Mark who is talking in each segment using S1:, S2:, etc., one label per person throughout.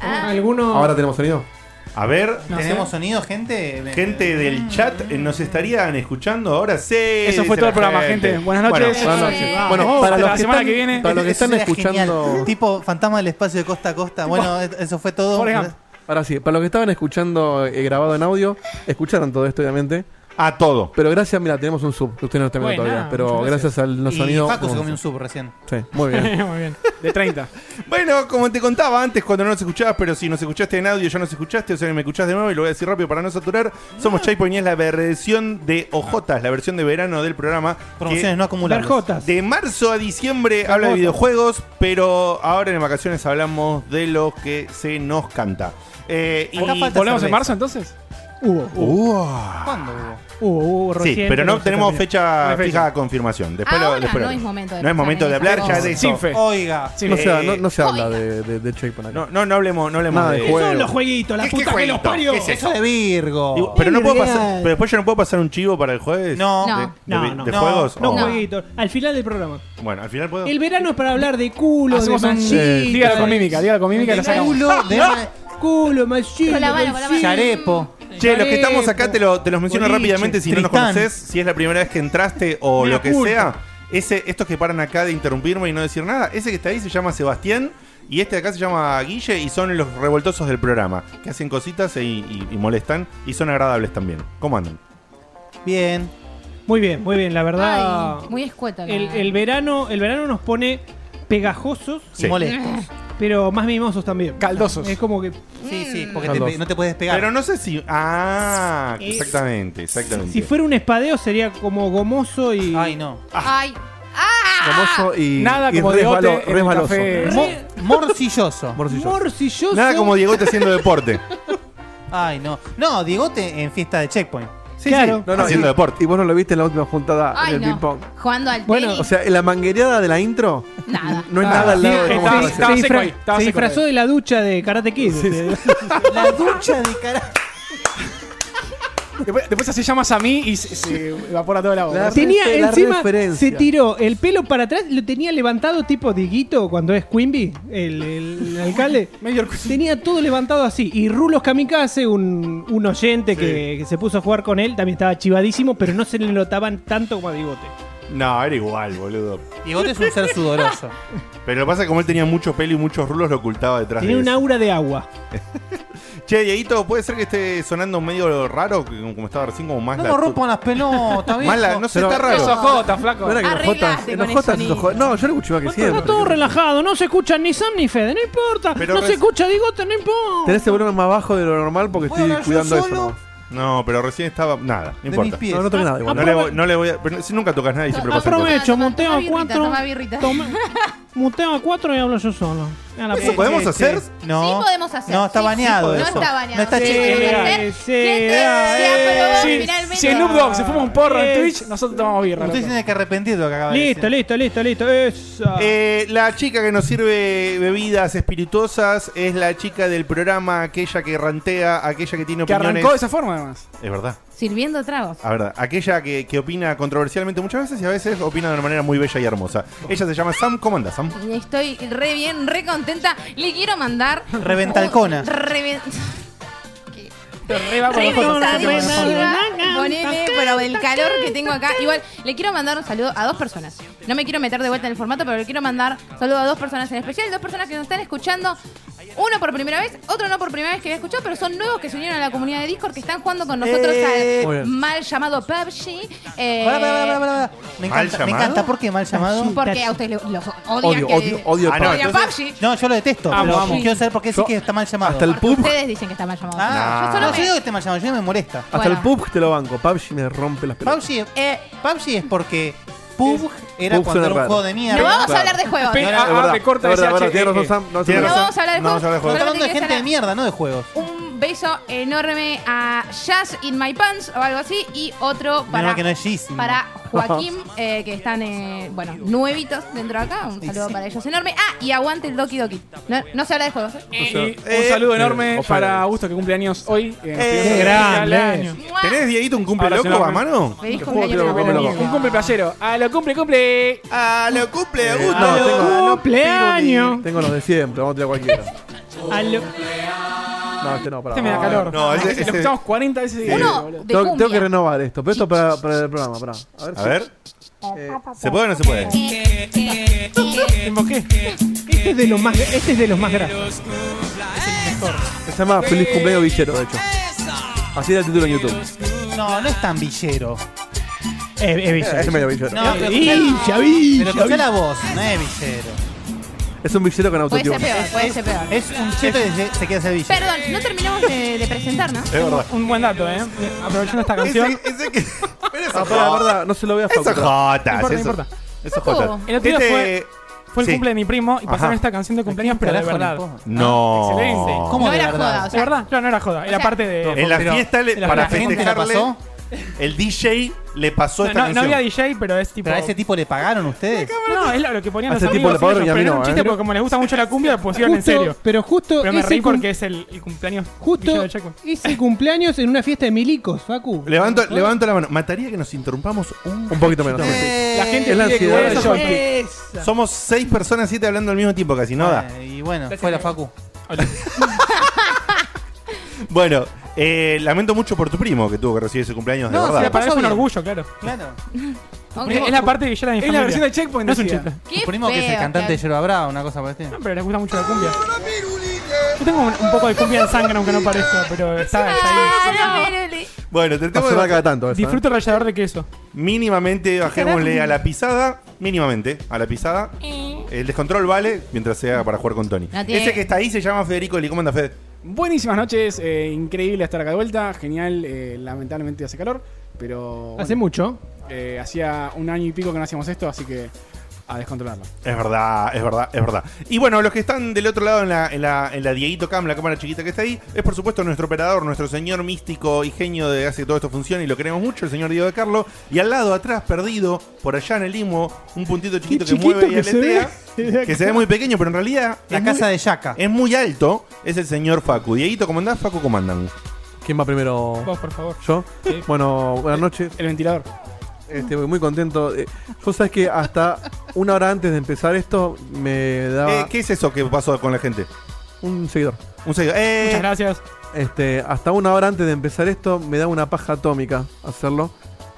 S1: alguno.
S2: Ahora tenemos sonido.
S3: A ver,
S1: Ah. No
S4: ¿Hacemos sonido, gente?
S3: gente del chat, eh, ¿nos estarían escuchando ahora? Sí.
S1: Mm. Eso
S3: dice
S1: fue todo
S3: la
S1: el programa, gente. Buenas noches.
S2: Buenas
S1: Bueno,
S2: noches.
S1: vamos.
S2: Bueno, para
S1: Hasta
S2: los
S1: la
S2: que
S1: semana
S2: están-
S1: que viene.
S2: para los que están
S4: Sería
S2: escuchando-
S4: genial. Tipo fantasma del espacio de costa a costa. Bueno, e- eso fue todo.
S1: Forrest Gump.
S2: Ahora sí, para los que estaban escuchando eh, grabado en audio, escucharon todo esto, obviamente.
S3: A todo.
S2: Pero gracias, mira, tenemos un sub. que Ustedes no están viendo
S1: Buena,
S2: todavía, pero
S1: muchas
S2: gracias.
S1: gracias.
S2: al no
S4: Y
S2: sonido.
S4: Facu se
S2: tenemos
S4: comió un
S2: un
S4: sub recién.
S2: sub. Sí, muy bien.
S1: Muy bien. De 30.
S3: Bueno, como te contaba antes, cuando no nos escuchabas, pero si nos escuchaste en audio, ya nos escuchaste, o sea que me escuchás de nuevo y lo voy a decir rápido para no saturar.
S4: Ah.
S3: Somos Chaipoin y es la versión de Ojotas, la versión de verano del programa. que
S4: Promociones Ah. no acumulables.
S1: Verjotas.
S3: De marzo a diciembre habla de videojuegos, pero ahora en vacaciones hablamos de lo que se nos canta. Eh, y-
S4: Acá falta
S1: ¿Volvemos en
S4: cerveza.
S1: marzo entonces? Hubo.
S4: Uh.
S3: Uah.
S4: ¿Cuándo, Hugo?
S1: Hubo, hubo,
S3: Sí,
S1: recién,
S3: pero no
S1: se
S3: tenemos
S1: terminó.
S3: fecha,
S1: No hay
S3: fija de confirmación. Después lo-
S5: Ahora
S3: después
S5: no
S3: lo
S5: es
S3: hablamos.
S5: momento de
S3: No es
S5: pensar
S3: momento
S5: en
S3: de
S5: esas
S3: hablar ya
S5: cosas.
S3: de eso.
S1: Sin fe.
S4: Oiga.
S1: Sí.
S2: No, se,
S3: Eh,
S2: no, no se habla
S5: oiga.
S2: de, de, de Checkpoint acá.
S3: No, no, no hablemos, no hablemos
S2: Nada de
S3: de
S2: juego.
S1: Son los jueguitos, la
S3: ¿Qué- qué
S1: puta que los
S3: jueguito?
S1: parió.
S3: ¿Qué es
S4: Eso de Virgo.
S3: Digo, pero, no
S1: es
S3: puedo
S1: real.
S3: pasar, pero después yo no puedo pasar un chivo para el jueves.
S4: No.
S3: De,
S5: No.
S3: de-
S6: No, no.
S3: de
S4: No,
S3: juegos.
S4: no
S3: Oh.
S6: jueguito. Al final del programa.
S3: Bueno, al final puedo.
S6: El verano es para hablar de culo, de
S1: Hacemos un-
S6: machito.
S1: Dígalo con mímica, dígalo con mímica y lo sacamos.
S4: Culo de ma-
S6: Culo, machito.
S5: Con la mano, con la mano.
S4: Yarepo.
S3: Che, los que estamos acá te, lo- te los menciono
S4: Boliche,
S3: rápidamente si no nos
S4: Tristán.
S3: conoces, si es la primera vez que entraste o
S6: Me
S3: lo que
S6: oculto.
S3: sea. Ese, estos que paran acá de interrumpirme y no decir nada, ese que está ahí se llama Sebastián y este de acá se llama Guille y son los revoltosos del programa, que hacen cositas y, y- y molestan y son agradables también. ¿Cómo andan?
S4: Bien.
S6: Muy bien, muy bien. La verdad.
S5: Ay, muy escueto. la-
S6: el, el verano, el verano nos pone pegajosos,
S4: Y molestos.
S6: pero más mimosos también.
S1: Caldosos.
S6: Es como que.
S4: Sí,
S1: Mm.
S4: sí, porque
S2: Son
S4: te
S2: dos.
S4: pe- no te puedes despegar.
S3: Pero no sé si... Ah,
S6: Eh,
S3: exactamente, exactamente.
S6: Si fuera un espadeo sería como gomoso y.
S4: Ay, no.
S2: Ah,
S5: Ay.
S2: Famoso y,
S1: Nada
S2: y
S1: como de
S2: resbalo-
S1: en el
S2: resbaloso.
S1: café.
S4: Mo- morcilloso.
S2: Morcilloso.
S6: Morcilloso.
S3: Nada como Diegote haciendo deporte.
S4: Ay, no. No, Diegote en fiesta de checkpoint.
S2: Sí,
S6: Claro.
S2: sí, no, no,
S3: Haciendo
S2: y-
S3: deporte.
S2: Y vos no lo viste en la última juntada
S5: Ay,
S2: en el
S5: no.
S2: ping-pong.
S5: Jugando al
S6: Bueno,
S5: tenis.
S2: O sea, en la manguereada de la intro,
S5: nada.
S2: no es
S1: Ah,
S2: nada al
S1: sí,
S2: lado de
S1: está-
S2: cómo aparece.
S1: está-
S6: se,
S1: estaba seco ahí,
S6: disfra-
S1: estaba
S6: se
S1: seco
S6: disfrazó
S1: ahí.
S6: de la ducha de Karate Kid. de-
S4: La ducha de cara.
S1: Después, después así llamas a mí y se, se evapora todo el agua.
S2: La-
S6: Tenía
S2: refe- la
S6: encima,
S2: referencia.
S6: se tiró el pelo para atrás, lo tenía levantado tipo Diguito cuando es Quimby, el, el alcalde.
S1: Medio
S6: tenía todo levantado así. Y Rulos Kamikaze, un, un oyente que, que se puso a jugar con él, también estaba chivadísimo, pero no se le notaban tanto como a Digote.
S3: No, era igual, boludo.
S4: Diegote es un ser sudoroso.
S3: Pero lo que pasa es que como él tenía mucho pelo y muchos rulos, lo ocultaba detrás
S6: Tenía
S3: de
S6: un
S3: eso.
S6: aura de agua.
S3: Che, Dieguito, puede ser que esté sonando medio raro, Que como como estaba recién, como más
S4: No
S3: la-
S4: me rompan las pelotas,
S3: más la-
S4: viejo.
S3: No sé,
S2: Pero-
S3: está raro.
S1: Eso jota, flaco.
S2: No era que los
S5: Arreglate
S6: Ah,
S2: Jotas-
S5: con
S2: los
S5: el
S2: Jotas
S5: sonido.
S2: esos jo- No, yo lo escuché más que siempre.
S6: Está todo relajado, no se escucha ni Sam ni Fede, no importa.
S3: Pero
S6: no
S3: res-
S6: se escucha Digote, no importa.
S2: Tenés el volumen más bajo de lo normal porque
S4: ¿Puedo
S2: estoy
S4: hablar yo
S2: cuidando eso.
S4: solo?
S2: nomás.
S3: No, pero recién estaba. Nada, no
S4: De mis
S3: importa.
S4: pies.
S2: No, no toqué nada igual.
S3: No le, voy, no le voy a. pero si nunca tocas nada y siempre pasa
S6: Aprovecho,
S3: entonces.
S5: Toma, toma,
S6: monteo
S5: toma birrita,
S6: cuatro.
S5: Toma birrita.
S6: Toma- muteo a cuatro y hablo yo solo. A la
S3: Eso
S6: puta.
S3: podemos hacer.
S4: No.
S5: Sí podemos hacer.
S4: No, está
S5: Sí, sí
S4: baneado
S5: podemos.
S4: eso.
S5: No está baneado.
S4: No está
S5: Sí,
S4: chequeado.
S5: legal.
S6: Eh,
S5: ¿Quién
S6: sí,
S5: te-
S6: eh,
S5: se aprobó
S6: sí,
S5: finalmente?
S1: Si Snoop Dogg se fuma un porro en Twitch, nosotros tomamos birra.
S4: Usted
S1: loco.
S4: tiene que arrepentir de lo que acaba de
S6: Listo,
S4: decir.
S6: listo, listo, listo. Esa.
S3: Eh, la chica que nos sirve bebidas espirituosas es la chica del programa, aquella que rantea, aquella que tiene
S1: Que
S3: opiniones.
S1: arrancó de esa forma, además.
S3: Es verdad,
S5: Sirviendo tragos.
S3: es verdad. Aquella que, que opina controversialmente muchas veces y a veces opina de una manera muy bella y hermosa. Ella se llama Sam. ¿Cómo anda, Sam?
S5: Estoy re bien, re contenta. Le quiero mandar.
S4: Reventalcona.
S5: un-
S3: Ah,
S5: Reven.
S1: Re va por
S5: Re
S1: los jotas.
S5: cansadísima, ponele, pero del calor que tengo acá. Igual, le quiero mandar un saludo a dos personas. No me quiero meter de vuelta en el formato, pero le quiero mandar saludo a dos personas en especial, dos personas que nos están escuchando. Uno por primera vez, otro no por primera vez que había escuchado, pero son nuevos que se unieron a la comunidad de Discord que están jugando con nosotros
S4: Eh.
S2: Muy
S5: al
S2: bien.
S5: mal llamado PUBG. eh,
S4: Pará, pará, pará, pará, pará. Me
S3: ¿Mal
S4: encanta, me
S3: llamado?
S4: encanta. ¿Por qué mal llamado?
S5: Porque a ustedes los odian.
S2: Odio,
S5: que-
S2: odio, odio el
S3: Ah, no,
S2: pub.
S5: odian
S3: entonces-
S5: PUBG.
S4: No, yo lo detesto.
S1: Ah,
S4: pero
S1: vamos.
S4: Quiero saber por qué sí
S2: Yo-
S4: que está mal llamado.
S2: Hasta el
S5: Porque
S2: pub,
S5: Ustedes dicen que está mal llamado.
S4: Ah,
S5: Yo solo
S4: no, yo
S5: me-
S4: digo que está mal llamado. Yo me molesta.
S2: hasta el
S5: Bueno.
S2: pub te lo banco. PUBG me rompe las pelotas.
S4: PUBG, eh, PUBG es porque PUBG era
S2: Pug
S4: cuando
S2: suena
S4: era un
S2: raro.
S4: juego de mierda.
S5: No vamos
S2: Claro.
S5: a hablar de juegos.
S1: Pe-
S5: No,
S1: ah,
S2: Es verdad,
S1: ah, me corta
S2: es verdad,
S1: ese
S2: es verdad,
S1: HE.
S2: Tienes razón, Sam. No,
S3: Tienes
S2: sí,
S5: No
S3: razón.
S5: vamos a hablar de
S3: No
S5: juegos.
S3: vamos a hablar de
S4: Estamos
S3: juegos.
S4: hablando de
S5: Solamente
S4: gente de
S5: quería
S4: mierda, no de juegos.
S5: Un beso enorme a Jazz in My Pants o algo así. Y otro
S4: Menos
S5: para,
S4: mal que no es Gis.
S5: para Joaquín, eh, que están, eh, bueno, nuevitos dentro de acá. Un saludo
S4: sí.
S5: para ellos enorme. Ah, y aguante el Doki Doki. No, no se habla de juegos. ¿eh?
S1: Y
S3: Eh,
S1: un saludo enorme
S2: ojalá.
S1: para Augusto que cumple años hoy. eh,
S3: Eh,
S1: feliz
S6: grande.
S1: año.
S5: ¡Mua!
S3: ¿Tenés, Dieguito, un cumple
S1: Ahora sí,
S3: loco
S1: no,
S3: a
S1: me-
S3: mano?
S5: Feliz
S2: Te
S5: cumpleaños
S2: juro que
S5: a
S2: me
S5: todos.
S2: loco.
S1: Un cumple playero. Ah, lo cumple, cumple. Eh,
S3: Ah, lo cumple, Augusto.
S2: no,
S6: ¡A
S2: tengo-
S6: los cumpleaños!
S2: Tengo los de siempre, vamos a tirar cualquiera.
S6: A lo-
S2: No, este no, para.
S1: Este me da calor.
S3: no, ese-
S1: Lo
S3: ese-
S1: escuchamos 40 veces
S3: Sí.
S1: de
S5: Uno de
S2: Eh, Tengo, tengo que
S5: cumbia.
S2: renovar esto, pero esto para, para el programa, para. A ver.
S3: A
S2: si-
S3: ver,
S2: eh,
S3: ¿se puede o no se puede?
S6: Eh, Este es de los más, este es de los más grasos.
S2: se llama Feliz Cumpleaños Villero, de hecho. Así era el título en YouTube.
S4: No, no es tan villero.
S6: Es, es Villa.
S2: Es medio villero.
S4: No, pero
S6: Villa,
S4: escuchá- pero
S6: Villa,
S4: escuchá
S6: Villa.
S4: la voz, no es villero.
S2: Es un villero con
S5: Puede
S2: autotune.
S5: ser peor, puede ser peor.
S4: Es un cheto que se, se queda ser villero.
S5: Perdón, no terminamos de, de presentar, ¿no?
S3: Es verdad.
S1: Un buen dato, ¿eh? Aprovechando esta canción.
S3: Ese, ese que. Pero eso
S2: Ah, para, la verdad, no se lo voy a
S3: Eso
S2: facultar.
S3: jotas,
S1: No importa, no
S3: eso-
S1: importa.
S3: eso
S5: Ojo.
S3: jotas.
S1: El otro día
S3: Este-
S1: fue- Fue el
S3: Sí.
S1: cumple de mi primo y
S3: Ajá.
S1: pasaron esta canción de cumpleaños, pero de verdad.
S4: Carajo, ni
S3: No.
S1: Excelente.
S4: ¿Cómo
S5: No
S4: de
S5: era
S4: verdad?
S5: joda, o
S1: ¿De
S5: sea,
S1: verdad? No, no era joda. Era
S5: sea-
S1: parte de.
S3: En la
S4: Pero-
S3: fiesta, le-
S1: pero
S3: para
S1: la gente
S4: la
S3: festejarle,
S4: pasó?
S3: el DJ le pasó
S1: No,
S3: esta
S1: no, no
S3: canción.
S1: había DJ, pero es tipo.
S4: ¿Pero a ese tipo le pagaron ustedes?
S1: No, es lo que ponían
S2: A
S1: los
S2: ese tipo
S1: amigos
S2: le pagaron
S1: ellos,
S2: y a mí
S1: pero era
S2: no,
S1: un chiste
S2: ¿eh?
S1: porque como les gusta mucho la cumbia, lo pusieron en
S6: Justo-
S1: serio.
S6: Pero justo
S1: Pero me
S6: ese
S1: reí
S6: cum-
S1: porque es el, el cumpleaños villero
S6: Justo
S1: de Chaco.
S6: ese cumpleaños en una fiesta de milicos, Facu.
S3: Levanto, levanto la mano. Mataría que nos interrumpamos un.
S2: Un poquito menos. sí.
S1: La gente
S2: es la
S1: pide que
S2: ansiedad
S1: vuelva
S2: de
S1: a Jockey.
S3: Somos seis personas, siete hablando al mismo tiempo, casi no da.
S4: Eh, Y bueno, fue la Facu.
S3: Bueno, eh, lamento mucho por tu primo que tuvo que recibir ese cumpleaños
S4: No,
S3: de
S4: se
S1: Era
S3: verdad.
S1: para mí
S4: pasó
S1: fue un
S4: bien.
S1: orgullo, claro.
S4: Claro.
S5: Ok.
S1: Es la parte de villera de mi
S6: Es la
S1: familia.
S6: versión de Checkpoint,
S1: No es un
S6: decía.
S1: chiste.
S5: Qué
S4: Tu primo que es el
S5: feo,
S4: cantante de
S5: claro.
S4: Yerba Brava, una cosa por el estilo.
S1: No, pero les gusta mucho la cumbia. Yo tengo un, un poco de cumbia en sangre, aunque no parezca, pero está, está
S5: Ah, no, Meruli.
S3: Bueno,
S2: No
S3: tratemos
S2: se va
S3: de
S2: cada tanto.
S1: ahí.
S2: esa, ¿eh?
S1: Disfruto rallador de queso.
S3: Mínimamente bajémosle a la pisada. Mínimamente a la pisada. El descontrol vale mientras sea para jugar con
S1: Eh.
S3: Tony.
S5: No tiene-
S3: Ese que está ahí se llama Federico Eli. ¿Cómo anda, Fede?
S1: Buenísimas noches, eh, increíble estar acá de vuelta, genial, eh, lamentablemente hace calor, pero bueno,
S6: Hace mucho.
S1: eh, hacía un año y pico que no hacíamos esto, así que a descontrolarlo.
S3: Es verdad, es verdad, es verdad. Y bueno, los que están del otro lado en la, en la, en la Dieguito Cam, la cámara chiquita que está ahí, es por supuesto nuestro operador, nuestro señor místico y genio de hace que todo esto funcione y lo queremos mucho, el señor Diego de Carlo. Y al lado, atrás, perdido, por allá en el limo, un puntito chiquito que
S6: chiquito
S3: mueve y
S6: que se
S3: aletea,
S6: ve.
S3: que se ve muy pequeño, pero en realidad
S4: La
S3: es,
S4: casa
S3: muy,
S4: de Yaka.
S3: es muy alto, es el señor Facu. Dieguito, ¿cómo andás? Facu, ¿cómo andan?
S2: ¿Quién va primero?
S1: Vos, por favor.
S2: ¿Yo?
S1: Sí.
S2: Bueno, buenas noches.
S1: El ventilador.
S2: Este, voy muy contento. Eh, Vos sabés que hasta una hora antes de empezar esto me daba
S3: Eh, ¿Qué es eso que pasó con la gente?
S2: un seguidor.
S3: Un seguidor. Eh,
S1: Muchas gracias.
S2: Este, hasta una hora antes de empezar esto me daba una paja atómica hacerlo.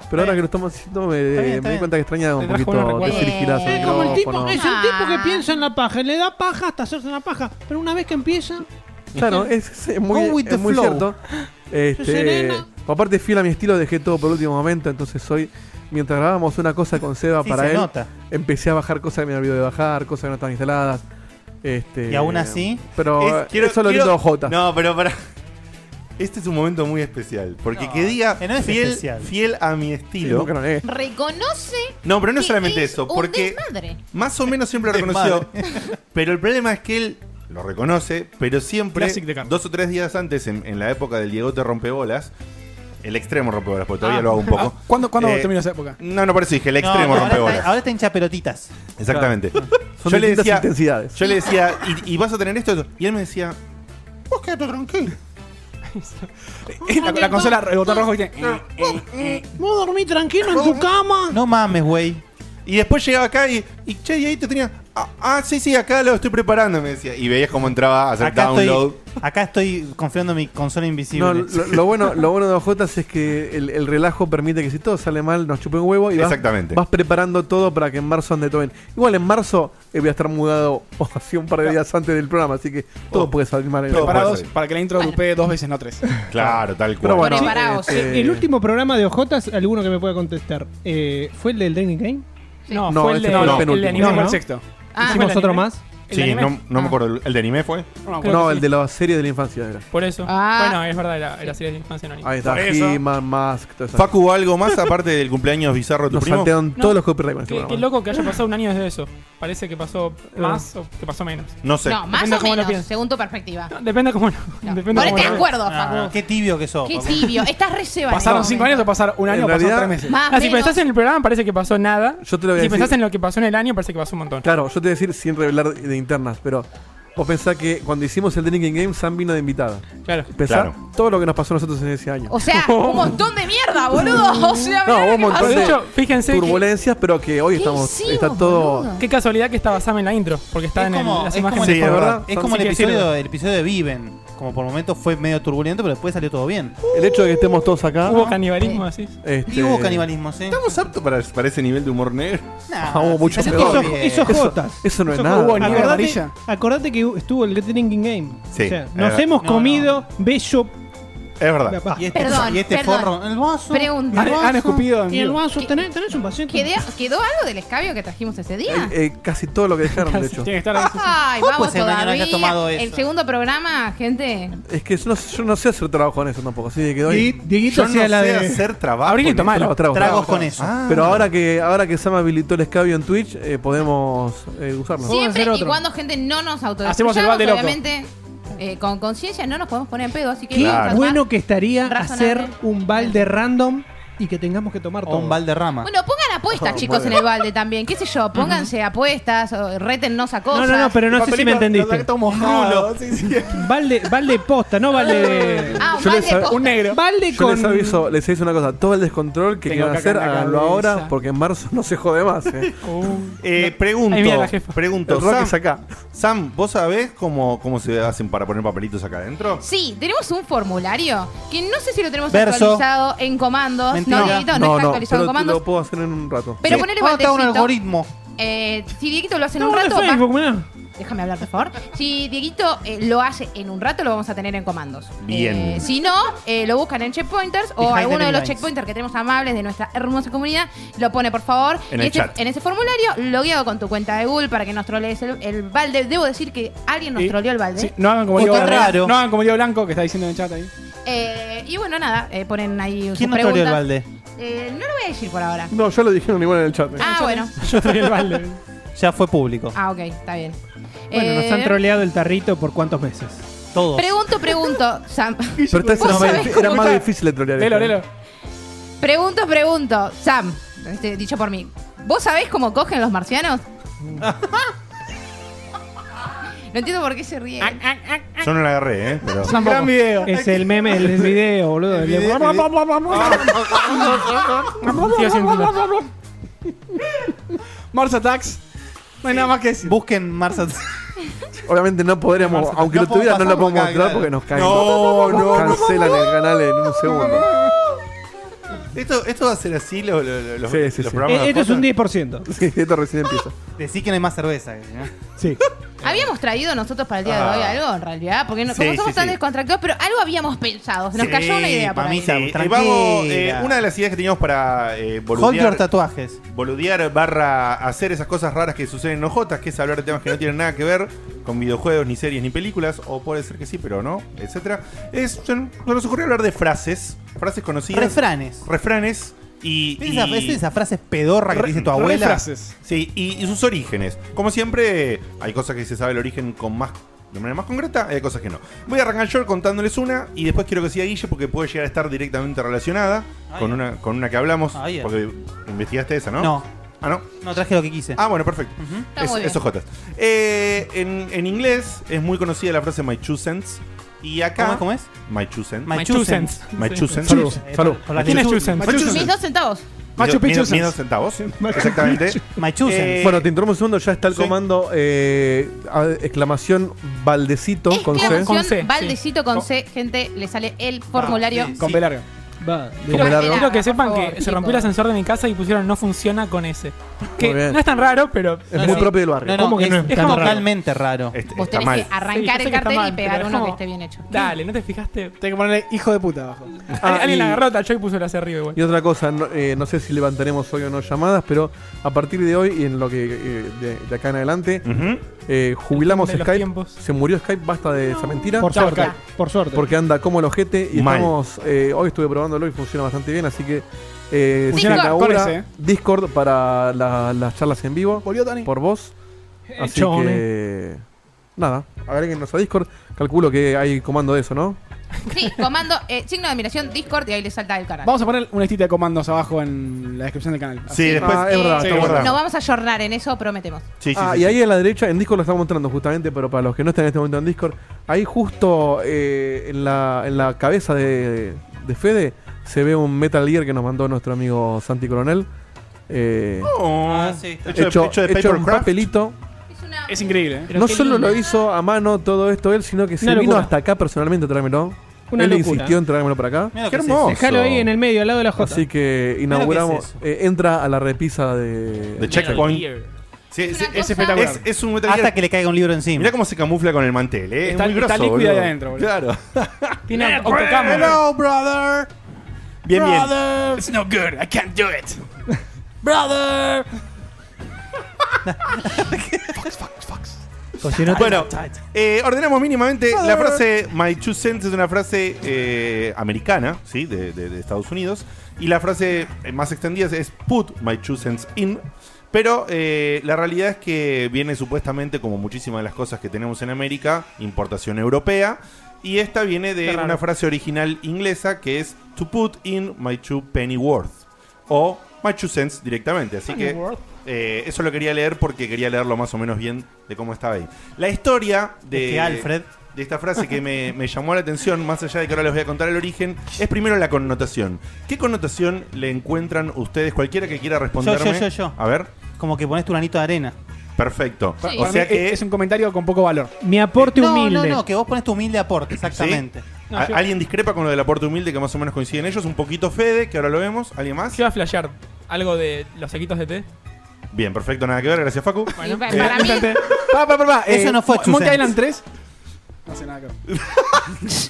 S2: Pero ahora que lo estamos haciendo me,
S4: Está bien, está
S2: me di
S4: bien.
S2: cuenta que extraña un
S1: Te trajo buenos
S2: poquito
S1: recuerdos.
S2: decir giras al
S5: Eh,
S6: Es como el tipo,
S2: micrófono.
S6: es un tipo que
S5: Ah.
S6: piensa en la paja, le da paja hasta hacerse una paja, pero una vez que empieza,
S2: Claro, es, es- es muy,
S4: Go with
S2: es
S4: the
S2: muy
S4: flow.
S2: cierto. Este,
S6: Serena.
S2: aparte fiel a mi estilo, dejé todo por último momento, entonces hoy, mientras grabábamos una cosa con Seba
S4: Sí,
S2: para
S4: se
S2: él,
S4: nota.
S2: empecé a bajar cosas que me había olvidado de bajar, cosas que no estaban instaladas. Este,
S4: Y aún así,
S2: Pero eh,
S3: Es- quiero-
S2: eso lo
S3: quiero-
S2: lindo de J.
S3: No, pero para. Este es un momento muy especial. Porque
S4: No,
S3: que diga
S4: que no es
S3: fiel,
S4: especial.
S3: fiel a mi estilo.
S2: Nunca lo negué.
S5: Reconoce.
S3: No, pero no es
S5: que
S3: solamente
S5: es
S3: eso.
S5: un
S3: Porque
S5: desmadre.
S3: más o menos siempre lo reconoció. pero el problema es que él lo reconoce, pero siempre,
S1: Classic de Carlos.
S3: dos o tres días antes, en, en la época del Diegote Rompebolas, el extremo rompebolas, porque todavía
S1: Ah.
S3: lo hago un poco.
S1: ¿Cuándo, cuándo
S3: Eh,
S1: terminó esa época?
S3: No, no, por eso dije, el extremo
S4: No, Ah. ahora,
S3: rompebolas.
S4: está, ahora está hincha pelotitas.
S3: Exactamente.
S2: Son
S3: Yo le
S2: distintas
S3: decía,
S2: intensidades.
S3: yo le decía ¿y, y vas a tener esto? Y él me decía,
S4: Vos quédate tranquilo.
S1: la, la consola, el botón rojo, ¿viste?
S6: Eh, vos dormí tranquilo en tu cama.
S4: No mames, güey.
S3: Y después llegaba acá y, y che, y ahí te tenía. Ah, ah, sí, sí, acá lo estoy preparando, me decía. Y veías cómo entraba a hacer
S4: Acá
S3: download.
S4: estoy, acá estoy confiando en mi consola
S2: No,
S4: invisible.
S2: lo, lo bueno, lo bueno de OJ es que el, el relajo permite que si todo sale mal, nos chupe un huevo y vas,
S3: Exactamente.
S2: vas preparando todo para que en marzo ande todo bien. Igual en marzo eh, voy a estar mudado o así un par de días antes del programa, así que todo
S3: Oh.
S2: puede salir mal. en
S3: Todo
S2: el
S3: puede
S1: Preparados
S3: ser.
S1: para que la intro dupee dos veces, no tres.
S3: Claro, tal cual.
S2: Pero bueno,
S5: Preparados.
S2: este,
S1: eh,
S6: El último programa de OJs, alguno que me pueda contestar, eh, ¿fue el del Drinking Game?
S1: No,
S2: No,
S1: fue el
S6: este
S2: ese
S1: de,
S2: fue el
S1: no, el
S2: penúltimo.
S1: de Animal
S6: No,
S1: el
S6: no.
S1: sexto.
S5: Ah,
S1: Hicimos
S6: ¿Hicimos
S1: el
S6: otro
S1: anime.
S6: más?
S1: ¿El
S3: sí,
S1: anime?
S3: no, no
S5: Ah.
S3: me acuerdo. ¿El de anime fue?
S1: No me acuerdo
S2: No,
S1: que
S2: el
S1: sí.
S2: de la serie de la infancia era.
S1: Por eso.
S5: Ah.
S1: Bueno, es verdad, era, era serie de infancia no anime.
S2: Ahí está,
S3: Por eso.
S2: He-Man, Mask, todo eso.
S3: Ah, Facu, ¿algo más aparte del cumpleaños bizarro de tu
S2: Nos
S3: primo?
S2: saltearon
S1: No.
S2: todos los copyrights con este
S1: Qué, qué
S2: programa. Ah.
S1: loco que haya pasado un año desde eso. Parece que pasó más o que pasó menos.
S3: No sé.
S5: No, más
S1: Depende
S5: o
S1: cómo lo
S5: menos,
S1: pienses.
S5: según tu perspectiva.
S1: No, Depende cómo lo.
S5: No.
S1: Depende cómo
S5: Ponete
S1: lo
S5: de
S1: veas.
S5: acuerdo,
S4: Ah,
S5: Facu.
S4: qué tibio que sos.
S5: Qué
S4: Facu.
S5: tibio. Estás reservado.
S1: ¿Pasaron cinco años o pasaron un año
S2: En
S1: o pasaron
S2: realidad-
S1: tres meses?
S5: Más,
S1: Ah, si
S5: menos.
S1: pensás en el programa, parece que pasó nada.
S2: Yo te lo voy a
S1: si
S2: decir.
S1: pensás en lo que pasó en el año, parece que pasó un montón.
S2: Claro, yo te voy a decir sin revelar de internas, pero Vos pensás que cuando hicimos el Drinking Game, Sam vino de invitada.
S6: Claro.
S2: Pensá
S3: Claro.
S2: todo lo que nos pasó a nosotros en ese año.
S5: O sea, un montón de mierda, boludo. O sea,
S2: No,
S5: mirá lo que
S2: un montón
S5: pasó.
S2: de-
S7: De hecho, fíjense que,
S2: Turbulencias, pero que hoy
S5: ¿Qué
S2: estamos.
S5: hicimos,
S2: está todo.
S5: boludo?
S7: qué casualidad que estaba Sam en la intro, porque está
S4: Es
S7: en el-
S4: como-
S7: las
S4: es como
S7: imágenes.
S3: Sí, es
S2: ¿verdad?
S3: verdad.
S4: Es como el
S7: Sí, que
S4: episodio,
S7: sirve.
S4: el episodio de Viven. Como por momentos fue medio turbulento, pero después salió todo bien.
S2: El hecho de que estemos todos acá.
S7: Hubo canibalismo así.
S2: este,
S4: Y hubo canibalismo, sí.
S3: ¿Estamos aptos para, para ese nivel de humor negro?
S4: ¿eh? Nah,
S2: Ah,
S4: sí,
S2: hubo mucho
S4: salió
S2: peor.
S4: todo
S6: Esos,
S4: bien.
S6: esos
S2: Eso-
S6: jotas.
S2: eso no es
S6: Esos
S2: nada.
S6: jotas.
S1: Acordate-
S6: Acordate, acordate que estuvo el Drinking Game.
S3: Sí,
S6: O sea,
S3: es
S6: nos
S3: verdad.
S6: hemos
S4: No,
S6: comido bello.
S3: Es verdad.
S6: Ah,
S4: Y este,
S5: Perdón,
S4: y este
S5: perdón.
S4: forro. El vaso.
S5: Pregunta.
S1: Han, han escupido en
S6: Y el
S1: vivo.
S6: vaso, ¿tenés, tenés un paciente?
S5: ¿Quedé- ¿Quedó algo del escabio que trajimos ese día?
S2: Eh, eh, casi todo lo que dejaron, de hecho.
S1: Tiene que estar ahí, sí, sí.
S5: Ay,
S4: ¿Cómo
S5: vamos
S4: puede ser que no
S5: todavía.
S4: haya tomado
S5: El
S4: eso?
S5: segundo programa, gente.
S2: Es que yo no, yo no sé hacer trabajo en eso tampoco, así que quedó
S6: Di-
S2: ahí.
S6: Dieguito
S3: Yo no
S6: hacía
S3: sé
S6: la de.
S3: hacer trabajo.
S7: Abrir y
S3: en
S7: tomar.
S3: esto.
S2: Tragos, tragos,
S4: Tragos
S2: tragos.
S4: con eso.
S3: Ah,
S2: Pero ahora que ahora que Sam habilitó el escabio en Twitch, eh, podemos eh, usarlo.
S6: Sí.
S5: Siempre
S6: hacer
S5: y
S6: otro.
S5: cuando gente no nos autodestruyamos,
S1: Hacemos el balde loco.
S5: obviamente, eh, con conciencia no nos podemos poner en pedo, así que
S6: Qué
S5: vamos a armar-
S6: bueno que estaría
S5: razonable.
S6: hacer un balde random y que tengamos que tomar
S4: O
S6: todo.
S4: un Valderrama.
S5: Bueno, pongan apuestas, chicos, en el balde también. ¿Qué sé yo? Pónganse apuestas, o rétennos a
S6: No,
S5: cosas.
S6: no, no, pero no sé si me entendiste.
S1: Rulo. Sí, sí.
S6: Balde, balde Eh, posta, no balde. de-
S5: Ah, un
S2: Yo
S5: balde
S2: les hab-
S5: posta.
S1: Un negro.
S6: Balde
S2: Yo
S6: con.
S2: les aviso, les aviso una cosa, todo el descontrol que
S1: Tengo
S2: quieran
S1: caca
S2: hacer,
S1: en la
S2: háganlo
S1: cabeza.
S2: ahora, porque en marzo no se jode más. eh.
S3: eh, pregunto,
S7: Ahí viene la jefa.
S3: pregunto,
S2: El rock
S3: Sam,
S2: es acá.
S3: Sam, ¿vos sabés cómo, cómo se hacen para poner papelitos acá adentro?
S5: Sí, tenemos un formulario que no sé si lo tenemos
S4: Verso.
S5: actualizado en comandos.
S4: Mentira.
S5: No, Dieguito, no, está actualizado
S2: pero
S5: en
S2: te
S5: comandos.
S2: lo puedo hacer en un rato.
S5: Pero
S4: Sí.
S5: ponele
S4: ¿Cómo está un
S5: baldecito.
S4: algoritmo.
S5: Eh, si Dieguito lo hace en
S6: No,
S5: un
S6: bueno,
S5: rato, va-
S6: Facebook, mirá.
S5: déjame hablar, por favor. Si Dieguito eh, lo hace en un rato, lo vamos a tener en comandos.
S3: Bien.
S5: Eh, si no, eh, lo buscan en checkpointers
S4: Y
S5: o
S4: Hidden
S5: alguno de los
S4: Lines.
S5: checkpointers que tenemos amables de nuestra hermosa comunidad. Lo pone, por favor,
S3: En
S5: Y
S3: el
S5: ese-
S3: chat.
S5: en ese formulario, logueado con tu cuenta de Google para que nos trolees el, el balde. Debo decir que alguien nos
S1: Y-
S5: troleó el balde.
S1: sí, no hagan como
S4: Uy,
S1: Leo
S4: qué raro.
S1: Blanco. No hagan como Leo Blanco que está diciendo en el chat ahí.
S5: Eh, y bueno, nada, eh, ponen ahí sus
S4: ¿Quién nos
S5: preguntas.
S4: troleó el balde?
S5: Eh, no lo voy a decir por ahora.
S2: No, ya lo dijeron igual en el chat. eh.
S5: Ah, bueno.
S7: Yo estoy en el balde.
S4: Ya fue público.
S5: Ah, ok, está bien.
S6: Bueno, nos han
S5: Eh,
S6: troleado el tarrito por cuántos meses.
S4: Todos.
S5: Pregunto, pregunto, Sam.
S2: pero esta
S5: ¿Vos
S2: era, más,
S5: sabés
S2: dif-
S5: cómo
S2: era más
S1: está?
S2: difícil de trolear.
S1: Lelo,
S2: esta, eh.
S1: lelo.
S5: Pregunto, pregunto, Sam. este, dicho por mí. ¿Vos sabés cómo cogen los marcianos? No entiendo por qué se ríen.
S7: Ah,
S3: Yo no la agarré, ¿eh? Pero...
S1: Gran video.
S6: Es el meme del video, boludo. El video.
S7: Sigo sin entender.
S1: Mars Attacks. No hay nada más que decir.
S4: Busquen Marsa.
S2: Obviamente no podríamos, aunque
S4: no
S2: lo tuviera, no
S4: podemos
S2: lo podemos
S4: pasar
S2: mostrar porque
S4: porque
S2: nos caen.
S3: No, no,
S2: Cancelan el canal en un segundo.
S3: Esto, esto va a ser así lo- lo- lo- los,
S2: Sí, sí,
S3: los
S2: sí.
S3: programas.
S6: Eh,
S3: de
S6: Esto es un
S3: podcast.
S6: 10%.
S2: Sí, esto recién empieza.
S4: Decí que no hay más cerveza. ¿no?
S6: Sí.
S5: Habíamos traído nosotros para el día de
S3: Ah.
S5: hoy algo, en realidad, porque no-
S3: Sí,
S5: como somos
S3: sí,
S5: tan
S3: sí.
S5: descontractados, pero algo habíamos pensado. Nos cayó una idea para mí.
S4: mamita.
S3: Sí,
S4: Tranquila.
S3: eh, vamos, eh, una de las ideas que teníamos para eh,
S4: Hold your
S3: boludear,
S4: tatuajes.
S3: boludear barra hacer esas cosas raras que suceden en OJ, que es hablar de temas que no tienen nada que ver con videojuegos, ni series, ni películas, o puede ser que sí, pero no, etcétera. Es, se nos ocurrió hablar de frases, frases conocidas,
S4: Refranes.
S3: refranes y,
S4: ¿Viste esa,
S3: y-
S4: viste esa frase pedorra que te dice tu abuela?
S1: Frases.
S3: Sí, y, y sus orígenes. Como siempre, hay cosas que se sabe el origen con más de manera más concreta, hay cosas que no. Voy a arrancar yo contándoles una y después quiero que siga Guille porque puede llegar a estar directamente relacionada
S4: Ah,
S3: con,
S4: ya.
S3: una, con una que hablamos.
S4: Ah, ya.
S3: Porque investigaste esa, ¿no?
S4: No,
S3: Ah, no.
S4: no traje lo que quise.
S3: Ah, bueno, perfecto.
S4: Ujú.
S5: Está
S3: Es-
S5: muy bien.
S3: esos jotas. Eh, en, en inglés es muy conocida la frase my two cents. Y acá.
S4: ¿Cómo, cómo es?
S3: My two cents.
S4: My
S7: My
S4: two
S7: two
S4: cents.
S7: cents.
S3: My
S7: Sí.
S3: two cents.
S2: Salud,
S4: Eh,
S2: salud.
S4: por- por la
S7: ¿Quién es
S4: actitud.
S7: Jusen?
S5: Mis dos centavos.
S1: Machu
S3: Mis
S1: Picchu
S3: dos- mis dos
S1: Sans.
S3: centavos. sí. Exactamente.
S4: Machusen.
S3: Eh,
S2: Bueno, te interrumpo un segundo, ya está el
S3: sí.
S2: comando eh, a- exclamación baldecito con C.
S5: Exclamación,
S7: Con C, sí.
S5: baldecito con
S3: No.
S5: C. Gente, le sale el formulario.
S3: Ah,
S4: sí.
S1: Con B larga.
S6: Va. de-
S2: Come
S7: Quiero,
S2: largo.
S7: quiero que sepan
S5: Por favor,
S7: que se rompió el
S5: chicos.
S7: ascensor de mi casa y pusieron no funciona con ese. Que
S2: Muy bien.
S7: no es tan raro, pero.
S2: Es muy propio del barrio.
S4: No, no,
S6: ¿Cómo que
S4: es,
S6: no es
S4: es
S6: tan raro?
S4: totalmente raro.
S3: Este-
S5: Vos
S3: está
S5: tenés
S3: mal.
S5: que arrancar
S7: Sí, yo sé
S5: el
S7: que está
S5: cartel
S7: mal,
S5: y pegar
S7: pero
S5: uno
S7: es
S5: que
S7: como-
S5: esté bien hecho.
S7: Dale, ¿no te fijaste?
S1: Tengo que ponerle hijo de puta abajo.
S2: Ah,
S7: alguien la
S2: y-
S7: agarró, tachó y puso el hacia arriba igual.
S2: Y otra cosa, no, eh, no sé si levantaremos hoy o no llamadas, pero a partir de hoy y en lo que eh, de, de acá en adelante,
S3: Ujú.
S2: eh, jubilamos
S7: El fin de los
S2: Skype.
S7: tiempos.
S2: Se murió Skype, basta de esa mentira.
S6: Por suerte.
S1: Chao,
S6: Por suerte.
S2: Porque anda como el ojete y
S3: Mal.
S2: estamos. eh, hoy estuve probándolo y funciona bastante bien, así que. Eh, se
S5: Discord.
S2: inaugura
S1: Con ese, eh.
S2: Discord para la- las charlas en vivo
S1: Volvió Tony.
S2: por vos. Así
S7: Chone.
S2: que. Nada, agréguenos a Discord. Calculo que hay comando de eso, ¿no?
S5: Sí, comando, eh, signo de admiración, Discord y ahí le salta el canal.
S1: Vamos a poner una listita de comandos abajo en la descripción del canal.
S3: Sí, después.
S2: Ah, es verdad,
S1: sí,
S3: está
S1: es
S3: guardado.
S5: no vamos a llorar en eso, prometemos.
S3: Sí, sí,
S2: Ah,
S3: sí,
S2: y
S3: sí.
S2: ahí a la derecha, en Discord lo estamos mostrando justamente, pero para los que no están en este momento en Discord, ahí justo eh, en, la, en la cabeza de, de Fede se ve un Metal Gear que nos mandó nuestro amigo Santi Coronel. eh,
S3: Oh,
S4: Ah, sí, está.
S3: hecho, de-
S2: hecho,
S3: hecho de
S2: hecho en
S3: papercraft.
S2: papelito.
S5: Es una.
S1: Es increíble, ¿eh?
S7: Pero
S2: no
S7: qué
S2: solo
S7: lindo.
S2: lo hizo a mano todo esto él, sino que se
S6: Una
S2: vino
S6: locura.
S2: hasta acá personalmente a trármelo.
S6: Una
S2: él
S6: locura.
S2: insistió en trármelo para acá.
S4: Mira lo
S3: Qué
S4: que es
S3: hermoso.
S6: Dejalo ahí en el medio, al lado de la J.
S2: Así que
S4: lo que es
S2: inauguramos.
S4: eso.
S2: eh, entra a la repisa de.
S3: De checkpoint.
S7: Metal Gear.
S3: Sí,
S5: Es una
S3: sí, es,
S5: cosa-
S1: espectacular.
S3: es- es un Metal
S4: Hasta
S3: Gear.
S4: que le caiga un libro encima.
S3: Mirá cómo se camufla con el mantel, ¿eh?
S1: Está-
S3: es muy
S1: está
S3: grosso,
S1: líquida ahí
S3: boludo.
S1: adentro, boludo.
S3: Claro.
S7: Tiene autocamo.
S3: Hello, brother.
S4: Bien, bien.
S1: It's no good, I can't do it.
S4: Pues
S6: O si no te-
S3: Bueno, eh, ordenamos mínimamente la frase My two cents es una frase eh, americana, ¿sí? De, de- de Estados Unidos. Y la frase eh, más extendida es Put my two cents in. Pero eh, la realidad es que viene supuestamente, como muchísimas de las cosas que tenemos en América, importación europea. Y esta viene de una frase original inglesa que es To put in my two penny worth. O my two cents directamente. Así que eh, eso lo quería leer porque quería leerlo más o menos bien de cómo estaba ahí. La historia de,
S4: Este Alfred.
S3: de esta frase que me, me llamó la atención, más allá de que ahora les voy a contar el origen, es primero la connotación. ¿Qué connotación le encuentran ustedes, cualquiera que quiera responderme?
S4: yo, yo.
S3: A ver,
S4: Como que pones tu granito de arena.
S3: perfecto.
S5: Sí.
S3: O
S1: Para
S3: sea
S1: mí es-
S3: que
S1: es un comentario con poco valor.
S6: Mi aporte
S4: Eh, No,
S6: humilde.
S4: no, no, que vos pones tu humilde aporte, exactamente.
S7: No,
S3: a-
S7: yo-
S3: alguien discrepa con lo del aporte humilde que más o menos coinciden ellos, un poquito Fede, que ahora lo vemos, ¿alguien más?
S7: ¿Qué va a flashear? ¿Algo de los sequitos de té?
S3: Bien, perfecto, nada que ver, gracias Facu.
S5: Y pa-
S3: Eh,
S5: para mí,
S1: Pa, pa, pa, pa,
S4: Eso no fue
S1: Mo-
S4: Chusens.
S1: Monkey Island 3. No hace nada que ver.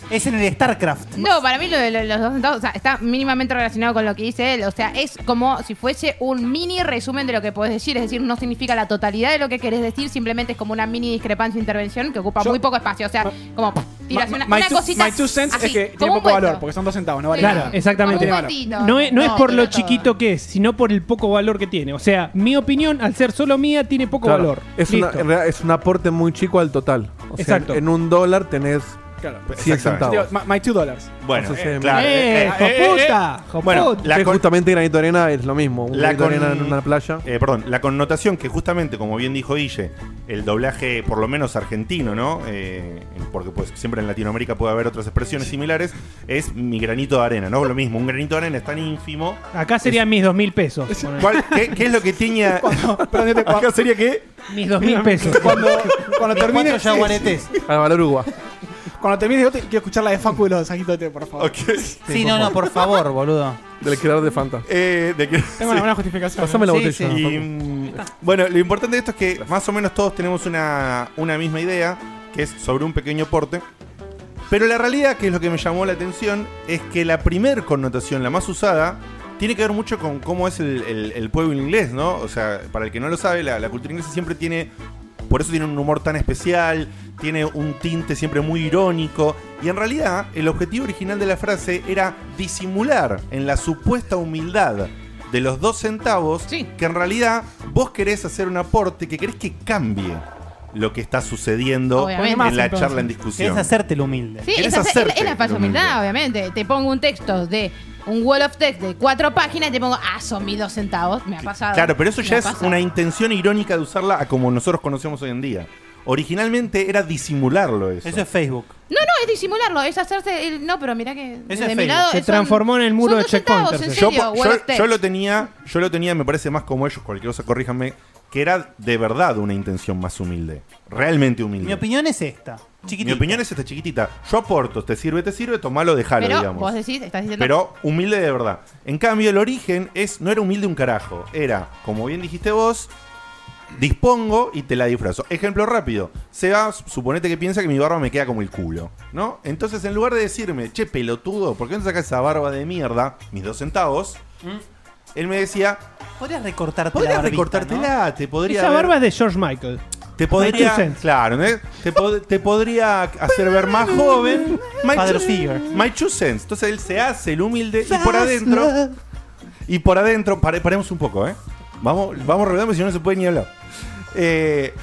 S4: Es en el StarCraft.
S5: no, para mí lo de lo- los dos centavos o sea, está mínimamente relacionado con lo que dice él. O sea, es como si fuese un mini resumen de lo que podés decir. Es decir, no significa la totalidad de lo que querés decir, simplemente es como una mini discrepancia e intervención que ocupa
S1: Yo-
S5: muy poco espacio. O sea, como tiras
S1: My-
S5: una,
S1: my
S5: una
S1: two-
S5: cosita.
S1: My two cents
S5: así,
S1: es que
S5: como
S1: tiene
S5: un
S1: poco valor,
S5: cuento.
S1: porque son dos centavos, no vale
S6: Claro,
S1: nada.
S6: exactamente.
S5: Como un eh, cuentito.
S6: No es, no es por
S5: quiero
S6: lo
S5: todo.
S6: chiquito que es, sino por el poco valor que tiene. O sea, mi opinión, al ser solo mía, tiene poco
S2: Claro,
S6: valor.
S2: Es, una-
S6: Listo.
S2: en realidad es un aporte muy chico al total. O sea,
S6: Exacto.
S2: en un dólar tenés
S1: Claro. pues,
S2: 100
S3: pues, Exactamente.
S2: centavos.
S1: Digo, my, my two dollars.
S3: Bueno,
S2: Eso se
S3: eh,
S2: me-
S3: claro.
S6: ¡Eh,
S3: eh, eh,
S6: hijo puta! hijo
S3: bueno,
S6: puta.
S3: la
S2: Que
S3: con-
S2: justamente granito de arena es lo mismo. Un
S3: La
S2: granito de
S3: con-
S2: arena en una playa.
S3: Eh, perdón, la connotación que justamente, como bien dijo Guille, el doblaje, por lo menos argentino, ¿no? Eh, porque pues siempre en Latinoamérica puede haber otras expresiones similares, es mi granito de arena, ¿no? Lo mismo, un granito de arena es tan ínfimo.
S6: Acá serían mis dos mil pesos. ponele.
S3: ¿Cuál- qué, qué es lo que tiñe a-
S1: Perdón, yo te- cua-
S3: Acá sería que
S6: Mis dos mil pesos.
S1: cuando, cuando
S4: Mis
S1: termine.
S4: cuatro yaguaretes.
S2: Al valor Ah, Uruguay.
S1: Cuando termine, yo te- quiero escuchar la de Facu y los sajitos de té, por favor.
S3: Ok.
S4: Sí, no, no, por favor, boludo.
S2: Del creador de Fanta.
S3: Eh, de que-
S7: Tengo una buena justificación. ¿eh?
S2: Pásame la
S4: Sí,
S2: botella.
S4: sí.
S3: Y,
S2: Facu.
S3: mm, bueno, lo importante de esto es que más o menos todos tenemos una, una misma idea, que es sobre un pequeño porte. Pero la realidad, que es lo que me llamó la atención, es que la primer connotación, la más usada, tiene que ver mucho con cómo es el, el- el pueblo inglés, ¿no? O sea, para el que no lo sabe, la, la cultura inglesa siempre tiene. Por eso tiene un humor tan especial, tiene un tinte siempre muy irónico. Y en realidad, el objetivo original de la frase era disimular en la supuesta humildad de los dos centavos
S5: Sí.
S3: que en realidad vos querés hacer un aporte, que querés que cambie lo que está sucediendo
S5: Obviamente.
S3: en la charla en
S4: Querés
S3: discusión.
S4: hacértelo humilde.
S5: Sí,
S3: Querés
S5: es, hacer- es la-
S3: hacerte
S5: es la falsa
S3: lo humilde.
S5: humildad, obviamente. Te pongo un texto de un wall of text de cuatro páginas y te pongo, ah, son mis dos centavos. Me ha pasado.
S3: Claro, pero eso
S5: Me
S3: ya
S5: ha
S3: es
S5: pasado.
S3: una intención irónica de usarla a como nosotros conocemos hoy en día. Originalmente era disimularlo eso.
S4: Eso es Facebook.
S5: No, no, es disimularlo, es hacerse. el- No, pero mirá que.
S4: es
S5: de mi
S4: fake.
S5: lado
S6: Se
S5: son-
S6: transformó en el muro
S5: son
S6: de
S5: dos
S6: Checkpoint,
S5: centavos, en
S6: tercero.
S3: yo,
S5: serio,
S3: po-
S5: wall
S3: yo-
S5: of text.
S3: yo lo tenía, yo lo tenía, me parece más como ellos, cualquier cosa, corríjanme, que era de verdad una intención más humilde. Realmente humilde.
S4: Mi opinión es esta. Chiquitita.
S3: Mi opinión es esta chiquitita. Yo aporto, te sirve, te sirve, tomalo, dejalo,
S5: pero
S3: digamos.
S5: vos decís, estás diciendo.
S3: Pero humilde de verdad. En cambio, el origen es no era humilde un carajo. Era, como bien dijiste vos, dispongo y te la disfrazo. Ejemplo rápido. Seba, suponete que piensa que mi barba me queda como el culo, ¿no? Entonces, en lugar de decirme, che, pelotudo, ¿por qué no sacas esa barba de mierda? Mis dos centavos. Él me decía,
S4: Mm. Podrías recortarte la
S3: podrías
S4: barbita, ¿no?
S3: recortártela, te podría...
S6: Esa
S3: haber-
S6: barba es de George Michael.
S3: Te
S6: My two
S3: podría.
S6: cents.
S3: Claro, ¿no? te, pod- te podría hacer ver más joven. My
S4: Father
S3: two-
S4: figure.
S3: My two cents. Entonces él se hace el humilde y por adentro. Y por adentro. pare- paremos un poco, ¿eh? Vamos, vamos revelando, si no, no se puede ni hablar. Eh,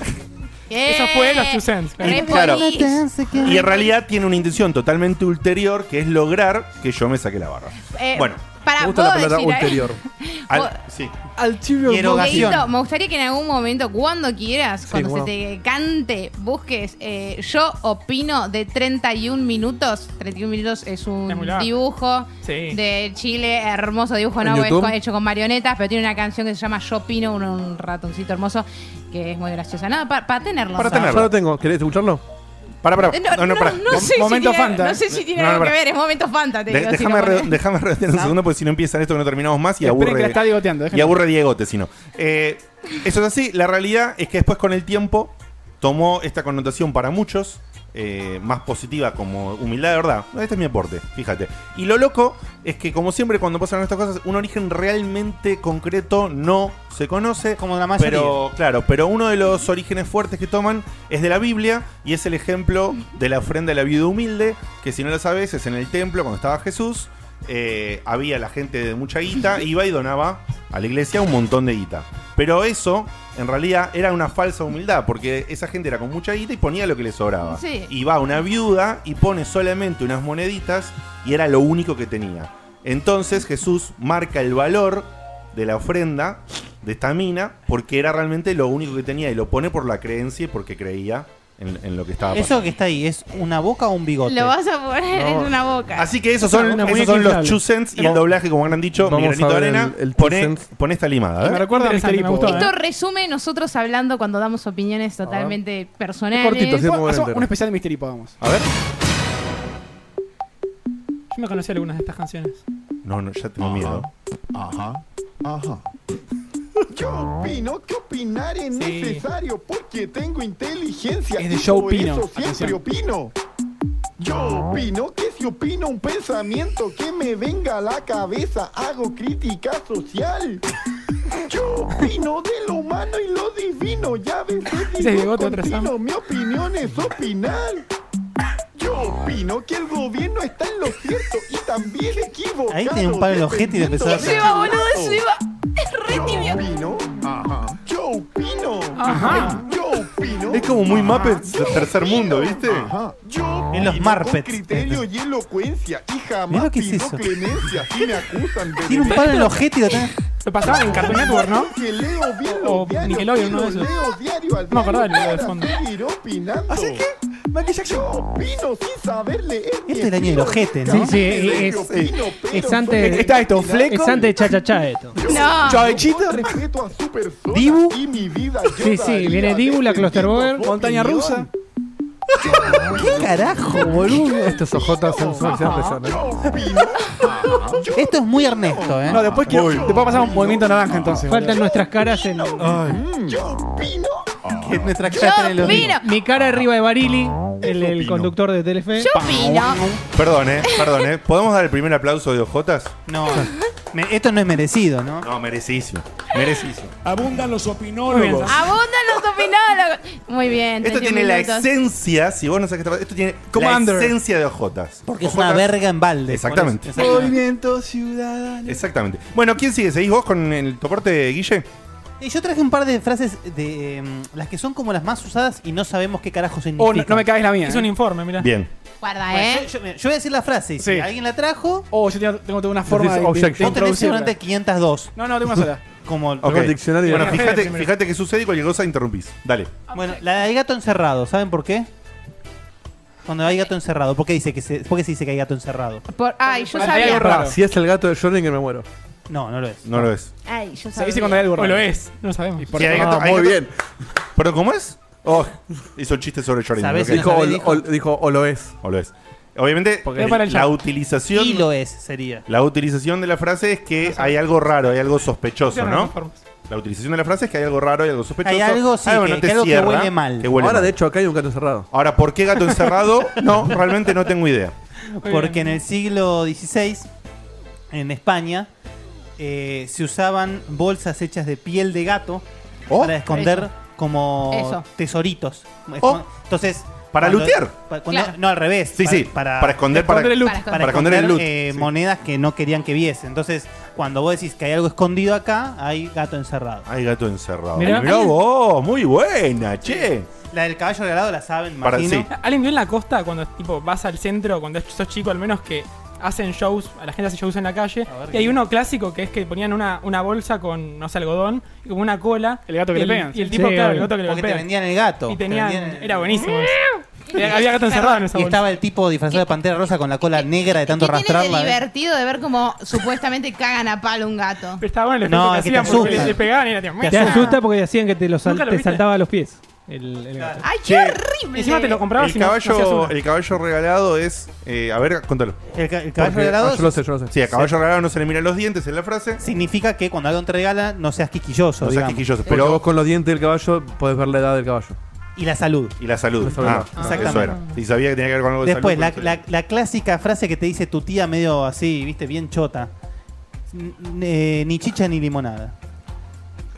S7: Eso fue los Two Cents.
S5: Re
S3: Claro.
S5: polis.
S3: Y en realidad tiene una intención totalmente ulterior que es lograr que yo me saque la barra.
S5: Eh,
S3: Bueno,
S5: para,
S2: Me gusta la
S5: ¿puedo
S2: palabra
S5: decir algo?
S2: ulterior.
S3: Al-
S5: Vos-
S3: sí.
S2: Al chivio.
S4: Quiero gación.
S5: Dieguito, me gustaría que en algún momento, cuando quieras, cuando
S2: bueno.
S5: se te cante, busques eh, Yo opino de 31 minutos. 31 minutos es un
S7: Es muy largo.
S5: dibujo
S7: Sí.
S5: de Chile, hermoso dibujo,
S2: ¿En
S5: no es
S2: YouTube?
S5: con- hecho con marionetas, pero tiene una canción que se llama Yo opino, un, un ratoncito hermoso, que es muy graciosa. Nada, para tenerlo.
S3: Para
S5: ¿sabes?
S3: tenerlo.
S2: lo tengo. ¿Querés escucharlo?
S3: Para, para.
S5: Eh, No, no,
S3: pará.
S5: no sé si
S1: Momento
S5: tiene-
S1: Fanta.
S5: No sé si tiene
S3: No, no,
S5: algo que
S3: pará.
S5: ver, es momento fanta. Te
S3: De-
S5: digo, si
S3: déjame
S5: lo pones.
S3: re- déjame redondear un segundo porque si no empiezan esto que no terminamos más y
S1: Esperen que la
S3: aburre.
S1: está
S3: Y
S1: digoteando. déjenme.
S3: aburre Diegote, si no. Eh, eso es así. La realidad es que después con el tiempo tomó esta connotación para muchos, eh, más positiva como humildad de verdad. Este es mi aporte, fíjate. Y lo loco es que como siempre cuando pasan estas cosas, un origen realmente concreto no se conoce.
S4: Como la mayoría.
S3: Pero, claro, pero uno de los orígenes fuertes que toman es de la Biblia y es el ejemplo de la ofrenda de la viuda humilde, que si no lo sabes, es en el templo cuando estaba Jesús. eh, había la gente de mucha guita, iba y donaba a la iglesia un montón de guita. Pero eso, en realidad, era una falsa humildad, porque esa gente era con mucha guita y ponía lo que le sobraba.
S5: Sí.
S3: Y va una viuda y pone solamente unas moneditas y era lo único que tenía. Entonces Jesús marca el valor de la ofrenda de esta mina porque era realmente lo único que tenía y lo pone por la creencia y porque creía en, en lo que estaba pasando.
S4: Eso que está ahí, ¿es una boca o un bigote?
S5: Lo vas a poner en una boca.
S3: Así que esos son,
S6: Una
S3: esos
S6: muñeca
S3: son los
S6: inflable.
S3: two cents y el
S2: Vamos-
S3: doblaje, como han dicho, mi
S2: vamos
S3: granito
S2: a
S3: de
S2: ver
S3: arena.
S2: el- Este el two
S3: pone,
S2: cents.
S3: pone esta limada. a
S1: Me
S3: ver.
S1: recuerda a Mr.
S7: Interesante, me
S1: Hippo.
S7: gustó,
S1: ¿eh?
S5: Esto resume nosotros hablando cuando damos opiniones totalmente personales.
S2: cortito, sí.
S1: Hacemos-
S2: Hacemos
S1: hacemos
S2: entero.
S1: un especial de Mr. Hippo, vamos.
S3: A ver.
S7: Yo me conocí algunas de estas canciones.
S3: No, no, ya tengo
S2: Ah.
S3: miedo.
S8: Ajá, ajá. Yo opino que opinar es
S7: Sí.
S8: necesario porque tengo inteligencia.
S1: Es de
S8: y
S1: yo
S8: por
S1: opino.
S8: eso siempre
S1: Atención.
S8: opino. Yo opino que si opino un pensamiento que me venga a la cabeza, hago crítica social. Yo opino de lo humano y lo divino, ya ves que
S7: Ese
S8: digo
S7: llegó, te
S8: continuo,
S7: atrasamos.
S8: mi opinión es opinar. Yo opino que el gobierno está en lo cierto y también equivocado.
S4: Ahí tenía un palo en el ojete y le empezó a
S8: dependiendo de
S4: hacer.
S5: Seba,
S8: su
S5: boludo,
S8: lado.
S5: Seba. Es re
S8: Yo
S5: tibio.
S8: opino.
S2: ah,
S8: Yo opino.
S1: Ajá.
S8: Yo opino.
S3: Es como muy Muppets del tercer mundo, ¿viste?
S8: Ajá. Yo
S4: En los
S8: opino Con
S4: Muppets.
S8: criterio y elocuencia. Y
S4: Mirá
S8: jamás
S4: lo que es
S8: pido
S4: eso.
S8: clemencia. Si me acusan de
S4: Tiene un palo en el ojete y lo tenés.
S7: Lo pasaban en Cartoon Network, ¿no?
S8: Que leo bien los
S7: O
S8: diarios,
S7: Nickelodeon,
S8: que
S7: uno de
S8: los
S7: esos.
S8: leo diario al
S7: No me acordaba del
S8: diario
S7: video de
S8: para seguir opinando.
S2: Así que, Michael Jackson.
S8: Yo opino sin saber leer.
S4: Esto Este es el año del ojete, ¿no?
S6: Sí, sí, es- es antes de- Está
S2: esto,
S6: Es antes de cha cha cha esto.
S5: No.
S8: Chavechito. Respeto a su persona
S4: Dibu.
S8: y mi vida. yo
S6: Sí, sí,
S8: daría
S6: viene Dibu, la Klosterboer,
S8: defendiendo su
S1: Montaña
S8: opinión.
S1: rusa.
S4: ¿Qué carajo, boludo?
S2: Estos ojotas son son
S6: ¿eh?
S2: impresionantes.
S8: Yo opino.
S4: Esto es muy Ernesto, ¿eh?
S1: No, después, quiero, después pasamos un movimiento naranja entonces.
S6: Faltan
S1: boludo.
S6: nuestras caras en.
S8: Yo opino.
S4: Mm. Que nuestra
S5: Yo
S4: cara está en el ojete.
S5: opino.
S6: Mi cara arriba de Barili, el, el conductor de Telefe.
S5: Yo opino.
S3: Perdón, eh, perdón, eh. ¿Podemos dar el primer aplauso de Ojotas?
S4: No, me- esto no es merecido, ¿no?
S3: No, merecidísimo. Merecidísimo. Ah,
S9: Abundan los opinólogos.
S4: Ah,
S5: Abundan los opinólogos. Muy bien.
S3: Esto
S5: 30
S3: tiene la
S5: minutos.
S3: esencia, si vos no sabes qué está pasando, esto tiene
S1: Commander.
S3: la esencia de Ojotas.
S4: Porque es una
S3: Ojotas-
S4: verga en balde.
S3: Exactamente.
S4: Por eso, exactamente.
S3: Exactamente. Bueno, ¿quién sigue? ¿Seguís vos con el toporte, Guille?
S4: Y yo traje un par de frases de em, las que son como las más usadas y no sabemos qué carajo significan.
S1: Oh, no, no me caes la mía.
S7: Es un
S1: eh.
S7: informe, mirá.
S3: Bien.
S5: Guarda,
S4: Bueno, yo,
S5: ¿eh?
S4: yo- mira, yo voy a decir la frase. y Si
S1: Sí.
S4: alguien la trajo,
S1: Oh, yo tengo, tengo toda una forma de, de- de
S2: objection.
S4: vos tenés
S1: introducirla.
S4: seguramente 502.
S1: No, no, tengo una sola.
S4: Como,
S3: Ok.
S2: el diccionario.
S3: Bueno,
S7: Bueno, Fede
S3: fíjate,
S7: primero.
S3: fíjate qué sucede y cualquier cosa interrumpís. Dale.
S4: Bueno, la del gato encerrado, ¿saben por qué? Cuando hay gato encerrado, ¿por qué, dice que se, por qué se dice que hay gato encerrado?
S5: Por- ay, yo
S7: Hay algo
S5: sabía.
S7: raro.
S2: Ah, si es el gato de Schrödinger me muero.
S4: No, no lo es.
S3: No lo es.
S5: Ay, yo
S1: Se dice cuando
S5: sabía.
S1: hay algo
S7: O
S3: Pues
S1: raro.
S7: lo es, no lo sabemos.
S3: Sí, hay gato-
S2: Ah,
S3: hay
S2: muy
S3: gato-
S2: bien.
S3: ¿Pero cómo es? Oh, hizo un chiste sobre Jordan.
S4: ¿Sabés?
S3: ok.
S2: Dijo, o,
S4: dijo.
S2: o- dijo, o lo es.
S3: O lo es. Obviamente,
S7: Porque-
S3: el-
S7: Es para el
S3: la
S7: chat.
S3: utilización.
S4: Y lo es, sería.
S3: La utilización de la frase es que hay algo raro, hay algo sospechoso,
S7: Cierran
S3: ¿no?
S7: las formas.
S3: La utilización de la frase es que hay algo raro, hay algo sospechoso.
S4: Hay algo, sí,
S3: algo
S4: que-
S3: no te
S4: que algo que
S3: cierra,
S4: huele mal.
S3: que huele
S2: Ahora,
S3: mal.
S2: de hecho, acá hay un gato cerrado.
S3: Ahora, ¿por qué gato encerrado? No, realmente no tengo idea.
S7: Muy
S4: Porque
S7: bien.
S4: en el siglo XVI, en España, eh, se usaban bolsas hechas de piel de gato
S3: Oh.
S4: para esconder
S5: Eso.
S4: como
S5: Eso.
S4: tesoritos.
S3: Oh.
S4: Entonces.
S3: Para
S4: cuando-
S3: lootear.
S4: pa- cuando-
S5: Claro.
S4: No, al revés.
S3: Sí,
S4: para-
S3: sí, para, esconder, para,
S1: Esconder el loot.
S5: Para esconder.
S4: para,
S3: Para esconder
S4: esconder,
S3: el loot,
S4: eh,
S3: sí.
S4: monedas que no querían que viese. Entonces, cuando vos decís que hay algo escondido acá, hay gato encerrado.
S3: Hay gato encerrado. Mirá,
S7: Mirá.
S3: vos, muy buena, che.
S4: La del caballo regalado la saben,
S3: Para-
S4: imagino.
S3: sí.
S7: ¿Alguien vio en la costa cuando tipo vas al centro, cuando sos chico al menos, que hacen shows, a la gente hace shows en la calle?
S4: A ver,
S7: Y hay uno clásico que es que ponían una, una bolsa con, no sé, algodón, y como una cola.
S1: El gato que
S7: y
S1: le pegan.
S7: Y el tipo,
S6: Sí,
S7: claro, el
S6: obvio.
S7: gato que le
S4: Porque te
S7: golpean.
S4: vendían el gato.
S7: Y
S4: te
S7: tenían.
S4: vendían el-
S7: Era buenísimo. eso. Era- Había gato encerrado en esa
S4: Y
S7: bolsa.
S4: estaba el tipo disfrazado de pantera rosa con la cola negra de tanto
S5: ¿Qué tiene de
S4: arrastrarla. ¿eh?
S5: divertido de ver cómo supuestamente cagan a palo un gato?
S7: Pero estaba bueno el
S4: No,
S7: efecto
S4: es que
S7: que
S4: te
S7: hacían porque le,
S4: asusta.
S7: le pegaban y era tipo.
S6: Te
S7: "Mira".
S6: asusta porque decían que te, lo sal-
S7: Nunca lo
S6: te
S7: viste.
S6: saltaba a los pies
S4: Ah,
S6: el, el gato.
S4: Claro.
S5: ¡Ay, qué
S3: Che,
S5: horrible!
S7: Encima te lo comprabas
S3: el,
S7: y no- no hacías
S3: caballo,
S7: uno.
S3: el caballo regalado es. eh, a ver, contalo.
S4: El, ca- el caballo
S2: Porque- ah,
S4: regalado
S2: yo lo sé, yo lo sé.
S3: Sí, a caballo regalado no se le miran los dientes en la frase.
S4: significa que cuando algo te regala no seas quisquilloso.
S3: No seas
S4: digamos.
S3: quisquilloso,
S2: Pero
S3: Pero
S2: vos con los dientes del caballo podés ver la edad del caballo.
S4: Y la salud.
S3: Y la salud.
S2: La salud.
S3: Ah, Eso
S4: Ah, exactamente.
S3: era. Si sabía que tenía que ver con algo de
S4: Después,
S3: salud.
S4: la,
S3: pero
S4: la- la clásica frase que te dice tu tía medio así, viste, bien chota. N- eh, ni chicha ni limonada.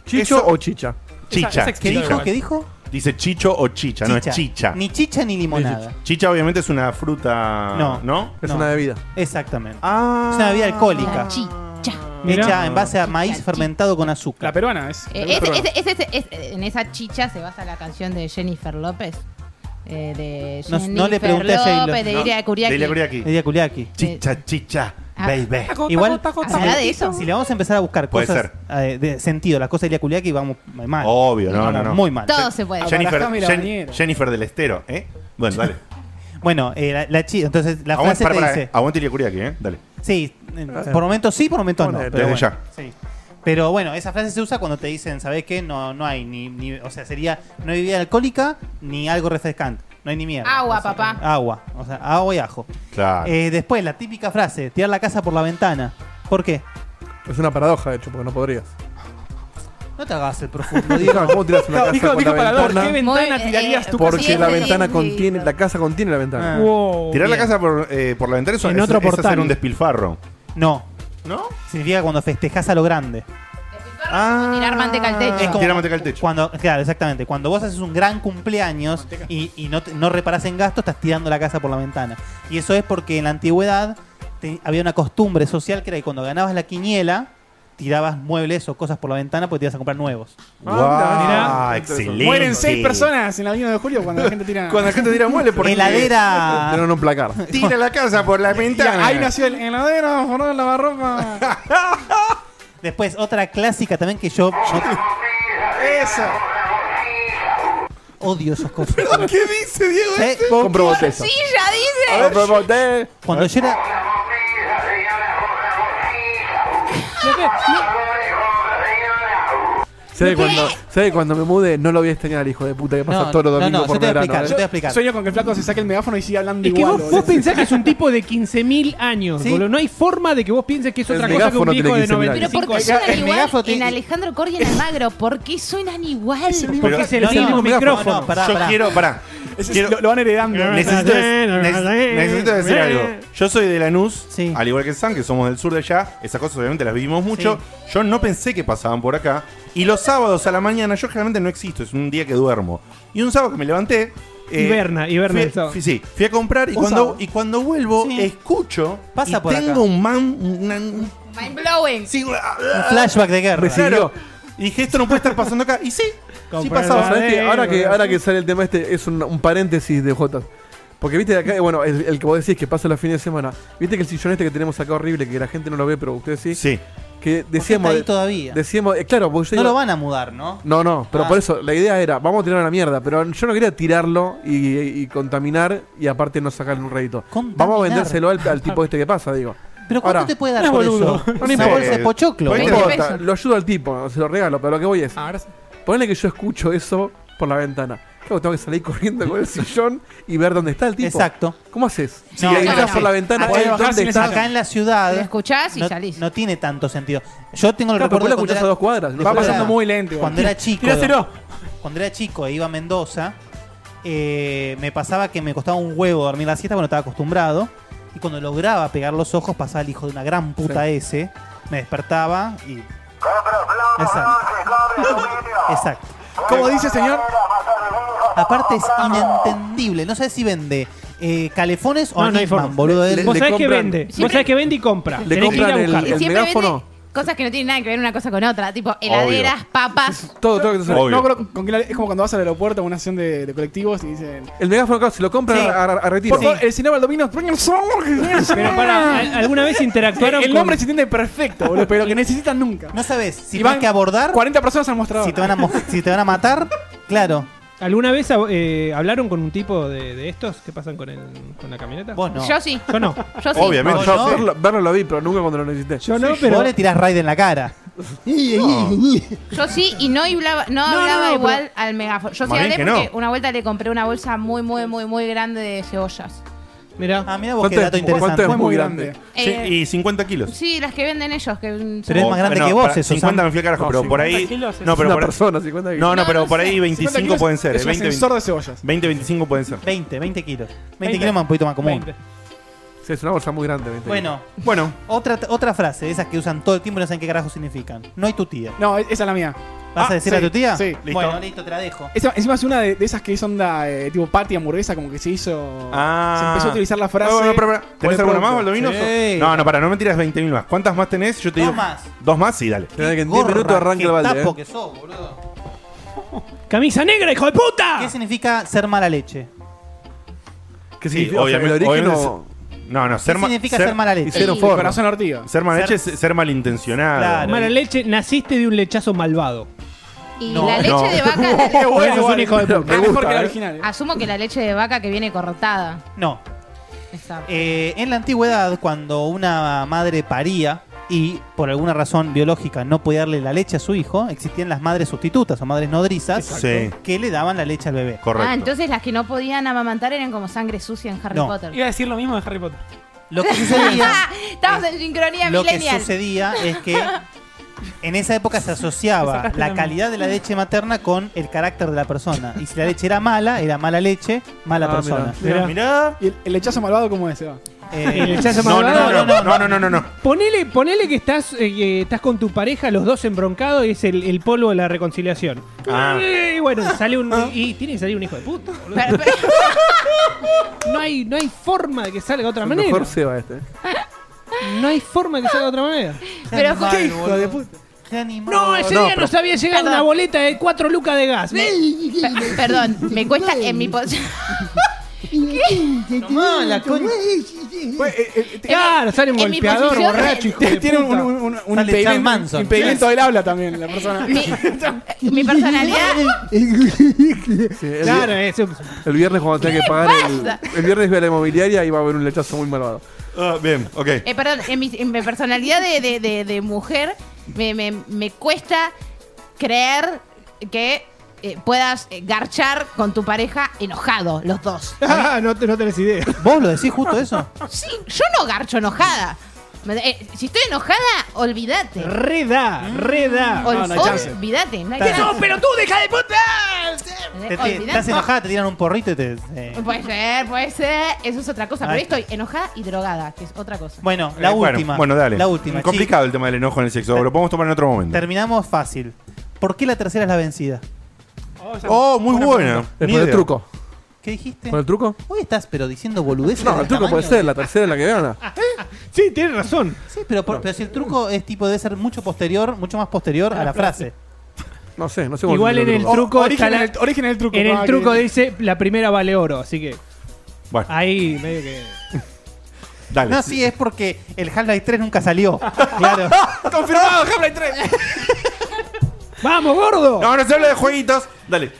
S2: ¿Chicho
S3: Eso-
S2: o chicha?
S3: Chicha.
S7: Esa-
S3: ¿Qué
S7: esa
S4: ¿Qué
S7: explícita,
S4: dijo?
S7: igual.
S4: ¿Qué dijo?
S3: Dice chicho o chicha, no es chicha.
S4: Ni chicha ni limonada.
S3: Chicha obviamente es una fruta.
S4: No.
S3: ¿No?
S2: Es
S4: No.
S2: una bebida.
S4: Exactamente.
S3: Ah.
S4: Es una bebida alcohólica.
S5: La chicha.
S6: Mirá.
S4: Hecha en base a maíz
S5: chicha.
S4: fermentado con
S1: La
S4: azúcar.
S1: peruana es.
S5: Eh,
S1: la
S5: ese-
S1: peruana.
S5: ese- ese- ese- ese- en esa chicha se basa la canción de Jennifer López. eh, de
S4: No-
S5: Jennifer
S4: no le pregunté a J-Lo.
S5: López, de
S3: No,
S5: Iria Kuriaki.
S3: Delia Kuriaki.
S4: Lidia Kuliaki.
S3: Chicha, chicha,
S5: Ah.
S3: baby.
S4: Igual,
S5: ¿Hablará de eso?
S4: si le vamos a empezar a buscar
S3: Puede
S4: cosas eh, de sentido, las cosas de Ilia Kuliaki, vamos mal.
S3: Ah, Obvio, no,
S4: Vamos
S3: no, no.
S4: Muy mal.
S5: Todo se puede.
S3: Jennifer,
S1: Abarajame la
S3: Jen-
S1: bañera.
S3: Jennifer del Estero, ¿eh? Bueno, dale.
S4: Bueno, eh, la, la chi- entonces la
S3: Aguante,
S4: frase
S3: para,
S4: te
S3: para,
S4: dice.
S3: eh. Aguante Ilia Kuriaki, ¿eh? Dale.
S4: Sí, eh, por momentos sí, por momentos no.
S2: Bueno,
S4: pero
S3: desde
S4: bueno, sí. Pero bueno, esa frase se usa cuando te dicen, ¿sabes qué? No, no hay ni, ni- O sea, sería no hay bebida alcohólica ni algo refrescante. No hay ni mierda.
S5: Agua,
S4: O sea,
S5: papá.
S4: Agua. O sea, agua y ajo.
S3: Claro.
S4: Eh, después, la típica frase, tirar la casa por la ventana. ¿Por qué?
S2: Es una paradoja, de hecho, porque no podrías.
S4: No te hagas el profundo, Diego.
S2: Claro, ¿Cómo tiras una casa
S7: Dijo,
S2: con
S7: dijo
S2: la
S7: Parador, ¿qué
S2: ventana?
S7: ventana
S5: Muy-
S7: tirarías
S5: eh,
S7: tú?
S5: por-
S2: Porque la
S5: Sí,
S2: ventana
S5: sí,
S2: contiene,
S5: sí.
S2: la casa contiene la ventana.
S4: Ah.
S7: Wow.
S3: Tirar la
S4: bien.
S3: casa por, eh, por la ventana es,
S6: En
S3: es-
S6: otro
S3: es hacer
S6: portal.
S3: un despilfarro.
S4: No.
S3: ¿No?
S4: Significa cuando festejas a lo grande.
S3: Ah.
S5: Tirar manteca al techo.
S4: Es como-
S3: Tirar manteca al techo.
S4: Cuando, claro, exactamente. Cuando vos haces un gran cumpleaños y, y no, te- no reparás en gasto, estás tirando la casa por la ventana. Y eso es porque en la antigüedad te- había una costumbre social que era que cuando ganabas la quiniela, tirabas muebles o cosas por la ventana porque te ibas a comprar nuevos.
S3: Ah,
S2: mirá.
S3: excelente.
S1: Ah, Mueren seis personas en la avenida de julio cuando la gente tira.
S2: Cuando la gente tira muele, porque.
S4: Heladera.
S2: Pero no un placar.
S3: Tira la casa por la ventana.
S1: Tira, ahí nació el heladero, forró el lavarropa.
S4: Después, otra clásica también que yo, yo
S1: Eso.
S4: odio esos cosas.
S3: ¿Qué dice Diego?
S4: Eh,
S10: Este
S2: Compro botella.
S5: ¡Silla, dice!
S2: Compro botella.
S10: eh,
S4: Cuando yo
S10: ah,
S4: era.
S2: Sé que cuando, sé que cuando me mude no lo voy a extrañar, hijo de puta, que pasa
S4: No,
S2: todos los
S4: no,
S2: domingos
S4: no,
S2: por
S4: yo te voy a
S2: verano.
S4: explicar, yo te voy a
S2: ¿eh?
S4: explicar.
S1: Sueño con que el flaco se saque el megáfono y siga hablando
S6: Es que
S1: igual.
S6: vos,
S1: boludo.
S6: vos pensás que es un tipo de 15.000 años,
S4: Sí.
S6: boludo. No hay forma de que vos pienses que es
S2: El
S6: otra cosa que un
S2: megáfono tiene
S6: viejo de
S2: 15.000
S5: Pero
S2: años.
S5: ¿por
S6: 95
S5: qué
S6: años.
S5: suenan
S4: el
S5: igual
S4: megáfono
S5: en
S4: tiene-
S5: Alejandro Corri y en Almagro? ¿Por qué suenan igual?
S6: Porque es el
S4: No, no,
S6: mismo
S4: no,
S6: micrófono.
S4: no, pará,
S3: Yo
S4: pará.
S3: quiero, pará.
S1: Ese es-
S3: Quiero-
S1: lo, lo van heredando.
S3: Necesito, de- nec- necesito decir algo. Yo soy de Lanús,
S4: Sí.
S3: al igual que San, que somos del sur de allá. Esas cosas obviamente las vivimos mucho. Yo no pensé que pasaban por acá. Y los sábados a la mañana, yo generalmente no existo, es un día que duermo. Y un sábado que me levanté. eh,
S6: Hiberna, hiberna
S3: fui-
S6: el sábado.
S3: fui- sí, fui a comprar y,
S1: Un
S3: cuando,
S1: sábado.
S3: y cuando vuelvo,
S4: Sí.
S3: escucho.
S4: Pasa
S3: y
S4: por
S3: tengo
S4: acá.
S3: un man. una- un-
S5: Mind blowing.
S3: sí,
S4: Un flashback de guerra.
S2: Recién-
S3: claro. Y dije, esto no puede estar pasando acá. Y sí, sí
S6: Comprar
S3: pasaba.
S2: Pasaba, ¿sabés qué? Ahora que,
S6: Verdadero.
S2: ahora que sale el tema este, es un, un paréntesis de Jotas. Porque viste de acá, bueno, el, el que vos decís que pasa los fines de semana. Viste que el sillón este que tenemos acá horrible, que la gente no lo ve, pero ustedes sí.
S3: Sí.
S2: Que
S4: Decíamos
S2: decíamos.
S4: ahí todavía.
S2: Decíamos, eh, claro, porque yo
S4: No
S2: digo-
S4: lo van a mudar, ¿no?
S2: No, no, pero
S4: Ah.
S2: por eso, la idea era, vamos a tirar a la mierda, pero yo no quería tirarlo y, y contaminar y aparte no sacarle un rédito.
S4: Contaminar.
S2: Vamos a vendérselo al, al tipo este que pasa, digo.
S4: Pero ¿cuánto
S2: Ahora,
S4: te puede dar
S7: no,
S4: por
S7: boludo.
S4: eso?
S3: No
S4: Una
S3: importa.
S4: bolsa de pochoclo.
S3: Puede
S2: No
S5: Veinte
S2: importa,
S5: pesos.
S2: lo ayudo al tipo, se lo regalo, pero lo que voy es,
S7: Ahora sí.
S2: ponle que yo escucho eso por la ventana. Claro, tengo que salir corriendo con el sillón y ver dónde está el tipo.
S4: Exacto.
S2: ¿Cómo haces? Si
S4: No, Ah,
S2: le
S5: no,
S2: gritas
S5: no.
S2: por la ventana,
S1: Acá
S2: "Ey,
S1: bajás
S2: ¿dónde
S1: sin
S2: está?
S1: esa-
S4: Acá en la ciudad.
S5: Lo escuchás y
S4: no,
S5: salís.
S4: no tiene tanto sentido. Yo tengo el
S2: Claro,
S4: recuerdo
S2: pero vos
S4: de
S2: la
S4: cuando
S2: escuchás
S4: era-
S2: a dos cuadras. no
S1: Va
S2: sé.
S1: pasando muy lento. igual.
S4: Cuando era chico.
S7: Tiráselo.
S4: Cuando era chico e iba a Mendoza, eh, me pasaba que me costaba un huevo dormir la siesta, bueno, estaba acostumbrado. Y cuando lograba pegar los ojos, pasaba el hijo de una gran puta ese. Me despertaba y. Exacto. Exacto.
S1: Como dice señor,
S4: Aparte es inentendible. No sé si vende eh, calefones o
S6: No, no hay
S4: Nisman,
S6: forma.
S4: boludo.
S2: Le-
S4: Él-
S6: Vos
S2: le
S6: sabés que
S2: compran-
S6: vende. Vos
S5: Siempre-
S6: sabés que vende y compra.
S2: Le
S6: Tenés que ir a
S2: compran el,
S6: buscar.
S2: el
S5: siempre
S2: megáfono.
S5: vende- Cosas que no tienen nada que ver una cosa con otra, tipo heladeras, papas.
S2: Todo, todo lo que te sale.
S3: Obvio.
S1: No, creo- con que la- es como cuando vas al aeropuerto a una estación de, de colectivos y dicen.
S2: El megáfono, claro, si lo compran
S4: Sí.
S2: a, a- a retiro.
S1: Por favor, el cinema al dominio.
S6: Pero para, ¿al- ¿alguna vez interactuaron
S1: El
S6: con-
S1: nombre se entiende perfecto, boludo, pero que necesitan nunca.
S4: No sabes si
S1: Y van
S4: van que abordar,
S1: 40 personas al mostrador.
S4: si te, van a mo- si te van a matar. Claro,
S6: ¿Alguna vez eh, hablaron con un tipo de, de estos que pasan con, el, con la camioneta?
S4: vos no.
S5: Yo sí,
S6: Yo no.
S5: yo sí.
S3: Obviamente.
S4: No, yo-
S2: verlo, verlo lo vi, pero nunca cuando lo necesité.
S6: Yo no,
S4: Vos
S6: pero.
S4: le tirás raid en la cara.
S5: Yo sí, y no hablaba, no
S6: no,
S5: hablaba
S6: no,
S5: igual al megáfono. Yo sí
S3: Más bien
S5: hablé
S3: que
S5: porque
S3: no.
S5: una vuelta le compré una bolsa muy, muy, muy, muy grande de cebollas.
S6: Mirá.
S4: Ah, mira vos qué dato
S2: ¿Cuánto es, cuánto
S4: interesante.
S2: es
S1: Fue
S2: muy
S1: muy
S2: grande?
S1: grande.
S3: Sí,
S5: Eh,
S3: y 50 kilos.
S5: Sí, las que venden ellos. Que son-
S4: Pero es más grande que vos,
S3: Oh, para-
S4: eso,
S3: 50
S4: Sam.
S3: me fui al carajo,
S2: No,
S3: pero por
S7: 50
S3: ahí.
S7: kilos es
S3: No, pero
S2: una
S3: por ahí-
S2: persona, 50 kilos.
S3: No, no,
S5: No,
S3: pero
S5: no
S3: por ahí
S5: sé.
S1: 50
S3: 25
S1: kilos
S3: pueden ser.
S1: Es
S3: eh,
S1: un
S3: 20,
S1: ascensor de cebollas.
S3: 20, 25 pueden ser.
S4: 20, 20 kilos. 20,
S7: 20.
S4: kilos más un poquito más común.
S7: 20.
S2: Sí, es una bolsa muy grande. 20
S4: Bueno,
S3: Bueno,
S4: otra, otra frase, esas que usan todo el tiempo y no saben qué carajo significan. No hay tu tía.
S1: No, e- esa es la mía.
S4: ¿Vas
S1: Ah,
S4: a decir a
S1: sí,
S4: tu tía?
S1: sí.
S4: Bueno,
S3: Listo.
S4: listo, te la dejo.
S1: Esa- encima es una de, de esas que es onda eh, tipo patty hamburguesa, como que se hizo.
S3: Ah.
S1: Se empezó a utilizar la frase.
S3: Bueno, bueno, pará, pará.
S1: con
S3: ¿Tenés
S1: el
S3: alguna
S1: producto.
S3: más, Baldovino?
S4: Sí.
S3: No, no, para, no me tiras 20.000 más. ¿Cuántas más tenés? Yo te
S4: Dos
S3: digo.
S4: más.
S3: Dos más, sí, dale.
S2: Tenés que en 10
S4: Gorra,
S2: minutos arranque
S4: qué
S2: el balde.
S4: tapo
S2: eh.
S4: que sos, boludo.
S6: ¡Camisa negra, hijo de puta!
S4: ¿Qué significa ser mala leche?
S2: ¿Qué
S3: Sí,
S2: significa? O sea,
S3: obviamente-
S2: el origen
S3: obviamente
S2: o-
S3: No, no,
S4: ¿Qué
S3: ser ma-
S4: significa ser, mala leche?
S2: Hicieron
S1: Y
S2: forma.
S1: corazón ortiga.
S3: Ser mal
S4: Ser-
S3: leche es ser malintencionado.
S4: Claro.
S6: Mala leche, naciste de un lechazo malvado.
S5: Y
S4: No,
S5: la leche
S3: no.
S5: de vaca.
S6: Por eso es un
S1: bueno,
S6: hijo de
S2: bueno.
S6: puta.
S2: Me
S1: Es Ah, mejor
S2: gusta,
S1: que
S2: eh.
S1: la original. eh.
S5: Asumo que la leche de vaca que viene Ah, cortada.
S4: No.
S5: Está.
S4: Eh, en la antigüedad, cuando una madre paría y por alguna razón biológica no podía darle la leche a su hijo, existían las madres sustitutas o madres nodrizas
S3: Sí.
S4: que le daban la leche al bebé.
S3: Correcto.
S5: Ah, entonces las que no podían amamantar eran como sangre sucia en Harry
S4: No.
S5: Potter.
S7: Iba a decir lo mismo de Harry Potter.
S4: Lo que sucedía,
S5: Estamos en sincronía
S4: lo que
S5: millennial.
S4: sucedía es que en esa época se asociaba
S7: sacaste
S4: la
S7: la
S4: calidad de la leche materna con el carácter de la persona. Y si la leche era mala, era mala leche, mala
S2: Ah,
S4: persona.
S6: Mirá.
S3: Mirá.
S1: ¿Y el, el lechazo malvado cómo es, Seba?
S4: Eh,
S6: El lechazo
S3: No, no, no,
S6: malvado.
S3: no, no, no, no, no, no.
S6: Ponele, ponele que estás, eh, que estás con tu pareja, los dos embroncados, y es el, el polvo de la reconciliación.
S3: Ah.
S6: Y bueno, sale un. Y tiene que salir un hijo de puta, boludo.
S5: Pero- pero-
S6: No hay, no hay forma de que salga de otra manera.
S2: Mejor se va este.
S6: No hay forma de que salga de otra manera.
S4: qué
S5: Pero,
S4: animal,
S5: ¿qué
S4: boludo.
S1: de puta?
S4: Qué animal.
S6: No, ese
S2: no,
S6: día
S2: pero-
S6: nos había llegado una boleta de 4 lucas de gas.
S5: per- Perdón, me cuesta en mi pos-
S4: Tomá, la concha.
S1: Pues, eh, eh, te-
S6: Claro, sale un
S5: En mi
S6: golpeador,
S5: posición-
S6: borracho, hijo de
S1: Tiene un,
S6: puta.
S1: un- un- un
S4: Sale Charles
S1: impedimento,
S4: Manson.
S1: impedimento del habla también la persona.
S5: mi,
S10: eh.
S5: mi personalidad.
S2: Sí, el,
S6: Claro, eso.
S2: el viernes cuando tenga que pagar el, el viernes voy a la inmobiliaria y va a haber un lechazo muy malvado.
S3: Ah, bien, ok.
S5: eh, perdón, en mi, en mi personalidad de, de- de- de mujer me, me- me cuesta creer que eh, puedas eh, garchar con tu pareja enojado, los dos.
S6: Ah, no, te- no tenés idea.
S4: ¿Vos lo decís justo eso?
S5: Sí, yo no garcho enojada. Me- eh, si estoy enojada, olvídate.
S6: Reda, reda.
S5: Ol-
S1: No, no hay chance.
S5: olvídate. No, hay
S4: Está-
S5: chance.
S6: pero tú, deja de puta!
S4: Te- te-
S5: Olvídate.
S4: estás enojada, te tiran un porrito y te. eh.
S5: Puede ser, puede ser. Eso es otra cosa.
S4: Ahí
S5: Pero estoy enojada y drogada, que es otra cosa.
S4: Bueno, la
S3: Eh, bueno,
S4: última.
S3: Bueno, dale.
S4: La última.
S3: Complicado el tema del enojo en el sexo. Lo podemos tomar en otro
S4: chicos.
S3: momento.
S4: Terminamos fácil. ¿Por qué la tercera es la vencida?
S3: Oh, muy buena. Ni
S2: Después del
S3: idea.
S4: Oh,
S2: truco.
S4: ¿Qué dijiste?
S2: ¿Con el truco?
S4: Hoy estás pero diciendo boludeces.
S2: No,
S4: del
S2: el truco
S4: tamaño
S2: puede
S4: de-
S2: ser, la tercera es la que gana.
S6: Sí, tienes razón.
S4: Sí, pero, por- pero si el truco es tipo debe ser mucho posterior, mucho más posterior a la frase.
S2: No sé, no sé cómo
S6: Igual en el
S2: truco.
S6: truco
S1: origen,
S6: está la-
S1: del- origen del truco.
S6: En
S1: pa,
S6: el
S1: que-
S6: truco dice la primera vale oro, así que
S3: Bueno,
S6: ahí medio que.
S3: dale.
S4: No, sí, es porque el Half-Life 3 nunca salió. Claro.
S1: Confirmado, Half-Life 3.
S6: ¡Vamos, gordo!
S3: No, no se habla de jueguitos. Dale.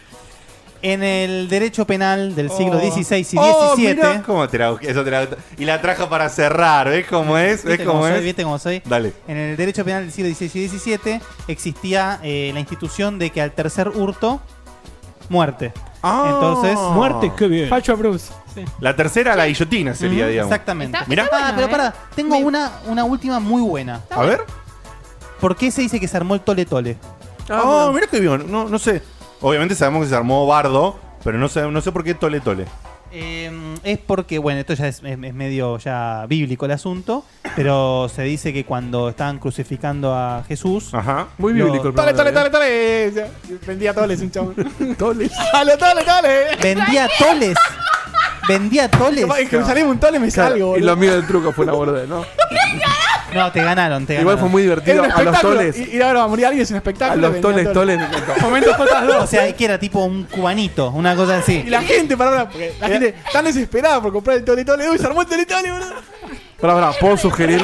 S4: En el derecho penal del siglo XVI y XVII.
S3: Oh, mirá cómo te la- eso te la- y la trajo para cerrar. ¿Ves cómo es? ¿Ves
S4: ¿Viste cómo
S3: cómo
S4: soy?
S3: es?
S4: ¿Viste cómo soy?
S3: Dale.
S4: En el derecho penal del siglo XVI y XVII existía eh, la institución de que al tercer hurto, muerte.
S3: Ah.
S4: Entonces,
S6: Muerte, qué bien.
S7: Facho Bruce. Sí.
S3: La tercera, la guillotina sería,
S4: Ujú,
S3: digamos.
S4: Exactamente.
S5: Está-
S3: Mirá.
S5: está bueno,
S4: Ah, pero
S5: ¿eh?
S4: para, tengo
S5: Me-
S4: una, una última muy buena.
S3: A ver.
S4: ¿Por qué se dice que se armó el tole tole?
S2: Ah,
S3: Oh, mirá qué bien. No, no sé. Obviamente sabemos que se armó Bardo, pero no sé, no sé por qué Tole Tole.
S4: Eh, es porque, bueno, esto ya es, es- es medio ya bíblico el asunto, pero se dice que cuando estaban crucificando a Jesús,
S3: Ajá.
S2: Muy bíblico el
S1: Tole, tole,
S2: programa,
S1: tole,
S2: ¿eh?
S1: tole. Ya, Vendía toles un chabón. Toles. Tole, tole, tole.
S4: vendía toles. Vendía toles.
S1: Es que me salí un tole y me
S2: Claro,
S1: salgo,
S2: y
S1: boludo.
S2: lo mío del truco fue la borde, ¿no?
S4: No, te ganaron, te
S2: Igual
S4: ganaron.
S2: fue muy divertido. A los toles.
S1: Y, y ahora va a morir alguien es un
S2: A
S1: espectáculo.
S2: los
S1: venía
S2: toles,
S1: todo-
S2: toles me encantó.
S1: Momentos fotos dos.
S4: O sea, que era tipo un cubanito, una cosa así.
S1: Y la gente, para ahora, porque la gente tan desesperada por comprar el tole tole, uy, se armó el tole tole, boludo.
S2: Pará, pará, ¿puedo sugerir?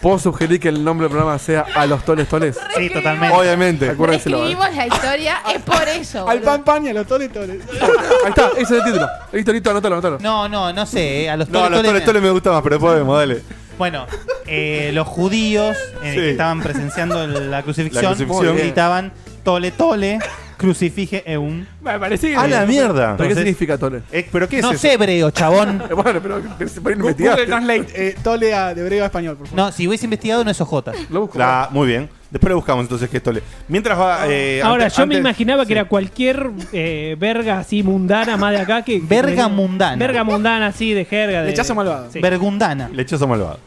S2: ¿Puedo sugerir que el nombre del programa sea A los toles, toles?
S4: Sí, totalmente.
S2: Obviamente, acuérdenselo. ¿eh?
S5: Escribimos la historia, es por eso.
S1: Al
S5: boludo.
S1: pan pan y a los tole tole.
S2: Ahí está, ese es el título. Listo, listo, anótalo, anótalo.
S4: No, no, no sé. eh, A los
S3: No,
S4: toles,
S3: los
S4: toles-
S3: toles, toles me gusta más, pero podemos, dale.
S4: Bueno, eh, los judíos eh,
S3: Sí.
S4: que estaban presenciando la crucifixión,
S3: La crucifixión.
S4: gritaban tole tole, crucifige eun.
S7: Me parece que.
S3: A la mierda.
S2: ¿Pero qué
S4: Entonces-
S2: significa tole?
S3: Eh, ¿Pero qué es
S4: No
S3: eso?
S4: sé hebreo, chabón.
S2: Eh, Bueno, pero te- se ponen a investigar.
S1: Google Translate, eh, tole a, de hebreo a español, por favor.
S4: No, si hubiese investigado no es OJ.
S2: Lo busco.
S3: La- muy bien. Después lo buscamos entonces qué es tole. Mientras va. eh,
S6: Ahora,
S3: antes-
S6: yo me
S3: antes-
S6: imaginaba que
S3: sí.
S6: era cualquier eh, verga así mundana más de acá que. que-
S4: Verga mundana.
S6: Verga mundana así de jerga. De,
S1: Lechazo malvado.
S6: Sí.
S4: Vergundana.
S3: Lechoso malvado.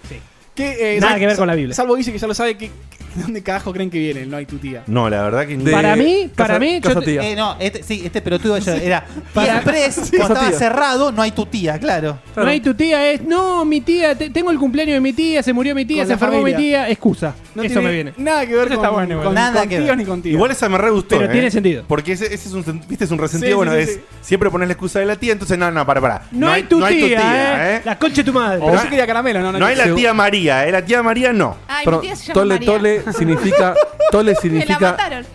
S1: Que, eh,
S6: Nada
S1: sal-
S6: que ver con la Biblia.
S1: Salvo dice que ya lo sabe, que, que- ¿dónde carajo creen que viene? el No hay tu tía.
S3: No, la verdad que.
S2: De-
S6: Para mí, para
S2: casa-
S6: mí, yo
S2: casa
S6: te-
S2: tía.
S4: Eh, no, este, sí, este pelotudo yo- era. Tía Press, cuando
S2: Pasa
S4: estaba
S2: tía.
S4: cerrado, no hay tu tía, claro.
S6: No hay tu tía, es. No, mi tía, te- tengo el cumpleaños de mi tía, se murió mi tía,
S1: Con
S6: se
S1: la
S6: enfermó
S1: familia.
S6: mi tía. Excusa.
S1: No
S6: Eso
S1: tiene
S6: me viene.
S1: Nada que ver
S7: Eso
S1: con,
S7: está bueno, igual.
S1: con,
S4: Nada
S1: con
S4: que
S1: tíos
S4: ver.
S1: ni con tíos.
S3: Igual esa me re gustó.
S6: Pero
S3: ¿eh?
S6: tiene sentido.
S3: Porque ese, ese es un, sen- viste, es un resentido.
S1: Sí,
S3: bueno,
S1: sí,
S3: es
S1: sí,
S3: siempre pones la excusa de la tía, entonces no, no, para, para.
S6: No, hay tu tía, eh. La concha de tu madre.
S1: Pero
S3: No
S1: yo
S3: hay-
S1: quería caramelo, no, no.
S3: No hay la
S2: Segu-
S3: tía María, ¿eh? La tía María no.
S5: Ay, mi
S2: Perdón,
S5: tía se llama
S2: tole,
S5: María.
S2: tole significa. Tole
S5: Me la
S2: significa.
S5: mataron.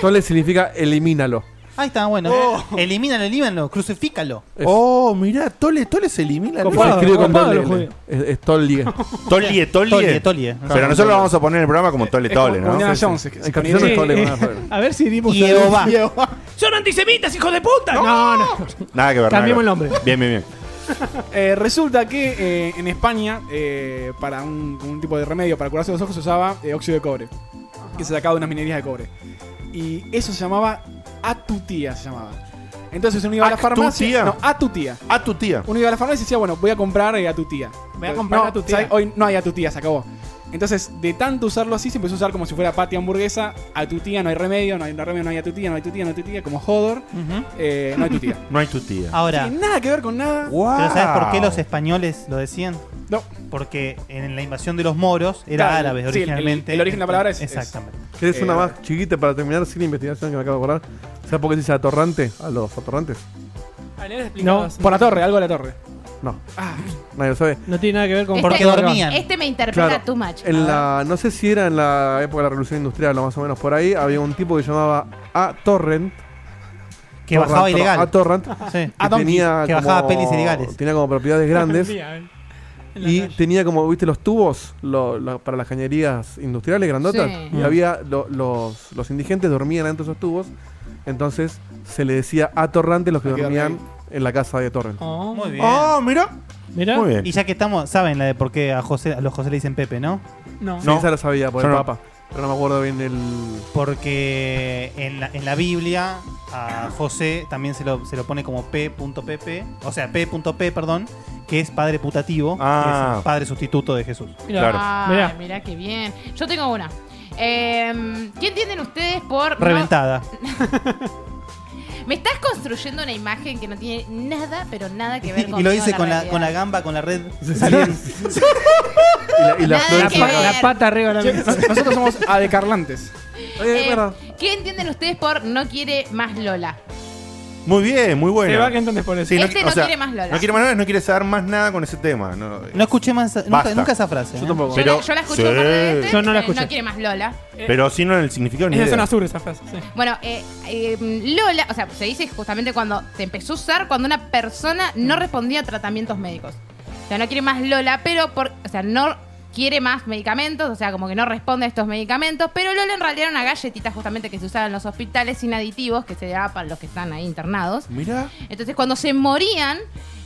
S2: Tole significa elimínalo.
S4: Ahí está, bueno.
S1: Oh.
S4: eh. Elimínalo, elimínalo, crucifícalo.
S1: Eh,
S2: Es-
S3: Oh, mirá, Tole, Tole se elimina.
S2: Se
S6: Copado,
S2: escribe con
S6: copado
S2: doble
S6: los
S2: L.
S6: judíos.
S2: Es, es tolie.
S3: Tolie, Tolie.
S4: Tolie, tolie.
S3: Pero nosotros lo vamos a poner en el programa como Tole,
S1: Es como-
S3: Tole,
S1: como
S3: ¿no?
S1: Indiana
S3: Sí, sí.
S1: Jones, es que-
S2: En
S1: se
S2: castellano es
S1: ponía-
S2: tole.
S6: Sí.
S2: bueno,
S6: A ver si dimos.
S4: Y Jehová.
S1: Jehová.
S6: ¡Son antisemitas, hijos de puta! No, no.
S3: Nada que ver. nada
S6: Cambiemos
S3: que
S6: el
S3: ver.
S6: nombre.
S3: Bien, bien, bien.
S1: Eh, resulta que eh, en España, eh, para un, como un tipo de remedio para curarse los ojos, se usaba eh, óxido de cobre, que se sacaba de unas minerías de cobre. Y eso se llamaba a tu tía, se llamaba. Entonces uno iba a la
S3: ¿Ac tu
S1: farmacia.
S3: tía?
S1: No, a tu tía.
S3: A tu tía.
S1: Uno iba a la farmacia y decía, bueno, voy a comprar eh, a tu tía.
S7: Voy a
S1: Entonces,
S7: comprar
S1: no,
S7: a tu tía.
S1: ¿sabes? Hoy no hay a tu tía, se acabó. Entonces, de tanto usarlo así, se empezó a usar como si fuera patio hamburguesa. A tu tía no hay remedio, no hay remedio, no hay a tu tía, no hay tu tía, no hay tu tía, como jodor.
S4: Ujú.
S1: eh, no hay tu tía.
S3: No hay tu tía.
S4: Ahora,
S1: Tiene nada que ver con nada.
S4: ¿pero ¿sabes por qué los españoles lo decían?
S1: No.
S4: Porque en la invasión de los moros era
S1: Claro,
S4: árabe
S1: sí, el-
S4: originalmente.
S1: el origen de la palabra es-
S4: Exactamente.
S2: ¿Querés
S1: Eh,
S2: una más chiquita para terminar sin investigación que me acabo de acordar? ¿Sabes por qué se dice atorrante? ¿A los atorrantes?
S6: No,
S7: No,
S1: Por la torre, algo de la torre.
S2: No,
S1: Ah,
S2: nadie lo sabe.
S6: No tiene nada que ver con.
S4: Porque
S5: Este-
S4: dormían.
S5: Este me interpreta
S2: Claro.
S5: too much.
S2: En la, no sé si era en la época de la revolución industrial o más o menos por ahí, había un tipo que llamaba A Torrent.
S4: Que bajaba ilegal.
S2: A Torrent.
S4: Sí.
S2: Que, tenía
S4: Que bajaba pelis ilegales.
S2: Tenía como propiedades grandes. Y
S7: Y
S2: tenía como, viste, los tubos lo- lo- para las cañerías industriales grandotas.
S5: Sí.
S2: Y
S6: Mm.
S2: había lo- los, los indigentes dormían dentro de esos tubos. Entonces se le decía a Torrante los que
S1: Hay que
S2: dormían
S1: dormir.
S2: en la casa de Torrent.
S4: Muy bien.
S3: Oh, mira.
S6: Eh, Mirá.
S3: Muy bien.
S4: Y ya que estamos, saben la de por qué a, José, a los José le dicen Pepe, ¿no?
S7: No.
S2: Sí,
S3: No.
S2: esa la sabía por
S3: Yo
S2: el
S3: no.
S2: Papa. Pero no me acuerdo bien el.
S4: Porque Eh, en la, en la Biblia a José también se lo, se lo pone como P.PP, o sea, P.P, perdón, que es padre putativo,
S3: Ah.
S4: que es padre sustituto de Jesús.
S3: Claro.
S5: Ay,
S6: Mirá.
S5: mirá. qué bien. Yo tengo una. Em, ¿Qué entienden ustedes por... no-
S4: Reventada.
S5: me estás construyendo una imagen que no tiene nada, pero nada que ver con
S4: Y lo dice con la,
S5: realidad.
S4: con la gamba, con la red. saliendo.
S2: Y la, y la
S5: Nada
S2: flor-
S5: que
S6: pa-
S5: ver.
S6: la pata arriba de la mesa.
S1: Nosotros somos adecarlantes.
S2: Eh,
S5: Em,
S2: verdad.
S5: ¿Qué entienden ustedes por no quiere más Lola?
S3: Muy bien, muy
S7: Se va
S3: bueno.
S7: que entonces por eso.
S3: Sí,
S5: Este no quiere más Lola.
S3: No quiere más Lola, no quiere saber más nada con ese tema. No,
S4: No escuché más, nunca,
S3: Basta.
S4: nunca esa frase. ¿eh?
S2: Yo tampoco.
S5: Yo, la, yo la escuché un par de veces,
S6: Yo no la
S5: eh,
S6: escuché.
S5: No quiere más Lola.
S3: Pero si no en el significado ni
S7: Es de
S3: idea.
S7: zona sur esa frase. sí.
S5: Bueno, eh, eh, Lola, o sea, se dice justamente cuando se empezó a usar, cuando una persona no
S1: Mm.
S5: respondía a tratamientos médicos. O sea, no quiere más Lola, pero, por, o sea, no quiere más medicamentos, o sea, como que no responde a estos medicamentos, pero Lola en realidad era una galletita justamente que se usaba en los hospitales sin aditivos, que se daba para los que están ahí internados.
S3: Mirá.
S5: Entonces, cuando se morían,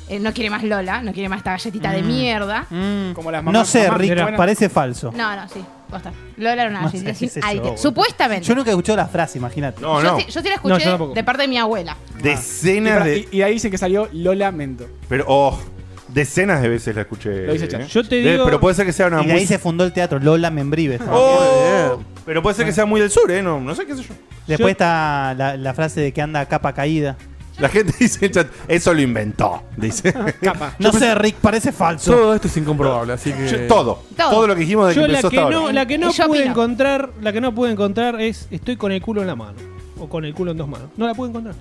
S5: eh, no quiere más Lola, no quiere más esta galletita de mierda.
S4: Mm.
S1: Como las mamás.
S4: No sé,
S1: mamás,
S4: Rick,
S1: mira.
S4: parece falso.
S5: No, no, sí, posta. Lola era una
S4: No
S5: galletita
S4: sé,
S5: sin
S4: qué sé yo,
S5: aditivo.
S4: boludo.
S5: Supuestamente.
S4: Yo nunca he escuchado la frase, imagínate.
S3: No,
S5: Yo
S3: no.
S5: sí- yo sí la
S6: No, yo
S5: escuché
S6: tampoco.
S5: de parte de mi abuela.
S1: Y,
S3: Decenas
S4: Ah.
S1: para-
S3: de.
S1: y- y ahí dice que salió Lo lamento.
S3: Pero, oh, decenas de veces la escuché.
S1: Lo dice
S3: ¿eh?
S1: Chan.
S6: Yo te
S3: Debe-
S6: digo-
S3: Pero puede ser que sea una
S4: Y de ahí
S3: muy.
S4: se fundó el teatro Lola Membrives.
S3: Oh, pero puede ser que sea muy del sur, ¿eh? No, no sé qué sé yo.
S4: Después está la, la frase de que anda a capa caída.
S5: Yo
S3: La gente dice en el chat, eso lo inventó. Dice.
S1: Capa.
S4: No sé, Rick, parece falso.
S2: Todo esto es incomprobable, así que.
S3: Yo- todo,
S5: Todo.
S3: todo. lo que dijimos de que
S6: Yo la
S3: empezó
S6: que,
S3: hasta ahora.
S6: no, la que no
S5: Y yo
S6: pude
S5: opino.
S6: encontrar, la que no pude encontrar es estoy con el culo en la mano o con el culo en dos manos. No la pude encontrar.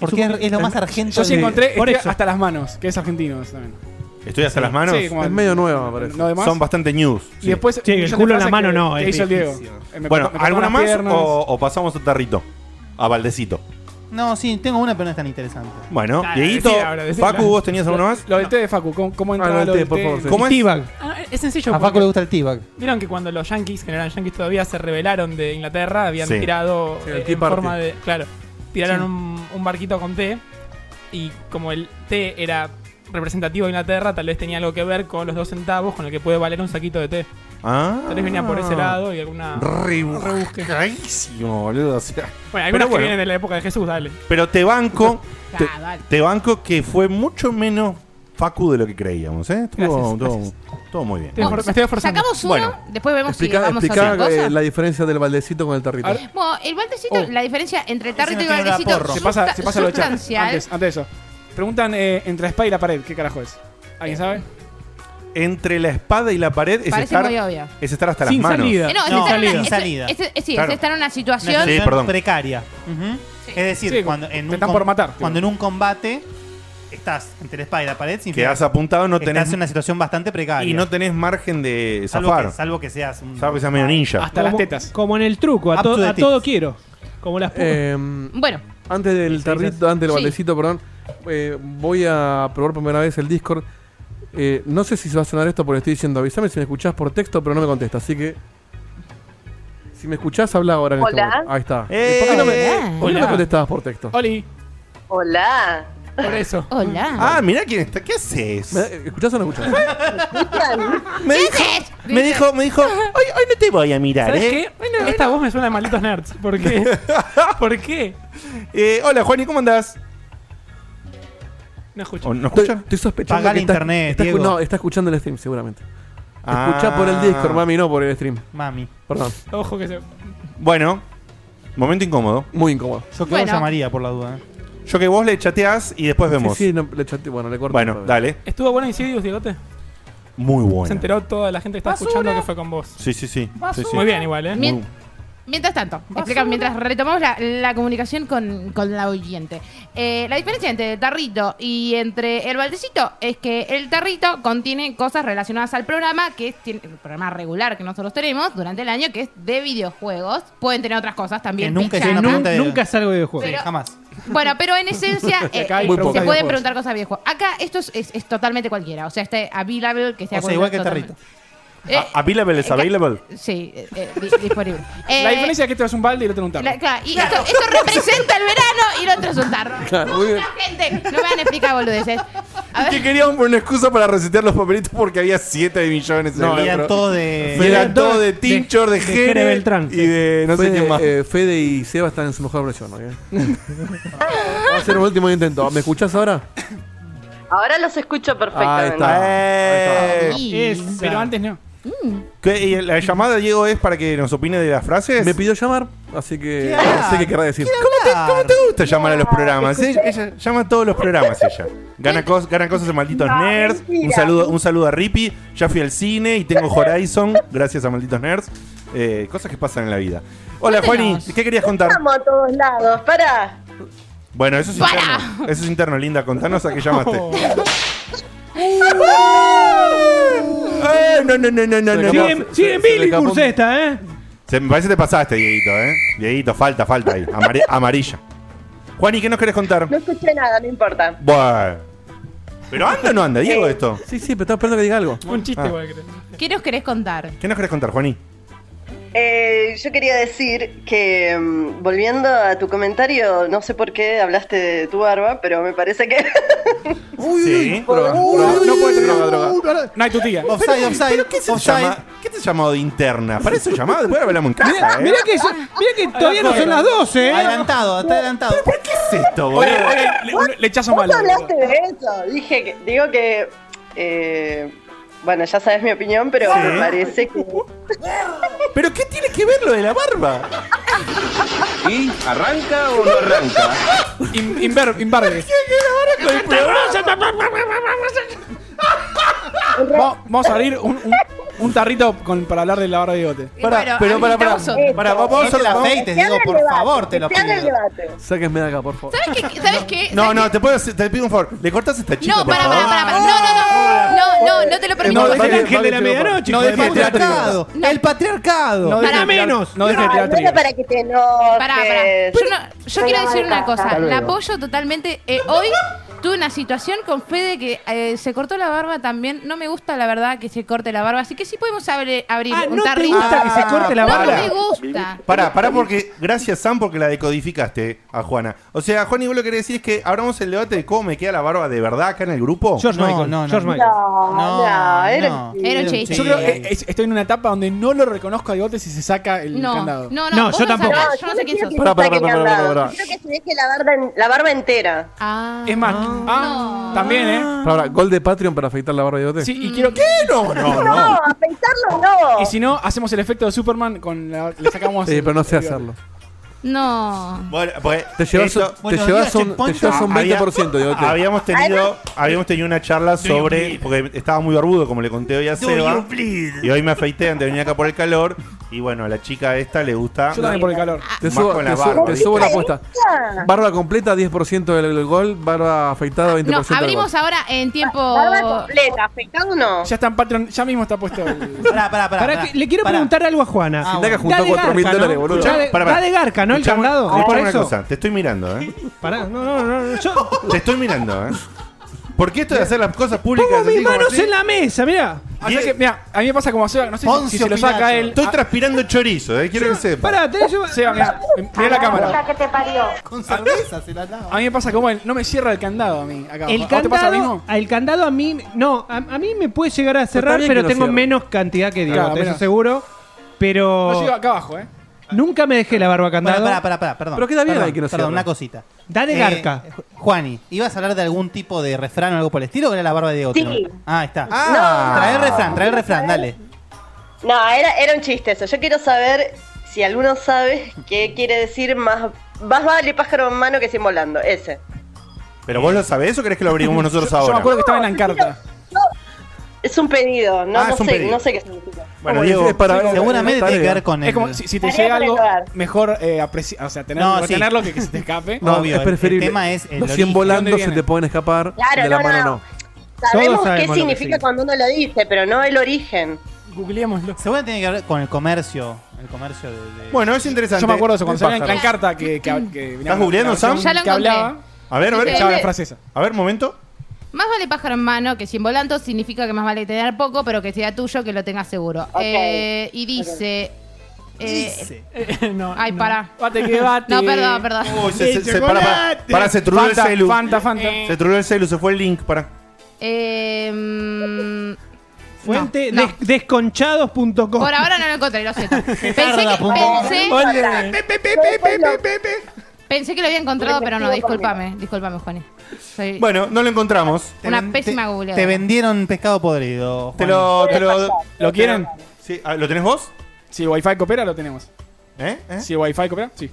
S4: Porque es, es lo más
S1: Yo
S4: argento.
S1: sí
S4: de-
S1: encontré
S6: por
S1: estoy
S6: eso.
S1: hasta las manos, que es argentino eso también.
S3: Estoy hasta las manos.
S1: Sí, como-
S2: Es medio nueva, me parece.
S1: No, además.
S3: Son bastante news.
S1: Y después.
S6: Sí, el
S1: millones de
S6: culo en la
S1: frases
S6: mano
S1: que-
S6: no,
S1: que
S6: es
S1: hizo el Diego.
S6: difícil.
S1: Eh, me
S3: Bueno,
S1: cortó- me cortó
S3: ¿alguna
S1: las
S3: más
S1: piernas.
S3: o, o pasamos a Tarrito? A Valdecito.
S4: No, sí, tengo una, pero no es tan interesante.
S3: Bueno,
S7: Dale,
S3: Dieguito,
S7: decila ahora, decila.
S3: Facu, ¿vos tenías alguno más?
S1: Lo del té de Facu, ¿cómo, cómo entra
S2: Ah, lo del
S1: lo
S2: té,
S1: del
S2: por
S1: té?
S2: favor, sí.
S3: ¿Cómo es?
S6: T-Bag.
S7: Ah, es sencillo.
S4: A Paco
S7: porque
S4: le gusta el T-Bag.
S7: Vieron que cuando los Yankees, que no eran Yankees todavía, se rebelaron de Inglaterra, habían
S3: Sí.
S7: tirado
S2: Sí, el
S7: eh,
S2: Tea
S7: en
S2: Party.
S7: forma de. Claro, tiraron un, un barquito con té. Y como el té era representativo de Inglaterra, tal vez tenía algo que ver con los dos centavos con lo que puede valer un saquito de té.
S3: Ah.
S7: Tal vez venía por ese lado y alguna.
S3: Rebuscadísimo, boludo. o sea.
S7: Bueno, algunas
S3: bueno.
S7: que vienen de la época de Jesús, dale.
S3: Pero te banco, te,
S5: Ah, dale.
S3: te banco que fue mucho menos Facu de lo que creíamos, ¿eh? Estuvo,
S7: Gracias,
S3: todo, todo muy bien.
S7: Te- Me estoy esforzando.
S5: Sacamos uno,
S3: Bueno.
S5: después vemos si
S2: Explica,
S5: vamos a
S2: explica,
S5: otra cosa.
S2: eh, la diferencia del baldecito con el tarrito.
S1: Ahora-
S5: Bueno, el baldecito,
S1: Oh.
S5: la diferencia entre el
S4: Ese
S5: tarrito y
S4: no
S5: el
S4: tiene olor a
S5: baldecito
S4: porro.
S1: Se pasa,
S5: susta-
S1: se pasa lo chat.
S5: sustancial.
S1: Antes, antes de eso. Preguntan eh, entre la espada y la pared, ¿qué carajo es? ¿Alguien sabe?
S3: Entre la espada y la pared es,
S5: Parece
S3: estar,
S5: muy obvio.
S3: es estar hasta
S6: Sin
S3: las manos.
S6: salida.
S5: Eh, no, es
S4: No,
S5: estar en
S4: salida.
S5: una, es-
S4: Salida.
S5: es- es- sí,
S3: Claro.
S5: es estar en una
S4: Una
S5: situación.
S3: Sí,
S4: situación
S3: perdón.
S4: precaria. Es decir,
S1: Sí,
S4: cuando
S1: te
S4: en
S1: están
S4: com-
S1: por matar, tipo.
S4: Cuando en un combate estás entre la espada y la pared, sin
S3: Quedás apuntado no
S4: estás
S3: tenés,
S4: en una situación bastante precaria.
S3: y no tenés margen de
S4: salvo, que,
S3: zafar.
S4: salvo que seas un.
S3: Sabes que seas medio ninja.
S1: Hasta las tetas.
S6: Como en el truco, a,
S4: Up
S6: to-
S4: to the
S6: a
S4: tits.
S6: todo quiero. Como las putas.
S2: Eh,
S5: Bueno,
S2: Antes del tarrito, antes del
S5: Sí.
S2: baldecito, perdón, eh, voy a probar por primera vez el Discord. Eh, no sé si se va a sonar esto porque estoy diciendo, avísame si me escuchás por texto, pero no me contesta, así que. Si me escuchás, habla ahora en este
S11: Hola.
S2: momento. Ahí está.
S3: ¡Eh!
S2: ¿Por qué no me, por qué no me
S7: Hola.
S2: contestabas por texto?
S7: Oli,
S11: Hola.
S7: por eso.
S5: hola.
S3: Ah, mirá quién está. ¿Qué haces?
S2: ¿Me- ¿Escuchás o no escuchás?
S1: Ah.
S3: Me dijo, me dijo, me dijo, hoy, hoy no te voy a mirar,
S7: ¿Sabes
S3: ¿eh?
S7: qué? Bueno, esta voz me suena de malditos nerds. ¿Por qué? ¿Por qué?
S3: Eh, Hola, Juani, ¿cómo andás?
S7: No escucho.
S3: ¿O ¿No
S2: Estoy,
S3: escuchas?
S2: estoy sospechando.
S4: Pagá el
S2: que está-
S4: internet,
S2: está escu-
S4: Diego.
S2: no, está escuchando el stream, seguramente.
S3: Ah.
S2: Escuchá por el Discord, mami, no por el stream.
S4: Mami.
S2: Perdón.
S7: Ojo que se.
S3: Bueno, momento incómodo.
S2: Muy incómodo.
S4: Yo que
S5: Bueno.
S4: vos llamaría por la duda. ¿eh?
S3: Yo que vos le chateás y después vemos.
S2: Sí, sí, no, le chateé- bueno, le corto.
S3: Bueno, dale.
S7: ¿Estuvo bueno Insidious, Diegote?
S3: Muy
S7: Se
S3: bueno.
S7: enteró toda la gente que está escuchando que fue con vos.
S3: Sí, sí, sí. sí, sí.
S7: Muy bien, igual, ¿eh?
S5: Mien- Mientras tanto, explica- mientras retomamos la, la comunicación con, con la oyente. Eh, la diferencia entre el tarrito y entre el baldecito es que el tarrito contiene cosas relacionadas al programa, que es tiene- el programa regular que nosotros tenemos durante el año, que es de videojuegos. Pueden tener otras cosas también.
S4: Que nunca
S5: pichas.
S4: hicieron una
S6: Nun-
S4: pregunta de-
S6: nunca salgo de juego.
S5: Pero-
S4: Jamás.
S5: Bueno, pero en esencia eh,
S1: Acá hay
S5: eh,
S1: muy
S5: se
S1: pocas
S5: pueden
S1: videojuegos.
S5: preguntar cosas viejas. Acá esto es, es- es totalmente cualquiera. O sea, este available que sea
S4: O sea, igual que el
S5: totalmente.
S4: tarrito.
S5: Eh,
S3: A- available es available.
S5: sí, eh, eh, di- disponible.
S1: la
S5: Eh,
S1: diferencia es que esto es un balde y el otro es un tarro.
S5: La- claro, y esto, esto representa el verano y el otro es un tarro.
S2: Claro, muy bien.
S5: Mucha gente, no me van a explicar boludeces. A
S3: Que
S5: ver,
S3: queríamos poner una excusa para resetear los papelitos porque había 7 millones en
S4: No,
S3: el
S4: eran
S3: otro.
S4: todos de.
S3: Eran
S6: Eran
S3: todos
S6: todos
S3: de
S6: de-
S3: Tinchor, de,
S6: de
S3: Jere
S6: Jere Beltrán,
S3: y
S6: sí.
S3: de no sé
S2: Fede,
S3: quién más.
S2: eh, Fede y Seba están en su mejor versión, ¿ok? Va a ser un último intento. ¿Me escuchás ahora?
S11: Ahora los escucho
S2: Ahí
S11: perfectamente.
S2: está.
S3: Eh,
S6: Esa.
S1: Pero antes no.
S5: Mm.
S3: ¿qué- y la llamada, Diego, es para que nos opine de las frases.
S2: Me pidió llamar, así que no sé qué querrá decir.
S3: ¿Cómo te gusta llamar a los programas? Ella, ella llama a todos los programas ella. Gana, cos- gana cosas de malditos nerds. Un saludo, un saludo a Rippy. Ya fui al cine y tengo Horizon, gracias a malditos nerds. Eh, cosas que pasan en la vida. Hola, Juani,
S5: Cuéntenos.
S3: ¿qué querías contar?
S11: Vamos a todos lados, pará.
S3: Bueno, eso es
S5: Para.
S3: interno. Eso es interno, linda. Contanos a qué llamaste. Eh, no, no, no, no, no, no.
S2: Se le
S6: Siguen siguen
S2: escapó- se- se le
S6: Billy
S2: escapó un-
S6: Curse esta, ¿eh?
S3: Se, me parece que te pasaste, Dieguito, ¿eh? Dieguito, falta, falta ahí. Amari- amarilla. Juani, ¿qué nos querés contar?
S11: No escuché nada, no importa.
S3: Bueno. ¿Pero anda o no anda, Diego, esto?
S2: Sí, sí, pero estaba esperando que diga algo.
S7: Un chiste,
S3: Ah.
S7: igual, creo.
S5: ¿Qué nos querés contar?
S3: ¿Qué nos querés contar, Juaní?
S11: Eh, yo quería decir que, mm, volviendo a tu comentario, no sé por qué hablaste de tu barba, pero me parece que.
S3: Sí.
S2: Droga, droga.
S1: no puede tener
S2: droga, droga.
S1: No hay tu tía.
S4: Offside, offside.
S3: ¿Pero qué se
S4: offside.
S3: llama? ¿Qué te llamado de interna? Para eso llamado, después hablamos en casa, ¿eh?
S6: Mirá que, son- mirá que todavía no son las 12, ¿eh?
S4: Adelantado, está adelantado.
S3: ¿Pero qué es esto, boludo?
S1: Oye, oye, le- un lechazo
S11: ¿Vos
S1: malo.
S11: hablaste de eso? Dije que. Digo que. eh, bueno, ya sabes mi opinión, pero
S3: Sí.
S11: me parece que.
S3: ¿Pero qué tiene que ver lo de la barba?
S12: ¿Y arranca o no arranca?
S1: In- inver- Invergue. Va- Vamos a abrir un, un- un tarrito con- para hablar de lavar de bigote.
S4: Para, pero para, para, para, vamos a el aceite,
S11: Que se
S4: digo,
S11: abra el
S4: por
S11: debate,
S4: favor, te
S11: que
S4: lo
S11: se abra el
S4: pido.
S11: debate.
S2: Sáquenme de acá, por favor.
S5: ¿Sabes qué? ¿Sabes qué?
S3: No,
S5: ¿Sabes
S3: no,
S5: qué?
S3: te, puedo, te pido un favor. ¿Le cortás a esta chica,
S5: No,
S3: por
S5: para, para,
S3: favor?
S5: para, para. No, no, no. No, no,
S4: Eh,
S5: no te lo permito.
S2: No,
S6: Es el
S2: Vale,
S6: ángel
S2: vale,
S6: de la
S2: trigo,
S6: medianoche.
S1: no
S6: hijo de
S1: dejes
S4: El
S1: de
S6: puta.
S1: tirar trigo.
S4: patriarcado, el patriarcado.
S1: No dejes
S6: Para
S1: de tirar-
S6: menos.
S1: No dejes de
S11: No,
S1: tirar
S11: no
S1: trigo.
S11: era para que te enojes.
S5: Pará, pará. Yo, no- yo
S11: Soy
S5: quiero
S11: una
S5: decir una
S11: malvada.
S5: cosa.
S8: Hasta
S5: La
S8: luego.
S5: apoyo totalmente. Eh, hoy tuve una situación con Fede que eh, se cortó la barba también. No me gusta, la verdad, que se corte la barba. Así que sí podemos abre- abrir
S6: Ah,
S5: un
S6: ¿no te
S5: tarrito.
S6: gusta que se
S3: Ah,
S6: corte la
S5: no,
S6: barba?
S5: no me gusta.
S3: Pará, pará porque gracias Sam porque la decodificaste a Juana. O sea, Juan, vos lo que querés decir es que abramos el debate de cómo me queda la barba de verdad acá en el grupo.
S6: George
S4: No,
S6: Michael.
S4: no, no.
S6: George Michael.
S11: No, no, era
S4: no.
S11: un chiste.
S5: Era un chiste.
S1: Yo creo que es- estoy en una etapa donde no lo reconozco a bigote si se saca el
S5: No,
S1: candado.
S5: no, no.
S6: No,
S5: vos
S6: yo tampoco.
S5: sabés, yo no sé quién
S11: quiero
S5: sos.
S11: que
S2: Pará,
S11: se
S2: pará,
S11: saquen
S2: pará, pará,
S11: andado.
S2: pará.
S11: Yo Quiero que se deje la barba, en- la barba entera.
S5: Ah.
S1: Es más, ah, también, ¿eh?
S2: Para, para, gol de Patreon para afeitar la barra de bigote.
S1: Sí,
S5: Mm.
S1: y quiero. ¿Qué? No,
S11: No, afeitarlo no.
S1: Y si no, hacemos el efecto de Superman con la, le sacamos.
S2: Eh, pero no sé
S1: el bigote.
S2: hacerlo.
S5: No.
S3: Bueno, pues,
S2: Te llevas,
S3: esto-
S2: te
S4: Buenos
S2: llevas
S4: días,
S2: un, te
S4: Checkpoint.
S2: llevas un
S3: Había-
S2: 20% de bigote.
S3: Habíamos tenido, habíamos tenido una charla sobre.
S9: bleed?
S3: Porque estaba muy barbudo, como le conté hoy a
S9: Do you
S3: Seba.
S9: bleed?
S3: Y hoy me afeité antes de venir acá por el calor. Y bueno, a la chica esta le gusta.
S1: Yo también por el calor.
S2: Te
S3: Más
S2: subo,
S3: con la
S2: te subo-
S3: barba,
S2: te
S3: ¿viste?
S2: subo la apuesta.
S11: Ah,
S2: Barba completa, 10% del, del gol. Barba afeitada, 20%
S5: No,
S2: del gol.
S5: abrimos ahora en tiempo.
S11: Barba completa, afeitado no.
S1: Ya está en Patreon, ya mismo está puesto el.
S4: Pará, pará, pará.
S6: Pará, que- le quiero preguntar algo a Juana.
S4: Ah,
S6: Da
S2: Sindaka
S4: bueno.
S2: juntó
S6: de
S2: 4 mil
S6: garca, ¿no?
S2: dólares, boludo.
S6: Da de-
S3: Pará, pará.
S6: da de garca, ¿no? El
S3: Escuchame-
S6: candado. ¿Es por
S3: escuchame
S6: eso?
S3: una cosa, te estoy mirando, ¿eh?
S6: Pará, no, no, no. no, Yo
S3: Te estoy mirando, ¿eh? Porque esto de hacer las cosas públicas.
S6: pongo
S3: así
S6: mis
S3: como
S6: manos
S3: así-
S6: en la mesa, mirá.
S1: O sea que, mira, a mí me pasa como a Seba, no sé si- si,
S4: Poncio
S1: se lo saca
S4: Pilato.
S1: él. Ah,
S3: Estoy transpirando chorizo, ¿eh? Quiero que sepa.
S6: Ah. Pará, tenés yo.
S1: Oh, Seba, mira, mira la cámara.
S4: Con cerveza se la lava.
S1: A mí me pasa como él, no me cierra el candado a mí. Acá. ¿A
S6: El
S1: vos ¿Te pasa lo
S6: candado,
S1: mismo?
S6: el candado a mí, no, a, a mí me puede llegar a cerrar,
S2: Pues bien que
S6: pero
S2: lo
S6: tengo
S2: cierre.
S6: menos cantidad que Diego,
S1: Claro,
S6: te
S1: mirá.
S6: eso seguro. Pero
S1: No llego acá abajo, ¿eh?
S6: nunca me dejé la barba
S4: Pará,
S6: candado.
S4: pará, Ah, pará, pará, perdón.
S2: Pero queda bien
S4: perdón,
S2: ahí que no
S4: Perdón,
S2: cierra.
S4: una cosita.
S6: Da de
S4: Eh,
S6: garca.
S4: Ju- Juani, ¿ibas a hablar de algún tipo de refrán o algo por el estilo o era la barba de otro?
S11: Sí.
S4: Ah, ahí está.
S11: Ah.
S4: trae el refrán, trae el refrán, dale.
S11: No, era, era un chiste eso. Yo quiero saber si alguno sabe qué quiere decir más, más vale pájaro en mano que sin volando. Ese.
S3: ¿Pero vos lo sabés o crees que lo averiguamos nosotros
S1: Yo me
S3: ahora?
S1: acuerdo que estaba en la encarta.
S11: Es un pedido, no,
S3: Ah,
S11: no
S3: es un
S11: sé,
S3: pedido.
S11: no sé qué significa.
S3: Bueno,
S2: Como
S3: Diego,
S2: decir, es para-
S4: Seguramente
S2: Tarea.
S4: tiene que ver con el.
S1: Es como si, si te
S11: Tarea
S1: llega
S11: para
S1: algo,
S11: llevar.
S1: mejor eh, apreciar, o sea, tener,
S4: No, sí.
S1: retenerlo que que se te escape.
S2: No,
S4: Obvio,
S2: es
S4: el-
S2: preferible.
S4: el tema es el
S2: Los
S4: origen.
S2: 100 volando
S1: ¿Dónde
S2: se
S1: viene?
S2: te pueden escapar.
S11: Claro,
S2: de la
S11: no,
S2: mano
S11: no.
S2: no.
S11: Sabemos,
S6: Todos sabemos lo
S11: qué
S6: que
S11: significa
S6: significa.
S11: cuando uno lo dice, pero no el origen.
S1: Googleémoslo.
S4: Seguramente tiene que ver con el comercio. El comercio de. de-
S3: bueno, es interesante.
S1: Yo me acuerdo de eso,
S3: El
S1: cuando salía en la
S3: pájaro.
S1: encarta que, que, que venía una
S3: googleando,
S1: versión
S3: Sam?
S5: Ya lo
S1: que hablaba.
S5: encontré. Eh,
S3: A ver, a ver,
S5: Sí, sí.
S1: Estaba la frase esa.
S3: a ver, momento.
S5: Más vale pájaro en mano que sin volantos significa que más vale tener poco, pero que sea tuyo, que lo tengas seguro.
S11: Ok.
S5: Eh, y dice. eh,
S4: Dice.
S7: no,
S5: Ay,
S7: no.
S5: pará.
S1: Bate que bate.
S5: No, perdón, perdón.
S3: Uy, se, se, se- para, para, para, se truló el
S1: Fanta,
S3: celu.
S1: Fanta, Fanta.
S3: Se truló el celu, se fue el link para.
S5: Eh, mm,
S6: Fuente
S5: no, no.
S6: des- desconchados.com.
S5: Por ahora no lo encontré, lo siento. Pensé que, pensé, pensé que lo había encontrado, pero no, discúlpame, discúlpame, Juani. Soy
S3: Bueno, no lo encontramos.
S4: Te
S5: una
S4: ven-
S5: pésima
S4: te-
S5: googleada.
S4: Te vendieron pescado podrido.
S3: Te
S4: Juani.
S3: lo, te lo,
S1: ¿Lo quieren?
S3: sí, ah, ¿Lo tenés vos?
S1: Si el Wi-Fi coopera, lo tenemos.
S3: ¿Eh? ¿Eh? Oh,
S1: Si el Wi-Fi coopera, sí.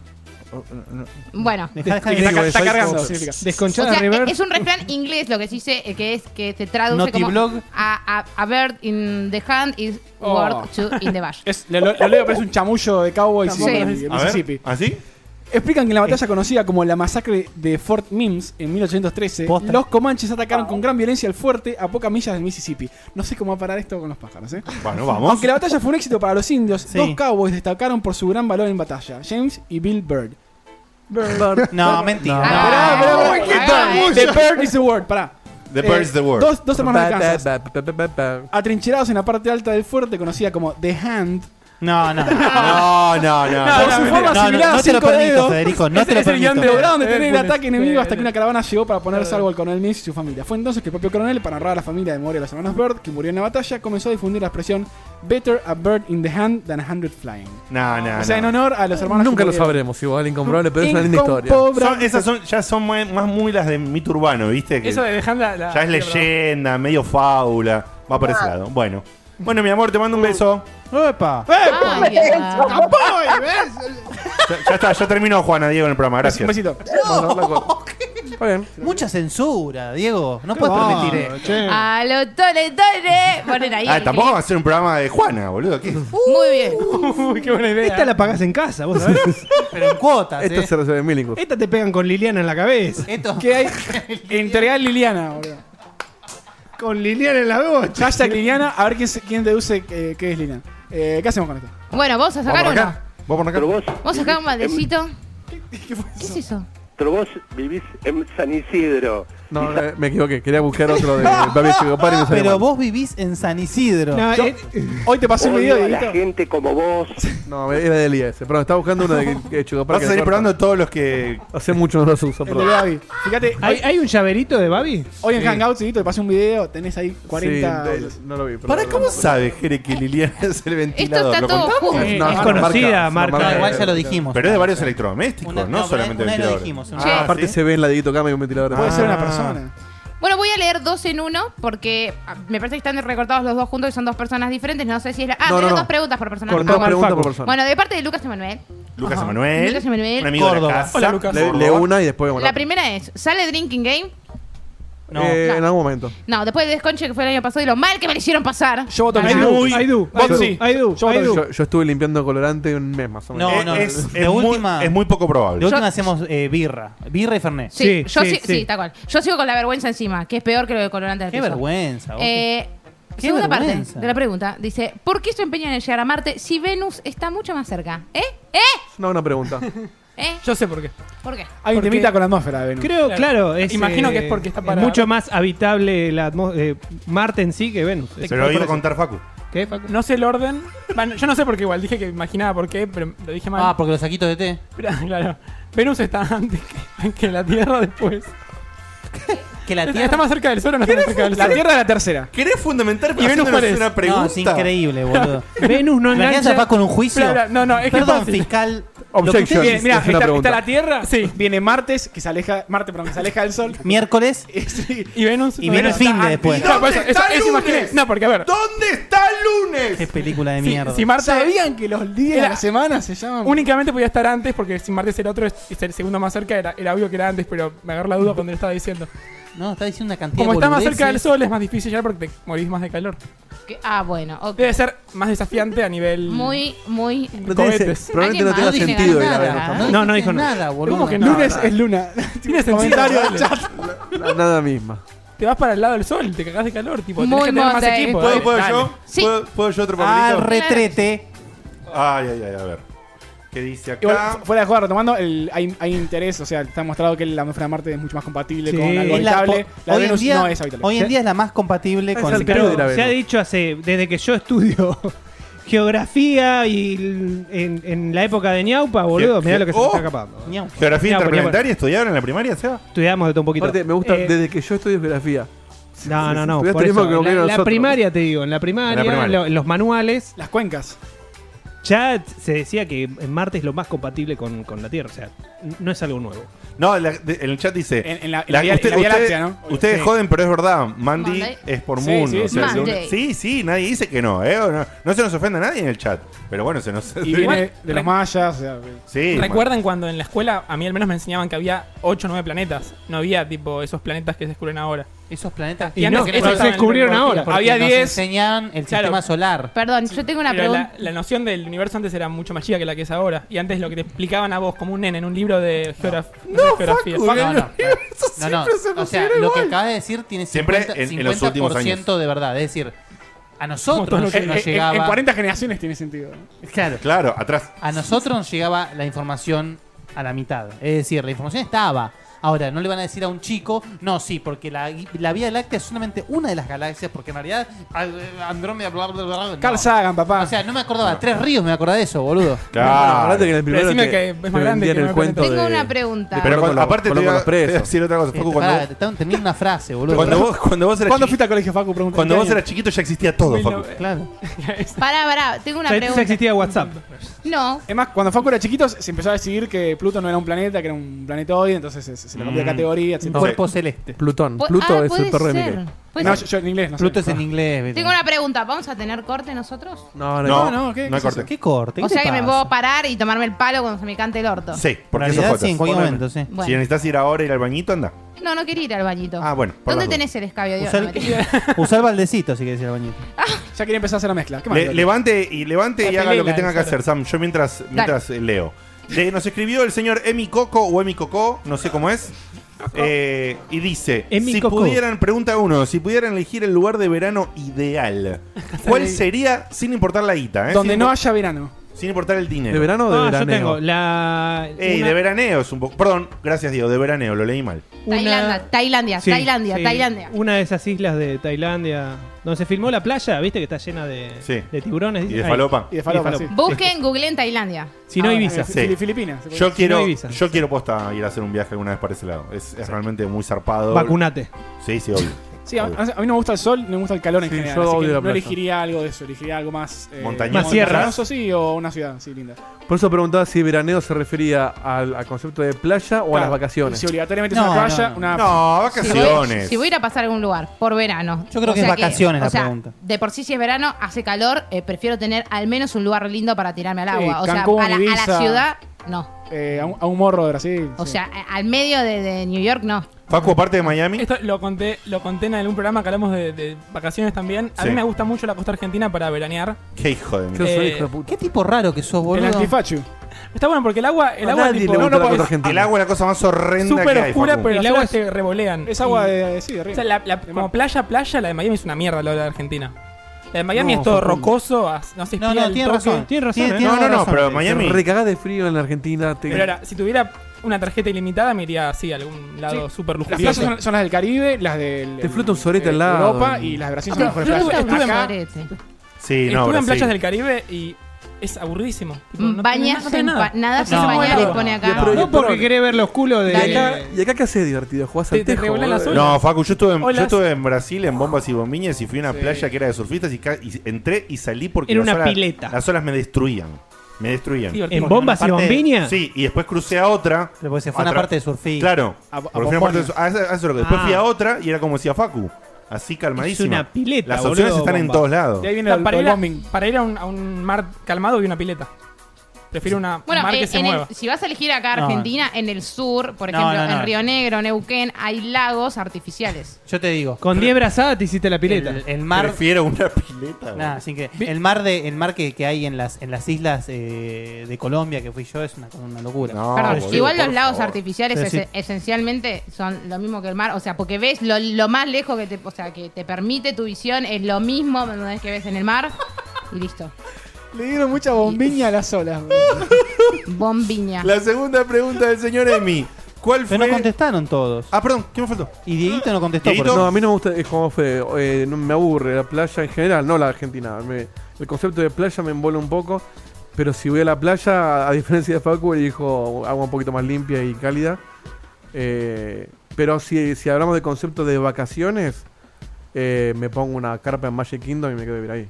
S5: Bueno.
S4: Dejá, dejá de-
S1: Está, ca- está
S2: Wi-Fi
S1: cargando,
S2: coopera.
S1: significa.
S5: O
S6: Desconchada
S5: sea,
S6: River.
S5: es un refrán inglés lo que se dice, eh, que es que te traduce como
S4: Notiblog.
S5: a, a, a bird in the hand is
S1: Oh.
S5: word to in the bush.
S1: Es- lo, lo- lo leo, pero es un chamullo de cowboys
S5: Sí.
S1: y de
S3: A
S1: Mississippi.
S3: ver,
S4: ¿ah,
S3: ¿así?
S1: Explican que en la
S4: Eh.
S1: batalla conocida como la masacre de Fort Mims en 1813,
S4: Posta.
S1: los comanches atacaron con gran violencia al fuerte a pocas millas del Mississippi. No sé cómo va a parar esto con los pájaros, ¿eh?
S3: Bueno, vamos.
S1: Aunque la batalla fue un éxito para los indios,
S4: Sí.
S1: dos cowboys destacaron por su gran valor en batalla, James y Bill Bird.
S4: No, mentira.
S5: Ah,
S1: Esperá, esperá,
S5: uy,
S1: esperá.
S5: qué tal,
S1: The Bird is the word, pará.
S3: The bird
S2: Eh,
S3: is the word.
S1: Dos, dos hermanos de Kansas,
S2: Pa, pa, pa, pa, pa, pa.
S1: atrincherados en la parte alta del fuerte, conocida como The Hand,
S4: No, no. No,
S3: No, no, no.
S1: Por
S4: no,
S1: su
S4: no,
S1: forma
S4: no,
S1: similar
S4: no
S1: a
S4: te lo
S1: cinco
S4: permito,
S1: dedos.
S4: Federico, no
S1: Ese
S4: te lo
S1: es el
S4: permito.
S1: guión de Obrado donde
S6: Eh,
S1: tener el
S6: bueno,
S1: ataque enemigo
S6: bueno.
S1: hasta que una caravana llegó para poner salvo al coronel Mills y su familia. Fue entonces que el propio coronel, para honrar a la familia de memoria de los hermanos Bird, que murió en la batalla, comenzó a difundir la expresión Better a bird in the hand than a hundred flying.
S3: No, no,
S4: Ah,
S1: o sea, en
S3: no.
S1: honor a los hermanos
S2: Nunca lo
S1: que murieron.
S2: sabremos, igual, incomprobable, pero es una linda historia.
S1: Incompobra-
S3: Son- esas son, ya son muy- más muy las de mito urbano, ¿viste? Que
S7: Eso de dejar la. la-
S3: ya es leyenda, medio fábula. Va por ese lado. Bueno. Bueno, mi amor, te mando un beso.
S4: Epa.
S5: Ay, qué tal.
S3: Ya, ya está, ya terminó Juana Diego en el programa.
S1: Un
S3: Gracias.
S1: besito.
S2: Vamos a hablar con-
S4: Mucha censura, Diego. No puedes permitir
S8: bárbaro,
S4: esto.
S5: A lo tole tole. Ponen ahí.
S3: Eh. Ah,
S5: el
S3: tampoco va
S5: clip.
S3: a ser un programa de Juana, boludo. ¿Qué?
S5: Muy bien.
S7: Uy, qué buena idea.
S6: Esta la pagás en casa, vos sabés.
S4: Pero en cuotas,
S2: Esto
S4: ¿eh?
S2: se resuelve en Millingus.
S6: Esta te pegan con Liliana en la cabeza.
S4: Esto-
S1: ¿Qué hay? Entregar Liliana, boludo.
S6: Con Liliana en la bocha.
S1: Hashtag Liliana, a ver quién, se- quién deduce eh, qué es Liliana. Eh, ¿Qué hacemos con esto?
S5: Bueno, vos a
S3: ¿Vamos
S5: sacar
S3: por
S5: uno.
S3: acá? ¿Vamos por acá?
S12: Pero vos,
S5: Vos sacás un baldecito.
S1: ¿Qué fue
S5: ¿Qué es eso?
S12: pero vos vivís en San Isidro.
S2: No, eh, me equivoqué. Quería buscar otro de Babi Chigopar y me salió
S4: Pero
S2: mal.
S4: vos vivís en San Isidro.
S6: No, eh,
S1: Hoy te pasé un video,
S12: Odio a la
S1: Dieguito.
S12: gente como vos.
S2: No, era de Elías ese. Perdón, estaba buscando uno de que Chigopar.
S3: Vas a seguir probando todos los que.
S2: Hace mucho no los uso,
S1: El de
S2: perdón.
S1: Gaby. Fíjate,
S6: ¿Hay,
S1: hoy,
S6: hay un llaverito de Babi?
S1: hoy en
S2: Sí.
S1: Hangouts, Dieguito, te pasé un video, tenés ahí 40.
S2: Sí, de- no lo vi.
S3: ¿Para
S2: perdón.
S3: cómo sabe, Jere, que Liliana es el ventilador?
S5: está
S3: ¿Lo
S5: todo
S3: contamos?
S5: junto.
S2: Eh, no,
S6: es
S2: no,
S6: conocida,
S2: marca,
S6: marca.
S4: No,
S2: marca.
S4: igual ya lo dijimos.
S3: Pero es de varios electrodomésticos,
S4: Una-
S3: no,
S4: no,
S3: solamente
S4: una vez lo
S3: ventiladores.
S4: dijimos, una
S5: vez.
S3: Ah,
S2: Aparte
S3: ¿sí?
S2: se ve en la dedito cama y un ventilador.
S1: Puede ser una
S3: Ah.
S1: persona.
S5: Bueno, voy a leer dos en uno porque ah, me parece que están recortados los dos juntos y son dos personas diferentes. No sé si es la. Ah,
S2: No, no,
S5: tengo
S2: no.
S5: dos preguntas por persona.
S2: Con
S5: Ah,
S2: dos
S5: bueno.
S2: preguntas por persona.
S5: Bueno, de parte de Lucas Emanuel.
S3: Lucas Emanuel.
S5: Lucas Emanuel.
S3: Un amigo
S4: Córdoba.
S3: de la casa.
S7: Hola, Lucas.
S2: Le, le una y después vamos a
S5: La primera es: ¿sale Drinking Game?
S4: No.
S2: Eh,
S5: No.
S2: En algún momento.
S5: No, después de Desconche que fue el año pasado y lo mal que me le hicieron pasar.
S1: Yo voto
S6: I
S1: que
S6: do, I
S1: sí.
S6: do, I do,
S1: Boxy.
S6: I do,
S1: Yo
S6: I do.
S2: Yo, yo estuve limpiando colorante un mes más o menos.
S4: No,
S3: Eh,
S4: no,
S3: es,
S4: de
S3: es
S4: última-
S3: Muy, es muy poco
S4: De
S3: probable.
S4: última hacemos eh, birra. Birra y Fernet.
S5: Sí,
S6: Sí,
S5: yo
S6: sí,
S5: sí, sí,
S6: sí.
S5: tal cual. Yo sigo con la vergüenza encima, que es peor que lo de colorante del
S4: Qué
S5: piso.
S4: vergüenza. vos.
S5: Eh,
S4: Qué
S5: segunda
S4: vergüenza.
S5: parte de la pregunta dice: ¿Por qué se empeñan en llegar a Marte si Venus está mucho más cerca? ¿Eh? ¿Eh?
S2: No, una pregunta.
S5: ¿Eh?
S7: Yo sé por qué.
S5: ¿Por qué?
S1: Hay un
S7: Porque-
S1: temita con la atmósfera de Venus.
S6: Creo,
S7: Claro.
S6: claro. es,
S7: Imagino
S6: eh,
S7: que es porque está
S6: es
S7: para-
S6: mucho más habitable la atmo- eh, Marte en sí que Venus. Es-
S3: Pero lo iba a
S6: por eso.
S3: contar Facu.
S6: ¿Qué, Facu?
S7: No sé el orden. Bueno, yo no sé por qué igual. Dije que imaginaba por qué, pero lo dije mal.
S4: Ah, porque los saquitos de té.
S7: Pero, claro. Venus está antes que, que la Tierra después.
S4: Que la
S7: Está,
S4: tierra.
S7: está más cerca del Sol o no está más cerca del
S1: La
S7: Sol.
S1: Tierra es la tercera.
S3: ¿Querés fundamentar
S7: pero Venus haciéndonos parece.
S3: una
S7: una
S3: pregunta?
S4: No, es increíble, boludo.
S6: Venus no
S4: ¿Imaginas a
S6: engancha.
S4: Paz con un juicio?
S7: Bla, bla, no, no, es que
S4: Perdón,
S7: fácil.
S4: fiscal.
S2: Objection.
S1: Bien,
S2: Es
S1: mira,
S2: una
S1: está,
S2: pregunta.
S1: está la Tierra.
S7: Sí.
S1: Viene martes, que se aleja. Marte, perdón, que se aleja del sol.
S4: Miércoles.
S1: Sí.
S7: Y Venus.
S4: Y viene el
S7: está-
S4: fin de
S7: ah,
S4: después.
S7: no, por eso- eso- eso imaginé. No, porque a ver.
S3: ¿Dónde está el lunes?
S4: Qué película de
S7: si-
S4: mierda.
S7: Si Marte.
S1: ¿Sabían que los días de
S7: Era-
S1: la semana se llaman?
S7: Únicamente podía estar antes, porque si Marte es el otro, es es el segundo más cerca, era, era obvio que era antes, pero me agarró la duda cuando le estaba diciendo.
S4: No, está diciendo una cantidad
S7: Como
S4: de
S7: está más
S4: boludeces.
S7: cerca del Sol, es más difícil llegar porque te morís más de calor.
S5: ¿Qué? Ah, bueno, ok.
S7: Debe ser más desafiante a nivel.
S5: Muy, muy.
S2: No tiene
S7: Cohetes.
S2: sen- probablemente
S5: Alguien
S2: no tenga
S5: más dice
S2: sentido ir a
S5: nada.
S2: Venus tampoco.
S5: No,
S6: no dijo
S4: dijiste
S6: nada.
S4: nada, boludo.
S7: ¿Cómo que no?
S1: Lunes es luna.
S7: Tiene sentido,
S1: Comentario del
S7: dale.
S1: chat.
S2: La- Nada misma.
S7: Te vas para el lado del sol, te cagás de calor, tipo. tenés
S5: Muy
S7: que tener más
S5: Monday.
S7: equipo.
S3: ¿Puedo,
S7: dale,
S3: puedo
S7: dale.
S3: yo?
S5: Sí.
S3: ¿Puedo, puedo yo otro
S4: Al
S3: papelito?
S4: Ah, retrete.
S3: Ay, ay, ay, a ver. ¿Qué dice acá?
S1: Igual, fuera de juego, retomando, el- hay, hay interés, o sea, está mostrado que la atmósfera de Marte es mucho más compatible
S6: Sí.
S1: con algo
S6: Es
S4: la-
S1: habitable.
S4: po-
S1: La,
S4: hoy en
S1: Venus
S4: día-
S1: no es habitable.
S4: Hoy en día es la más compatible
S2: Es
S4: con
S2: el
S4: Pero-
S2: peor de la
S6: Pero se ha
S2: Venus.
S6: dicho hace desde que yo estudio geografía y l- en, en la época de ñaupa, boludo,
S3: Ge-
S6: mirá lo que se me
S3: oh.
S6: está escapando.
S4: Ñau.
S3: ¿Geografía
S6: No, ponía-
S3: interplanetaria estudiaron en la primaria, Seba?
S6: Estudiamos de todo un poquito.
S2: Aparte, me gusta
S6: Eh,
S2: desde que yo estudio geografía.
S6: Ah, No, no, no.
S2: Estudiaste
S6: por
S2: lo mismo
S6: eso,
S2: que lo que
S6: la, la
S2: nosotros.
S6: primaria te digo, en la primaria,
S3: En la primaria.
S6: en lo- en los manuales,
S1: Las cuencas.
S6: ya se decía que en Marte es lo más compatible con, con la Tierra. O sea, n- no es algo nuevo.
S3: No, la- de- en el chat dice.
S1: En- en la- en la Vía-
S3: usted-
S1: en la Vía
S3: usted-
S1: Láctea, ¿no?
S3: Ustedes
S1: Sí.
S3: joden, pero es verdad. Mandy
S5: Monday.
S3: es por
S1: Sí,
S3: Moon.
S1: sí,
S3: o
S1: sí,
S3: sea,
S5: sí.
S3: si uno-
S5: Monday.
S3: sí, sí, nadie dice que no, ¿eh? O No, no se nos ofende a nadie en el chat. Pero bueno, se nos.
S1: Y viene de
S7: Re-
S1: los mayas. o sea, que-
S3: Sí,
S7: ¿Recuerdan cuando en la escuela, a mí al menos me enseñaban que había 8 o 9 planetas? No había, tipo, esos planetas que se descubren ahora.
S4: Esos planetas.
S7: Y no,
S4: que
S7: eso
S4: nos-
S7: estaba en el
S6: descubrieron
S7: libro.
S6: ahora.
S7: Porque
S1: Había
S4: nos
S1: 10.
S4: enseñan el
S7: Claro.
S4: sistema solar.
S5: Perdón, yo tengo una
S7: Pero la,
S5: pregunta.
S7: la noción del universo antes era mucho más chica que la que es ahora. Y antes lo que te explicaban a vos como un nene en un libro de, geograf- no sé, geografía.
S4: No, no, no. no, no. O sea, lo que acabas de decir tiene 50%,
S3: Siempre en- en los últimos
S4: 50% de verdad. Es decir, a nosotros
S7: Como
S4: nos,
S7: todos
S1: En,
S4: nos
S1: en-
S4: llegaba.
S1: en 40 generaciones tiene sentido. ¿no?
S4: Claro.
S3: Claro, atrás.
S4: A nosotros nos llegaba la información a la mitad. Es decir, la información estaba. Ahora, no le van a decir a un chico, no, sí, porque la, la Vía Láctea es solamente una de las galaxias, porque en realidad ah, Andrómeda, bla, bla, bla, bla, no.
S1: Carl Sagan, papá.
S4: O sea, no me acordaba, Tres Ríos me acordaba de eso, boludo.
S2: Bueno,
S3: Claro.
S2: acordate que en el primero
S7: decime
S2: te-
S7: que es más
S2: te
S7: grande
S2: vendían
S7: que
S2: el
S7: no
S2: cuento
S5: tengo
S2: de-
S5: una pregunta.
S3: Pero
S2: Coloco
S3: cuando-
S2: los-
S3: aparte te
S2: coloco
S3: voy a-
S2: los
S3: te voy a
S2: presos.
S3: decir otra cosa. Facu, cuando,
S4: Eh, Pará,
S3: vos-
S4: te- termina una frase, boludo.
S3: cuando vos, cuando vos eras
S1: ¿Cuándo
S3: chiqui-
S1: fuiste al colegio, Facu? Pregunta.
S3: cuando
S1: ¿Qué
S3: vos
S1: año?
S3: eras chiquito ya existía todo, Facu.
S4: Claro.
S5: Pará, pará, tengo
S6: O
S5: una
S6: sea, ya
S5: pregunta.
S6: existía WhatsApp.
S5: No,
S1: Es más, cuando Facu era chiquito se se empezó a decidir que Pluto no era un planeta, que era un planetoide, entonces se, se le cambió de categoría, etc.
S4: Un cuerpo celeste.
S2: Plutón.
S5: Pu-
S2: Pluto
S5: ah,
S2: es
S5: puede
S2: el torre de
S5: ser,
S2: Mickey.
S5: puede
S1: No, yo,
S5: ser.
S1: yo en inglés, no sé.
S4: Pluto es en inglés. ¿viste?
S5: Tengo una pregunta, ¿vamos a tener corte nosotros?
S2: No,
S3: No,
S2: no.
S1: no,
S3: no, no
S1: ¿qué- qué
S3: hay
S1: es
S3: corte.
S4: ¿Qué corte? ¿Qué
S5: O sea
S4: te
S5: que me
S4: pasa?
S5: puedo parar y tomarme el palo cuando se me cante el orto.
S3: Sí,
S4: En
S3: porque eso
S4: realidad,
S3: jotas.
S4: sí, en cualquier
S3: Poneme.
S4: momento, sí.
S5: Bueno.
S3: Si necesitas ir ahora ir al bañito, anda.
S5: No, no quería ir al bañito.
S4: Ah, bueno, por
S5: ¿Dónde
S4: las
S5: tenés el escabio? Dios,
S4: Usá el-
S5: no, mentira.
S4: Usar baldecito si querés ir al bañito.
S1: Ya quería empezar a hacer la mezcla. ¿Qué más?
S3: Le- levante y levante y
S1: La
S3: haga lo que
S1: pelela,
S3: tenga que
S1: claro.
S3: hacer, Sam. Yo mientras, mientras eh, leo. Le- nos escribió el señor Emi Coco o Emi Coco, no sé cómo es. eh, y dice:
S6: Emi
S3: Si
S6: Coco.
S3: pudieran, pregunta uno, si pudieran elegir el lugar de verano ideal, ¿cuál sería sin importar la guita? eh?
S1: Donde
S3: Sin
S1: no
S3: impor-
S1: haya verano.
S3: Sin importar el dinero.
S2: ¿De verano o de Ah, yo veraneo? tengo
S6: la.
S3: Ey,
S6: una-
S3: de veraneo es un poco. Perdón, gracias, Diego, de veraneo, lo leí mal.
S5: Tailandia, Tailandia,
S6: Sí,
S5: Tailandia,
S6: sí.
S5: Tailandia.
S6: Una de esas islas de Tailandia donde se filmó la playa, viste que está llena de,
S3: Sí.
S6: de tiburones.
S3: Y de
S6: dice? Ahí.
S3: falopa.
S6: Y de falopa, sí.
S5: Busquen, Google en Tailandia.
S6: Si no,
S5: Ahora.
S6: Ibiza.
S3: Sí.
S1: Fili- Filipinas. se puede
S3: Yo
S1: decir.
S3: quiero,
S1: Si no, Ibiza.
S3: yo quiero posta ir a hacer un viaje alguna vez para ese lado. Es, es realmente muy zarpado.
S6: Vacunate.
S3: Sí, sí, obvio.
S1: Sí, a, a mí no me gusta el sol, no me gusta el calor en
S2: Sí,
S1: general.
S2: yo
S1: así que
S2: odio la
S1: no
S2: playa.
S1: elegiría algo de eso, elegiría algo más eh,
S3: Montañoso.
S6: Más sierras.
S1: montañoso, sí, o una ciudad, sí, linda.
S2: Por eso preguntaba si veraneo se refería al, al concepto de playa o a las
S1: Claro,
S2: vacaciones.
S1: Si obligatoriamente es
S4: No,
S1: una playa,
S4: no, no.
S1: una.
S3: No,
S5: Si voy, si voy a ir a pasar a algún lugar por verano.
S4: Yo creo que es vacaciones la
S5: o sea,
S4: pregunta.
S5: De por sí, si es verano, hace calor, eh, prefiero tener al menos un lugar lindo para tirarme al
S1: Sí,
S5: agua. o sea,
S1: Cancún,
S5: a la, a la
S1: Ibiza.
S5: ciudad, no.
S1: eh, a, un, a un morro de Brasil.
S5: O
S1: sí.
S5: sea, a- al medio de, de New York, no.
S3: Facu, aparte de Miami.
S7: Esto lo conté, lo conté en algún programa que hablamos de, de vacaciones también. A
S3: Sí.
S7: mí me gusta mucho la costa argentina para veranear.
S3: Qué hijo de mí.
S7: Eh,
S4: Qué tipo raro que sos,
S1: el
S4: boludo.
S1: antifachu.
S7: Está bueno porque el agua, el
S2: A
S7: agua
S2: nadie
S7: tipo,
S2: le gusta
S7: no, no,
S2: la
S7: porque
S2: costa
S7: es
S2: argentina.
S3: El agua es la cosa más horrenda
S7: súper
S3: que hay.
S7: oscura,
S3: Facu.
S7: pero las
S6: El agua
S7: olas te revolean.
S1: Es agua
S7: Y-
S1: de, de- sí, de río.
S7: O sea, la- la- como playa, playa, la de Miami es una mierda la de la Argentina. La de Miami
S2: No,
S7: es todo
S2: Facundo.
S7: rocoso, as- no se
S4: No,
S7: espía
S4: no,
S7: el
S4: tiene
S7: toque.
S4: razón.
S6: Tiene razón, ¿eh?
S4: tiene
S3: No, no, no,
S4: razón.
S3: pero Miami.
S2: Recagás de frío en la Argentina. te-
S7: Pero ahora, si tuviera una tarjeta ilimitada, me iría así a algún lado
S1: Sí.
S7: súper
S1: Las
S7: lujoso.
S1: playas son, son las del Caribe, las del. eh,
S2: Te flota un sorete al lado.
S1: Europa y las de Brasil son
S7: Pero
S1: las mejores
S7: yo
S1: playas.
S7: estuve en
S1: Acá,
S5: Parece.
S3: Sí, no,
S7: Estuve en
S3: Brasil.
S7: playas del Caribe y es aburridísimo. Tipo, no
S5: Bañarse
S7: tenés-
S5: en
S7: no tenés
S5: pa- nada
S7: No
S5: sin
S7: tenés
S5: bañar
S7: nada.
S5: y pone acá.
S2: Pero-
S6: No porque querés ver los culos de.
S2: y, acá, ¿Y acá qué haces divertido? ¿Jugás
S7: Te-
S2: al
S7: te
S2: tejo?
S7: revelan las
S2: boludo?
S7: olas.
S3: No, Facu, yo estuve, en,
S7: Hola.
S3: yo estuve en Brasil en Bombas y Bombiñas y fui a una
S1: Sí.
S3: playa que era de surfistas y, ca- y entré y salí porque
S6: Era
S3: las
S6: una
S3: olas-
S6: pileta.
S3: Las olas me destruían. Me destruían.
S7: Sí,
S6: ¿En
S7: divertido.
S6: bombas y
S4: Aparte-
S6: bombiña?
S3: Sí, y después crucé a otra.
S4: Pero porque se fue a una
S3: Otra-
S4: parte de surfí.
S3: Claro.
S1: A- a
S3: porque fui a una parte de
S1: Pomponia.
S3: su- a esa- a eso es lo que- Después
S6: Ah.
S3: fui a otra y era como decía Facu. Así calmadísimo.
S6: una pileta,
S3: Las opciones
S6: boludo,
S3: están en
S6: bomba.
S3: todos lados.
S1: De ahí viene
S7: No,
S1: el,
S7: para,
S1: el
S7: ir a,
S1: bombing.
S7: para ir a un, a un mar calmado y una pileta. Prefiero una un
S5: Bueno, eh,
S7: mar que
S5: en-
S7: se
S5: en el-
S7: mueva.
S5: si vas a elegir acá
S4: No.
S5: Argentina, en el sur, por
S4: No,
S5: ejemplo,
S4: no, no.
S5: en Río Negro, Neuquén, hay lagos artificiales.
S4: Yo te digo.
S6: Con 10 brazadas te hiciste la pileta.
S4: El, el mar.
S3: Prefiero una pileta. boludo.
S4: Nada, sin que- El mar de, el mar que, que hay en las, en las islas eh, de Colombia que fui yo es una, una locura.
S3: No,
S5: Perdón,
S3: Ah, boludo,
S5: igual los
S3: por
S5: lagos
S3: favor.
S5: artificiales
S4: Sí, sí.
S5: es- esencialmente son lo mismo que el mar, o sea, porque ves lo, lo más lejos que te, o sea, que te permite tu visión es lo mismo ¿me entendés? que ves en el mar y listo.
S1: Le dieron mucha bombiña a las olas. boludo.
S5: Bombiña.
S3: La segunda pregunta del señor Emi. ¿Cuál fue?
S4: Pero no contestaron todos.
S3: Ah, perdón, ¿qué me faltó?
S4: Y Dieguito no contestó.
S3: Dieguito,
S4: por-
S2: No, a mí no me gusta, es como fue, eh, no, me aburre la playa en general, no la argentina. me- el concepto de playa me embola un poco, pero si voy a la playa, a diferencia de Facu, elijo agua un poquito más limpia y cálida. Eh, pero si, si hablamos de concepto de vacaciones, eh, me pongo una carpa en Magic Kingdom y me quedo a vivir ahí.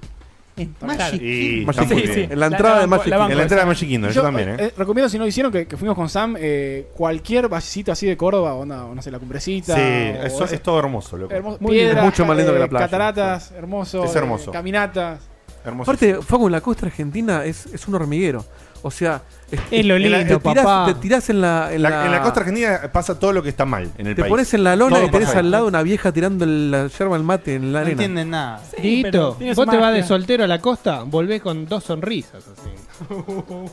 S4: Es
S7: Claro.
S4: Magic
S3: Y-
S4: Kingdom.
S3: Magic
S2: Está muy
S7: Sí,
S2: bien.
S7: sí.
S2: En la
S7: La-
S2: entrada
S7: la
S2: de
S7: banco-
S2: Magic
S7: la
S3: En
S2: Kingdom.
S3: la entrada de Magic Kingdom, yo, también, ¿eh?
S1: eh, recomiendo, si no lo hicieron, que, que fuimos con Sam, eh, cualquier vallecito así de Córdoba, onda, o no sé, la cumbrecita.
S3: Sí,
S1: o
S3: eso
S1: esas-
S3: es todo hermoso, loco.
S1: hermoso,
S2: Muy bien.
S1: piedras,
S2: Mucho más lindo que la
S1: eh,
S2: playa.
S1: Cataratas, hermoso.
S3: Es hermoso.
S1: eh, caminatas.
S3: Hermoso.
S2: Aparte, Facu, la costa argentina es, es un hormiguero. O sea, es,
S6: Es lo
S2: te-
S6: lindo,
S2: te tirás-
S6: papá.
S2: Te tirás en la, en
S3: La-
S2: la-
S3: en la costa argentina pasa todo lo que está mal en el
S2: Te
S3: país.
S2: pones en la lona
S3: Todo
S2: y tenés
S3: pasa ahí.
S2: al lado una vieja tirando la yerba al mate en
S4: No
S2: la arena.
S4: entienden nada.
S7: Sí, pero
S6: Dieguito,
S7: tiene su
S6: vos te vas
S7: magia.
S6: de soltero a la costa, volvés con dos sonrisas así.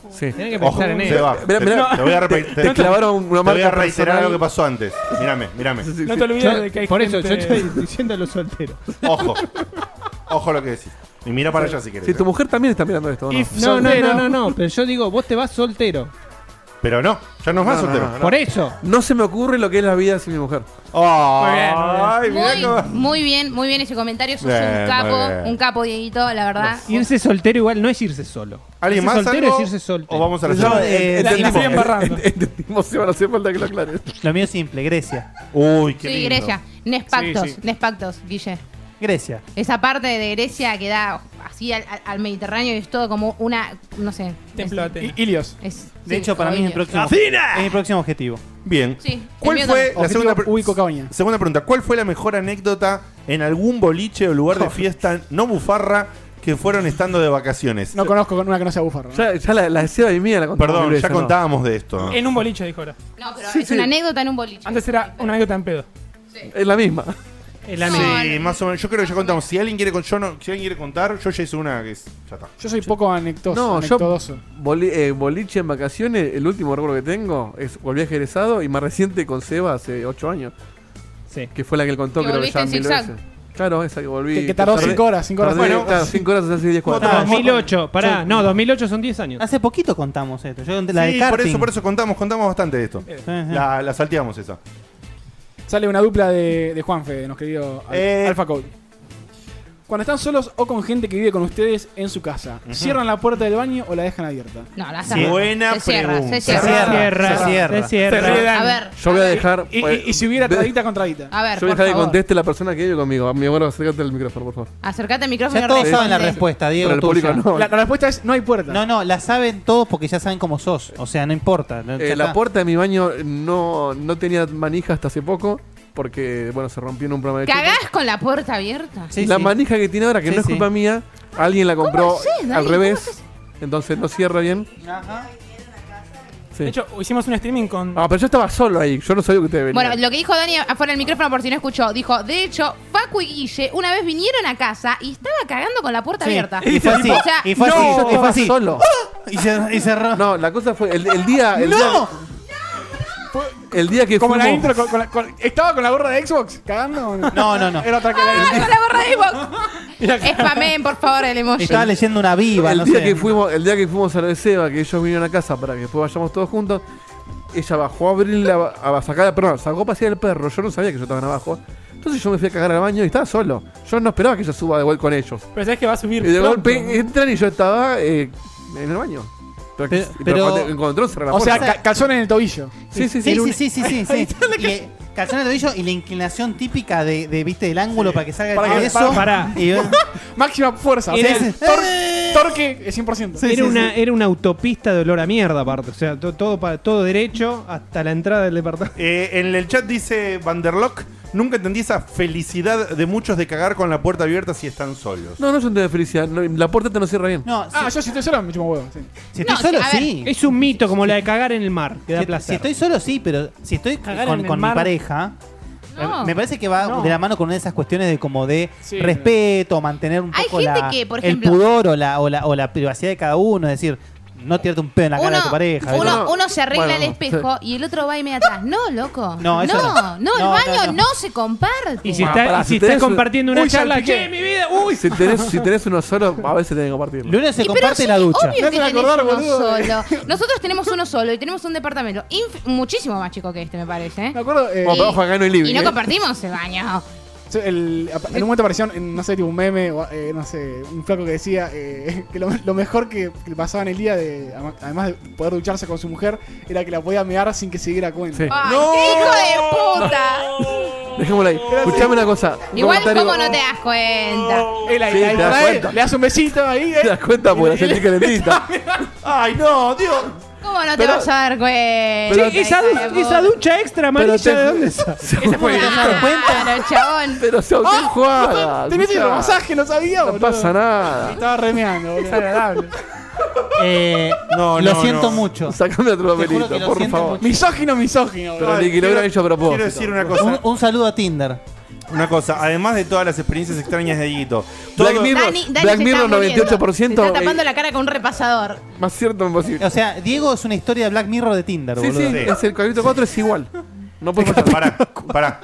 S2: Sí.
S6: Tenés que
S3: Ojo,
S6: pensar en
S3: se
S6: eso.
S3: va.
S2: Mirá, mirá.
S3: Te, te voy a
S2: Te,
S3: repetir.
S2: te clavaron una
S3: Te voy
S2: marca
S3: a reiterar
S2: personal.
S3: lo que pasó antes. Mírame, mírame.
S2: Sí, sí,
S7: No
S2: sí.
S7: te olvides de que hay
S6: Yo- Por eso
S7: gente-
S6: yo estoy diciendo a los solteros.
S3: Ojo. Ojo lo que decís. Y mira para allá si querés. ¿eh?
S2: Si tu mujer también está mirando esto, ¿o ¿no?
S1: If
S6: No, no,
S1: soltero.
S6: no, no, no, pero yo digo, vos te vas soltero.
S3: Pero no, ya nos va
S2: No, no,
S3: soltero.
S2: no.
S6: Por eso.
S2: No se me ocurre lo que es la vida sin mi mujer.
S3: Oh, Ay,
S7: Muy bien, muy bien.
S3: mirá
S5: Muy,
S3: cómo-
S5: muy bien, muy bien ese comentario. Sos
S3: Bien,
S5: un capo,
S3: muy bien.
S5: un capo, Dieguito, la verdad.
S6: Irse soltero igual no es irse solo.
S3: ¿Alguien
S6: irse
S3: más
S6: soltero
S3: algo?
S6: es irse soltero.
S3: ¿O vamos a la
S2: No,
S3: segunda?
S4: eh,
S7: la- la siguen barrando.
S2: Entendimos, Seba, no hace falta que lo aclares.
S4: Lo mío es simple, Grecia.
S3: Uy, qué
S5: Sí,
S3: lindo.
S5: Grecia. Nespactos,
S1: Sí, sí.
S5: Nespactos, Guille.
S4: Grecia.
S5: Esa parte de Grecia que da así al, al- al Mediterráneo y es todo como una, no sé.
S7: Templo de Atenas.
S1: I- Ilios.
S5: Es,
S4: De
S5: sí,
S4: hecho, para mí es mi
S5: Ovidio.
S4: próximo, es mi próximo objetivo.
S3: Bien.
S5: Sí, el
S3: ¿Cuál
S5: mío
S3: fue
S5: también.
S3: la segunda, pre-
S1: Ubico Cabaña.
S3: segunda pregunta? ¿Cuál fue la mejor anécdota en algún boliche o lugar de fiesta no bufarra que fueron estando de vacaciones.
S1: No conozco una que no sea bufarra. ¿no?
S2: Ya, ya la, la de Seba y mía la contamos
S3: Perdón,
S2: mil
S3: ya
S2: veces, ¿no?
S3: contábamos de esto.
S7: En un boliche, dijo ahora.
S5: No, pero es una anécdota en un boliche.
S7: Antes era una anécdota en pedo.
S2: Es la misma.
S7: Es
S5: la misma.
S3: Sí, más o menos. Yo creo que ya contamos. Si alguien quiere, con, yo no- si alguien quiere contar, yo ya hice una que es, ya está.
S1: Yo soy poco anecdoso.
S2: No, yo
S1: anecdoso.
S2: boli- eh, boliche en vacaciones, el último recuerdo que tengo es volví a egresado y más reciente con Seba hace 8 años.
S6: Sí.
S2: Que fue la que él contó,
S5: Que
S2: creo que
S5: volviste
S2: ya
S5: en
S2: mil
S5: zigzag.
S2: veces. Claro, esa que volví.
S1: Que- que tardó
S2: tardé-
S1: cinco horas, cinco horas.
S2: tardé-
S1: Bueno,
S2: claro, cinco horas hace 10 cuadras.
S6: Ah, 2008, pará, no, 2008 son 10 años.
S4: Hace poquito contamos esto. Yo conté la
S3: Sí,
S4: de
S3: por
S4: karting.
S3: eso, por eso contamos, contamos bastante de esto.
S4: Eh, eh.
S3: La, la salteamos esa.
S1: Sale una dupla de, de Juanfe, de nos querido Al-
S3: Eh.
S1: Alpha Code. Cuando están solos o con gente que vive con ustedes en su casa, ¿cierran la puerta del baño o la dejan abierta?
S5: No, la
S3: Sí. Buena
S5: se cierra,
S3: pregunta.
S5: se
S4: Se
S5: cierra.
S4: cierra, se cierra.
S6: se cierra.
S7: Se ríe, Dan.
S5: A ver,
S2: Yo voy a dejar. pues,
S1: Y, y- y si hubiera tradita contradita.
S5: a ver,
S2: yo voy a
S5: por
S2: dejar que
S5: favor.
S2: conteste la persona que vive conmigo. A mi abuelo, acércate al micrófono, por favor.
S5: Acercate al micrófono
S4: Ya
S5: y
S4: todos saben la
S5: responde.
S4: respuesta,
S2: Pero
S4: Diego.
S2: el público
S4: tuya.
S2: no.
S1: La, la respuesta es no hay puerta.
S4: No, no, la saben todos porque ya saben cómo sos. O sea, no importa. no-
S2: Eh,
S4: ya
S2: la
S4: está.
S2: puerta de mi baño no, no tenía manija hasta hace poco porque, bueno, se rompió en un programa de chicos.
S5: ¿Cagás con la puerta abierta?
S4: Sí,
S2: la
S4: sí.
S2: manija que tiene ahora, que
S4: Sí,
S2: no es
S4: sí.
S2: culpa mía, alguien la compró
S5: haces, Dani?
S2: al
S5: ¿Cómo
S2: revés.
S5: haces?
S2: Entonces no cierra bien.
S4: Ajá.
S2: Sí.
S7: De hecho, hicimos un streaming con.
S2: ah, pero yo estaba solo ahí, yo no sabía que ustedes venían.
S5: Bueno, lo que dijo Dani afuera del micrófono, por si no escuchó, dijo: De hecho, Facu y Guille una vez vinieron a casa y estaba cagando con la puerta
S4: Sí.
S5: abierta.
S4: Y fue así.
S5: O sea,
S4: y fue
S2: no,
S4: así.
S2: yo
S4: y fue
S2: estaba
S4: así.
S2: solo.
S4: Y se, y cerró.
S2: No, la cosa fue el, el día. El
S4: ¡No!
S2: Día, el día que
S1: Como la
S2: fuimos-
S1: intro, con- con la- con- estaba con la gorra de Xbox, cagando.
S4: No, no, no.
S1: Era otra que
S5: ¡Ah,
S1: la-
S5: con la gorra de Xbox! Spamen, por favor, el emoji.
S4: Estaba leyendo una viva.
S2: el
S4: no
S2: día
S4: sé.
S2: que fuimos el día que fuimos a lo de Seba que ellos vinieron a casa para que después vayamos todos juntos ella bajó a abrir la, a sacar perdón sacó a pasear el perro yo no sabía que ellos estaban abajo entonces yo me fui a cagar al baño y estaba solo yo no esperaba que ella suba de vuelta con ellos
S7: Pero sabes que va a subir.
S2: y de
S7: pronto.
S2: golpe entran y yo estaba eh, en el baño pero,
S4: Pero-
S2: pero
S4: pero-
S2: cuando encontró cerrar la
S1: O sea,
S2: puerta
S1: ca- calzones en el tobillo.
S2: sí sí sí,
S4: Sí, sí, sí, sí, sí, sí. Y le- calzón al tobillo y la inclinación típica de, de, viste del ángulo para que salga
S1: Para
S4: el
S1: que-
S4: eso.
S6: para-
S4: Y,
S1: Máxima fuerza. o
S6: Era-
S1: sea, tor- torque es 100%.
S4: Sí, sí,
S6: era, una, eh,
S4: sí.
S6: era una autopista de olor a mierda, aparte. O sea, to- todo, para, todo derecho hasta la entrada del departamento.
S3: Eh, en el chat dice Vanderlock, nunca entendí esa felicidad de muchos de cagar con la puerta abierta si están solos.
S2: no no es un tema de felicidad no, la puerta te no cierra bien
S4: no, si,
S1: Ah, yo si estoy solo me chupo huevo. sí.
S4: si
S5: No,
S4: estoy solo,
S5: a ver,
S4: sí.
S6: Es un mito como la de cagar en el mar, que da
S4: Si, si
S6: placer.
S4: estoy solo, sí, pero si estoy
S7: Cagar en
S4: con,
S7: el
S4: con mi
S7: mar.
S4: pareja.
S5: No.
S4: Me parece que va
S7: No.
S4: de la mano con una de esas cuestiones de como de
S1: Sí.
S4: respeto, mantener un
S5: Hay
S4: poco
S5: gente
S4: la-
S5: que, por
S4: el
S5: ejemplo-
S4: pudor o la, o, la, o la privacidad de cada uno, es decir, no tirarte un pedo en la cara de tu pareja. ¿viste?
S5: uno, uno se arregla
S2: Bueno,
S5: el espejo y el otro va y me atrás. No, loco.
S4: No, eso
S5: no,
S4: no.
S5: no, el
S4: No,
S5: baño
S4: no,
S5: no,
S4: no.
S5: se comparte.
S6: Y si,
S2: Ah,
S6: está-
S2: pará,
S6: y
S2: si
S6: si estás
S2: tenés un-
S6: compartiendo una
S1: Uy,
S6: charla,
S1: salpiqué.
S6: che, mi vida, uy.
S2: si tenés si tenés uno solo a veces tenés que compartirlo
S4: Lo único que se
S5: Y pero
S4: comparte
S5: sí,
S4: es la ducha.
S5: Obvio
S1: Me
S5: que
S1: hacen
S5: tenés
S1: acordar,
S5: uno
S1: boludo.
S5: solo. Nosotros tenemos uno solo y tenemos un departamento inf- muchísimo más chico que este, me parece. ¿eh?
S1: Me acuerdo, eh,
S2: Bueno, pero ojo, acá no hay living,
S5: y no
S2: ¿eh?
S5: compartimos el baño.
S1: el- en un momento apareció, en, no sé, tipo un meme, o, eh, no sé, un flaco que decía eh, que lo, lo mejor que, que le pasaba en el día, de, además de poder ducharse con su mujer, era que la podía mear sin que se diera cuenta.
S2: Sí.
S5: Ay, qué hijo de puta!
S2: dejémoslo ahí escuchame una cosa un
S5: Igual,
S2: comentario-
S5: ¿cómo no te das cuenta?
S1: Él ahí
S2: Sí,
S1: la
S2: te das
S1: distrae,
S2: cuenta.
S1: le hace un besito ahí. eh.
S2: te das cuenta porque la sentí que le grita
S3: ¡Ay, no, Dios!
S5: ¿Cómo no te
S2: Pero-
S5: vas a dar cuenta?
S2: pero-
S6: Che, esa,
S5: hija de
S6: du- esa
S5: puta?
S6: ducha extra amarilla,
S2: Pero te-
S6: ¿de dónde sale?
S2: Se fue.
S5: Claro, chabón.
S2: Pero se
S1: Ah,
S2: autoenjuaga.
S1: Tenés el
S2: escuchá.
S1: masaje, no sabía,
S2: No
S1: boludo.
S2: pasa nada.
S1: Estaba remeando, boludo.
S4: Eh,
S3: No,
S4: lo
S3: no,
S4: siento
S3: no.
S4: mucho.
S2: Sacame otro
S4: Te juro
S2: papelito,
S4: que lo
S2: por
S4: siento
S2: favor.
S4: mucho.
S1: Misógino, misógino, boludo.
S2: Pero ni que lo hubieran hecho a propósito.
S3: Quiero decir una
S4: Un,
S3: cosa,
S4: un saludo a Tinder.
S3: una cosa, además de todas las experiencias extrañas de Dieguito, todo-
S2: Black Mirror,
S5: Dani, Dani
S2: Black
S5: se
S2: Mirror
S5: está muriendo.
S2: 98%.
S5: Se está tapando
S2: eh,
S5: la cara con un repasador.
S2: Más cierto imposible.
S4: O sea, Diego es una historia de Black Mirror de Tinder,
S2: Sí,
S4: boludo.
S2: sí, es el capítulo 4 es igual. No puede pasar.
S3: pará, pará.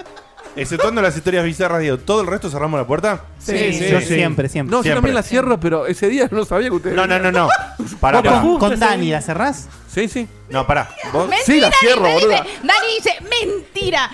S3: Exceptuando las historias bizarras, Diego, ¿todo el resto cerramos la puerta?
S1: Sí, sí.
S4: Yo
S1: sí.
S4: siempre, siempre.
S2: No, yo
S3: Siempre.
S2: también la cierro, pero ese día no sabía que ustedes.
S3: No, no, no, no. Pará,
S4: Con-
S3: pará.
S4: Con,
S7: Justo ese
S4: Dani, ¿la cerrás?
S2: Sí, sí.
S3: No, pará. ¿Vos?
S5: Mentira,
S2: Sí, la cierro,
S5: Dani, me
S2: boluda.
S5: dice, Dani dice, mentira.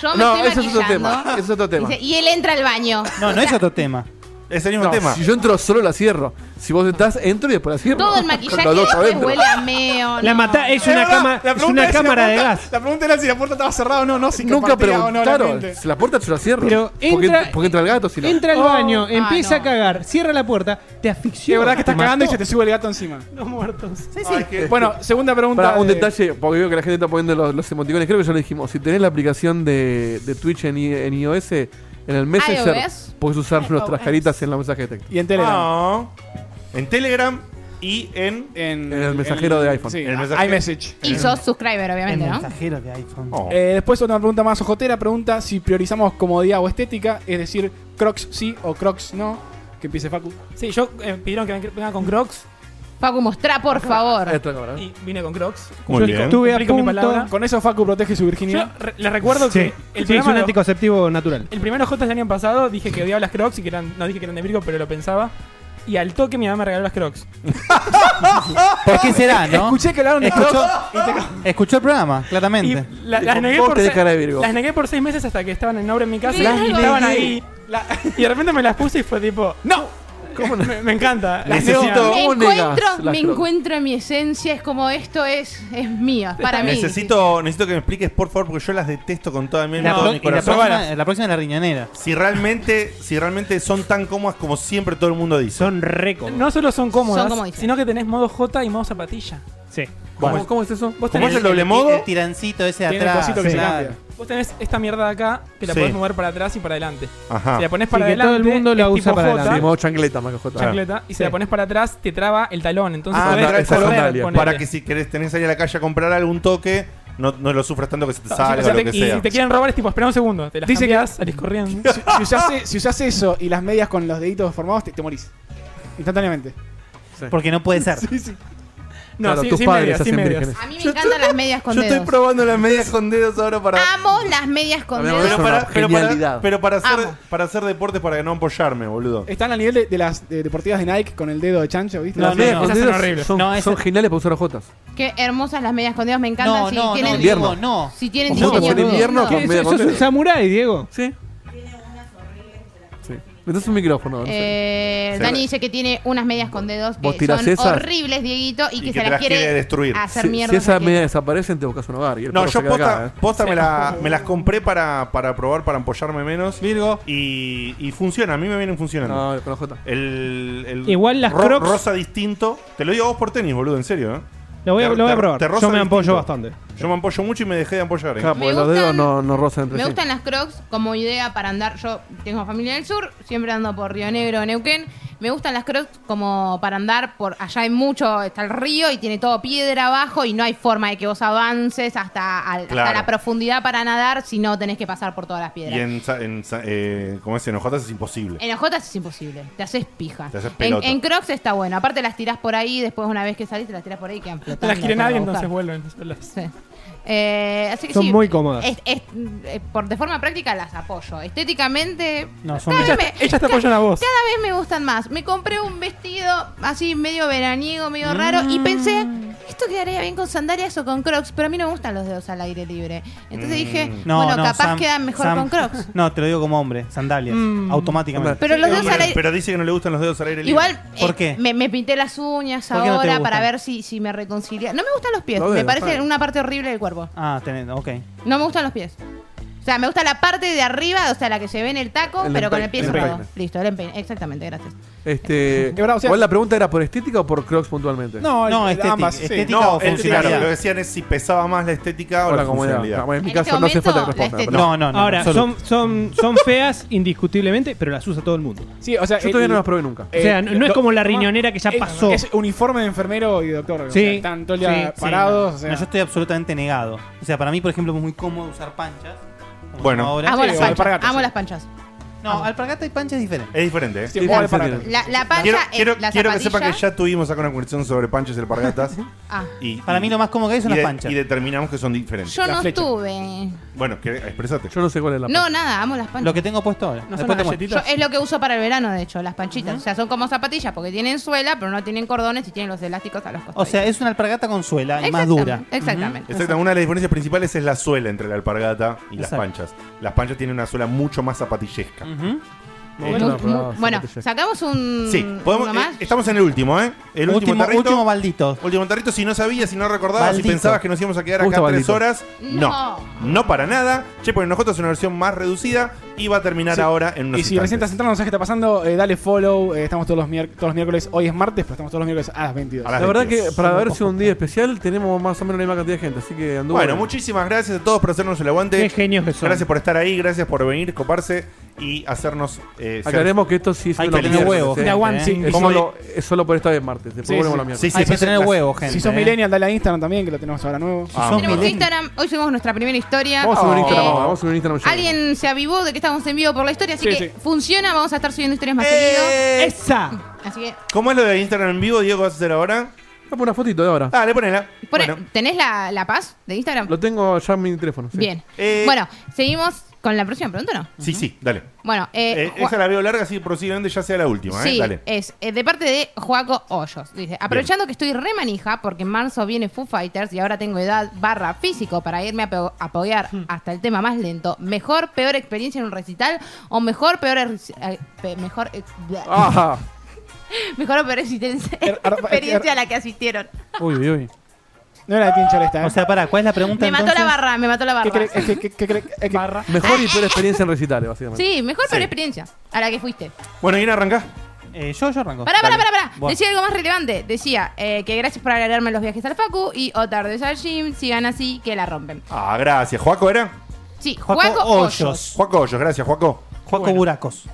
S5: Yo me
S2: No,
S5: estoy
S2: ese
S5: maquillando y
S2: es otro
S5: él entra. Yo me estoy
S2: tema,
S5: maquillando.
S2: ese es otro tema.
S5: Dice, y él entra al baño.
S4: No, no es otro tema.
S3: Es el mismo
S2: No,
S3: tema.
S2: si yo entro solo la cierro. Si vos estás, entro y después la cierro.
S5: Todo el
S2: Con los
S5: maquillaje
S2: dos
S5: después
S2: adentro.
S5: huele a meo.
S6: La
S5: no.
S6: matá, es
S1: Es
S6: una,
S1: verdad,
S6: cama,
S1: la
S6: es
S1: pregunta
S6: una
S1: es si la
S6: cámara de
S1: puerta-
S6: gas.
S1: La pregunta era si la puerta estaba cerrada o no, no, si
S2: Nunca
S1: compartía o no la
S2: preguntaron.
S1: gente.
S2: si la puerta yo la cierro.
S6: Pero
S2: porque,
S6: entra-
S2: porque entra el gato. Si la-
S6: Entra al
S1: Oh.
S6: baño, empieza
S5: Ah, no.
S6: a cagar, cierra la puerta, te
S1: Sí,
S6: asfixia.
S1: es verdad que estás cagando y se te sube el gato encima.
S7: Los muertos.
S4: Sí,
S3: Ay,
S4: sí.
S3: qué-
S1: Bueno, segunda pregunta.
S2: Para Eh, un
S1: de-
S2: detalle, porque veo que la gente está poniendo los, los emoticones, creo que ya lo dijimos. Si tenés la aplicación de, de Twitch en, i- en iOS, en el Messenger
S5: iOS. Ah,
S2: puedes usar nuestras
S5: iOS.
S2: caritas en la mensaje de texto.
S1: Y en Telegram.
S3: Ah. En Telegram y en,
S1: en,
S2: el mensajero de iPhone.
S1: Sí,
S2: En el
S3: mensajero.
S1: iMessage.
S5: Y sos subscriber, obviamente, ¿no?
S4: mensajero de iPhone.
S2: Oh.
S1: Eh, después otra pregunta más ojotera, pregunta si priorizamos comodidad o estética, es decir, Crocs sí o Crocs no, que empiece Facu.
S7: Sí, yo eh, pidieron que venga con Crocs
S5: Facu, mostrá, por favor.
S7: y vine con Crocs.
S3: Muy
S7: Yo
S3: bien.
S6: estuve a
S7: Aplico mi palabra.
S1: Con eso Facu protege su
S7: Yo
S1: virginidad.
S7: re- les recuerdo
S6: Sí,
S7: que el
S6: Sí, es
S7: programa
S6: un
S7: de-
S6: anticonceptivo natural.
S7: El primero J del año pasado dije que odiaba las Crocs y que eran. No dije que eran de Virgo, pero lo pensaba. Y al toque mi mamá me regaló las Crocs.
S4: ¿Por qué será, no?
S1: Escuché que hablaron de Crocs.
S4: Escuchó, escuchó el programa,
S7: Y
S4: claramente.
S7: la- las, negué
S2: Vos
S7: por
S2: tenés
S7: se-
S2: cara de Virgo.
S7: las negué por seis meses hasta que estaban en obra en mi casa
S5: Las
S7: y estaban
S5: negué.
S7: ahí. La- y de repente me las puse y fue tipo. ¡No! me, me encanta. Las
S2: Necesito-
S7: negocio.
S5: Me
S2: ¿Cómo negas
S5: encuentro,
S2: las
S5: me
S2: Crocs?
S5: encuentro en mi esencia, es como esto es, es mía, para mí.
S3: Necesito, necesito que me expliques, por favor, porque yo las detesto con toda mi,
S4: La,
S3: todo
S4: pro-
S3: mi
S4: y la
S3: corazón.
S4: próxima, la próxima es la riñonera.
S3: Si realmente, si realmente son tan cómodas como siempre todo el mundo dice.
S6: Son re cómodos.
S7: No solo son cómodas,
S5: Son como dicen.
S7: sino que tenés modo J y modo zapatilla.
S6: Sí.
S3: ¿Cómo es?
S2: ¿Cómo es eso?
S7: Vos
S3: ¿Cómo
S7: tenés,
S3: es el doble modo?
S4: El tirancito ese de
S1: Tiene el
S4: atrás.
S1: cosito que se
S4: claro.
S1: cambia.
S7: vos tenés esta mierda de acá que la
S3: Sí.
S7: podés mover para atrás y para adelante.
S3: Ajá.
S7: Si la pones
S6: Sí,
S7: para
S6: que todo
S7: adelante,
S6: el mundo la
S7: es
S6: usa
S7: tipo
S6: para
S7: J,
S6: adelante.
S2: Sí, modo chancleta, más que jota.
S7: chancleta, y si la pones para atrás, te traba el talón. Entonces,
S3: Ah,
S7: podés
S2: anda, esa
S7: correr,
S2: sandalia.
S7: ponele.
S3: Para que si querés tenés ahí a la calle a comprar algún toque, no, no lo sufras tanto que se te
S7: O sea,
S3: salga
S7: o sea,
S3: o lo
S7: te-
S3: que
S7: y
S3: sea.
S7: Ah, pues, si te quieren robar es tipo, espera un segundo, te las
S1: Dice
S7: Dice
S1: que-
S7: que salís corriendo.
S1: Si, si usás, si usás eso y las medias con los deditos formados, te, te morís. Instantáneamente.
S4: Porque no puede ser.
S7: No,
S2: Claro,
S7: sí,
S2: tus
S7: sí,
S2: padres
S7: medias, sí,
S2: hacen
S7: medias.
S2: vírgenes.
S5: A mí me encantan las medias con dedos.
S3: probando las medias con dedos ahora para.
S5: Amo las medias con
S2: A ver,
S5: dedos.
S2: es
S3: Pero
S2: una
S3: para, pero para,
S2: genialidad.
S3: pero para hacer,
S5: Amo.
S3: para hacer deportes para no apoyarme,
S6: Eh,
S3: boludo.
S1: Están al nivel de, de las eh, deportivas de Nike con el dedo de chancho, ¿viste?
S4: No,
S2: Las
S4: no,
S2: medias
S4: no,
S2: con
S7: esas son
S2: dedos
S7: horribles.
S2: son,
S4: No,
S6: eh.
S4: esas-
S2: son geniales para usar ojotas.
S5: Qué hermosas las medias con dedos, me encantan.
S4: No,
S5: si,
S4: no,
S5: tienen
S4: no,
S5: diseño-
S4: Diego, no.
S5: si tienen
S2: Ojo,
S5: diseño.
S2: por el invierno,
S5: boludo.
S2: con
S6: ¿Qué?
S2: media
S6: ¿Sos un
S2: condena.
S6: samurái, Diego?
S2: Sí. Sí. Metés un micrófono. no sé.
S5: Eh,
S3: Sí.
S5: Dani dice que tiene unas medias con dedos
S2: Vos
S5: que
S2: tirás
S5: son
S2: esas
S5: horribles, Dieguito, y,
S3: Y
S5: que, se
S3: que te
S5: las
S3: las
S5: quiere
S3: quiere destruir.
S5: hacer
S2: Si,
S5: mierda.
S2: si esas
S5: porque-
S2: medias desaparecen, te buscas un hogar. Y el
S3: No,
S2: perro
S3: yo
S2: se queda
S3: posta,
S2: acá, ¿eh?
S3: posta me, la- me las compré para, para probar, para apoyarme menos. Virgo. Y, y funciona, a mí me vienen funcionando.
S2: No, con ojota.
S3: El, el
S6: Igual las Crocs-
S3: Rosa distinto. Te lo digo a vos por tenis, boludo, en serio. ¿eh?
S6: Lo voy a,
S3: Te-
S6: lo voy a
S3: te-
S6: probar.
S3: te roza
S6: Yo me
S3: distinto.
S6: apoyo bastante.
S3: Yo me apoyo mucho y me dejé de apoyar. ¿eh?
S2: Claro, porque
S5: Me
S2: los
S5: gustan-
S2: dedos no, no rozan entre
S5: Me
S2: sí.
S5: gustan las crocs como idea para andar. Yo tengo familia del sur, siempre ando por Río Negro, Neuquén. Me gustan las crocs como para andar por allá hay mucho, está el río y tiene todo piedra abajo y no hay forma de que vos avances hasta, al-
S3: Claro.
S5: hasta la profundidad para nadar si no tenés que pasar por todas las piedras.
S3: Y en, sa- en sa- eh, como es en OJ es imposible.
S5: En ojotas es imposible, te haces pija.
S3: Te haces
S5: en,
S3: pelota.
S5: en Crocs está bueno, aparte las tirás por ahí, después una vez que salís te las tirás por ahí y quedan
S7: No
S5: flotando.
S7: las quiere
S5: para
S7: nadie,
S5: buscar.
S7: entonces vuelven. Yo las-
S5: Sí. Eh, así que
S6: Son
S5: sí,
S6: muy cómodas.
S5: es- es- eh, por, de forma práctica las apoyo. Estéticamente,
S4: No, son
S5: cada,
S7: Ellas,
S5: vez me,
S7: ellas te apoyan a vos.
S5: cada vez me gustan más. Me compré un vestido así medio veraniego, medio raro, y pensé,
S4: Mm.
S5: esto quedaría bien con sandalias o con crocs, pero a mí no me gustan los dedos al aire libre. Entonces
S4: Mm.
S5: dije,
S3: Mm.
S4: No,
S5: bueno,
S4: no,
S5: capaz
S4: Sam-
S5: quedan mejor
S4: Sam-
S5: con crocs.
S4: No, te lo digo como hombre, sandalias, automáticamente.
S5: Pero los dedos
S3: Pero,
S5: al aire...
S3: pero dice que no le gustan los dedos al aire libre.
S5: Igual
S4: ¿Por
S5: eh,
S4: qué?
S5: Me, me pinté las uñas
S4: ¿Por qué no te
S5: ahora para
S4: gustan?
S5: ver si, si me reconcilia. No me gustan los pies,
S2: Los
S5: me
S2: dedos,
S5: parece
S2: claro.
S5: una parte horrible del cuerpo.
S4: Ah, tenés, ok.
S5: No me gustan los pies. O sea, me gusta la parte de arriba, o sea, la que se ve en el taco,
S2: El
S5: pero con el pie
S2: empeine, el
S5: cerrado.
S2: empeine.
S5: Listo, el empeine. Exactamente, gracias.
S2: Este,
S1: Es verdad, o sea-
S2: igual la pregunta era por estética o por Crocs puntualmente.
S1: No, eh,
S4: No, estética-
S1: ambas, sí.
S4: estética
S3: no,
S4: o
S3: el- claro,
S4: funcionalidad.
S3: lo que decían es si pesaba más la estética o,
S2: Por
S3: la
S2: la comodidad. Ah,
S3: funcionalidad.
S2: bueno, en mi
S5: En
S2: caso
S5: este
S2: no hace falta que
S5: momento,
S2: responda.
S5: la
S2: pero-
S4: No, no, no.
S6: Ahora,
S4: absoluto.
S6: son, son, son feas indiscutiblemente, pero las usa todo el mundo.
S1: Sí, o sea, eh,
S2: Yo todavía no las probé nunca.
S6: O sea, no- no es como la riñonera que ya
S1: es-
S6: pasó.
S1: Es uniforme de enfermero y doctor. o sea,
S6: Sí,
S1: están todo el día
S6: sí, sí,
S1: parados. o sea.
S4: No, yo estoy absolutamente negado. O sea, para mí, por ejemplo, es muy cómodo usar panchas. como
S3: Bueno.
S4: son ahora.
S5: Amo
S1: sí,
S5: las
S1: o
S5: panchas.
S1: alpargatas,
S5: Amo
S1: sí.
S5: las panchas.
S4: No, alpargata y pancha es diferente.
S3: Es diferente. ¿eh?
S1: Sí,
S2: Sí,
S1: igual
S2: sí, sí,
S1: para-
S2: tiene.
S5: La, la pancha
S3: Quiero,
S5: es
S3: quiero,
S5: la
S3: quiero que
S5: zapatilla.
S3: sepan que ya tuvimos acá una conversación sobre panchas y alpargatas.
S5: Ah,
S3: y,
S4: Para mí lo más cómodo que hay son
S3: y
S4: las
S3: de-
S4: panchas.
S3: Y determinamos que son diferentes.
S5: yo
S1: La
S5: no
S1: flecha.
S5: estuve.
S3: Bueno, que, expresate.
S2: Yo no sé cuál es la
S5: No, nada, amo las
S4: Lo
S5: panchas.
S4: que tengo puesto ahora.
S7: No son
S4: Después
S7: las
S4: te muestro.
S5: Yo-
S7: galletitas.
S5: es lo que uso para el verano, de hecho, las panchitas. O sea, son como zapatillas porque tienen suela, pero no tienen cordones y tienen los elásticos a los
S4: O
S5: costados.
S4: sea, es una alpargata con suela y más
S5: Exactamente,
S4: dura.
S5: Exactamente.
S3: Exacto, una de las diferencias principales es la suela entre la alpargata y las
S4: Exacto.
S3: panchas. Las panchas tienen una suela mucho más zapatillesca.
S4: Ujú.
S2: Me
S3: Eh,
S2: gusta
S5: Mu-
S2: la
S5: mu-
S2: palabra
S5: bueno,
S2: zapatilla.
S5: sacamos un.
S3: Sí, podemos,
S5: uno
S3: eh,
S5: más.
S3: estamos en el último, ¿eh? El último,
S4: último,
S3: tarrito.
S4: último baldito.
S3: Último tarrito, si no sabías, si no recordabas,
S4: Maldito.
S3: si pensabas que nos íbamos a quedar acá
S2: Justo
S3: tres
S2: maldito.
S3: horas, no.
S5: No.
S3: No para nada. Che, porque nosotros es una versión más reducida y va a terminar
S1: Sí.
S3: ahora en unos
S1: Y si recién
S3: instantes.
S1: estás entrando, no sabes qué está pasando, eh, dale follow. eh, estamos todos los, mier- todos los miércoles. Hoy es martes, pero estamos todos los miércoles a las 22.
S3: A las
S2: La verdad que
S3: 22.
S2: para ver si un día especial tenemos más o menos la misma cantidad de gente, así que anduvo.
S3: Bueno,
S2: bien.
S3: muchísimas gracias a todos por hacernos el aguante.
S6: Qué genios que son.
S3: Gracias por estar ahí, gracias por venir, coparse. y hacernos. eh, ser-
S2: Aclaremos que esto sí es
S3: Hay
S2: una
S3: que
S2: opinión
S3: tener
S2: de
S3: huevos,
S2: nosotros,
S3: gente,
S2: ¿eh?
S3: aguante,
S2: Sí,
S3: ¿eh?
S2: es
S3: Como-
S2: solo- Es solo por esta vez martes. Después
S1: Sí,
S2: volvemos
S1: sí.
S2: a la mierda.
S3: Sí, sí, Hay que sí, tener sí. huevos,
S1: Si
S2: eh.
S1: sos millennial, dale a Instagram también, que lo tenemos ahora nuevo.
S2: Ah,
S5: Tenemos Instagram, hoy subimos nuestra primera historia.
S2: Vamos a subir un
S5: Eh,
S2: Instagram ahora, vamos a subir un Instagram ya.
S5: Alguien se avivó de que estábamos en vivo por la historia, así
S2: Sí,
S5: que
S2: sí.
S5: funciona, vamos a estar subiendo historias más seguido.
S6: ¡Esa!
S5: Así que,
S3: ¿Cómo es lo de Instagram en vivo, Diego? ¿Vas a hacer ahora?
S2: Pon una fotito de ahora.
S3: Dale, ponela.
S5: Pone- ¿tenés la, la paz de Instagram?
S2: Lo tengo ya en mi teléfono. sí.
S5: Bien. Bueno, seguimos con la próxima pregunta, o ¿no?
S3: Sí, sí, dale.
S5: Bueno, eh,
S3: Eh,
S5: Ju-
S3: esa la veo larga, así que posiblemente ya sea la última, ¿eh?
S5: Sí,
S3: Dale.
S5: es eh, de parte de Joaco Hoyos. Dice, aprovechando que estoy remanija, porque en marzo viene Foo Fighters y ahora tengo edad barra físico para irme a apo- apoyar hasta el tema más lento. ¿Mejor, peor experiencia en un recital o mejor, peor... ex- eh, pe- mejor... ex-
S1: Ah.
S2: Ajá.
S5: Mejor o peor existen-
S1: Er,
S5: experiencia a la que asistieron.
S2: Uy, uy, uy.
S1: No era de pinchar esta, ¿eh?
S4: O sea, pará, ¿cuál es la pregunta
S5: Me mató la barra, me mató la
S1: ¿Qué
S5: barra.
S1: crees? Es que- que- que crees- es que-
S2: Mejor y peor experiencia en recitales, básicamente.
S5: Sí, mejor peor experiencia a la que fuiste.
S3: Bueno, ¿quién arranca?
S4: yo, yo arranco.
S5: Pará, pará, pará, pará.
S4: Bueno.
S5: Decía algo más relevante. Decía eh, que gracias por agregarme los viajes al Facu y o tardes al gym. Sigan así, que la rompen.
S3: Ah, gracias. ¿Juaco era?
S5: Sí, Juaco Hoyos.
S3: Juaco Hoyos, gracias, Juaco.
S4: Juaco Buracos.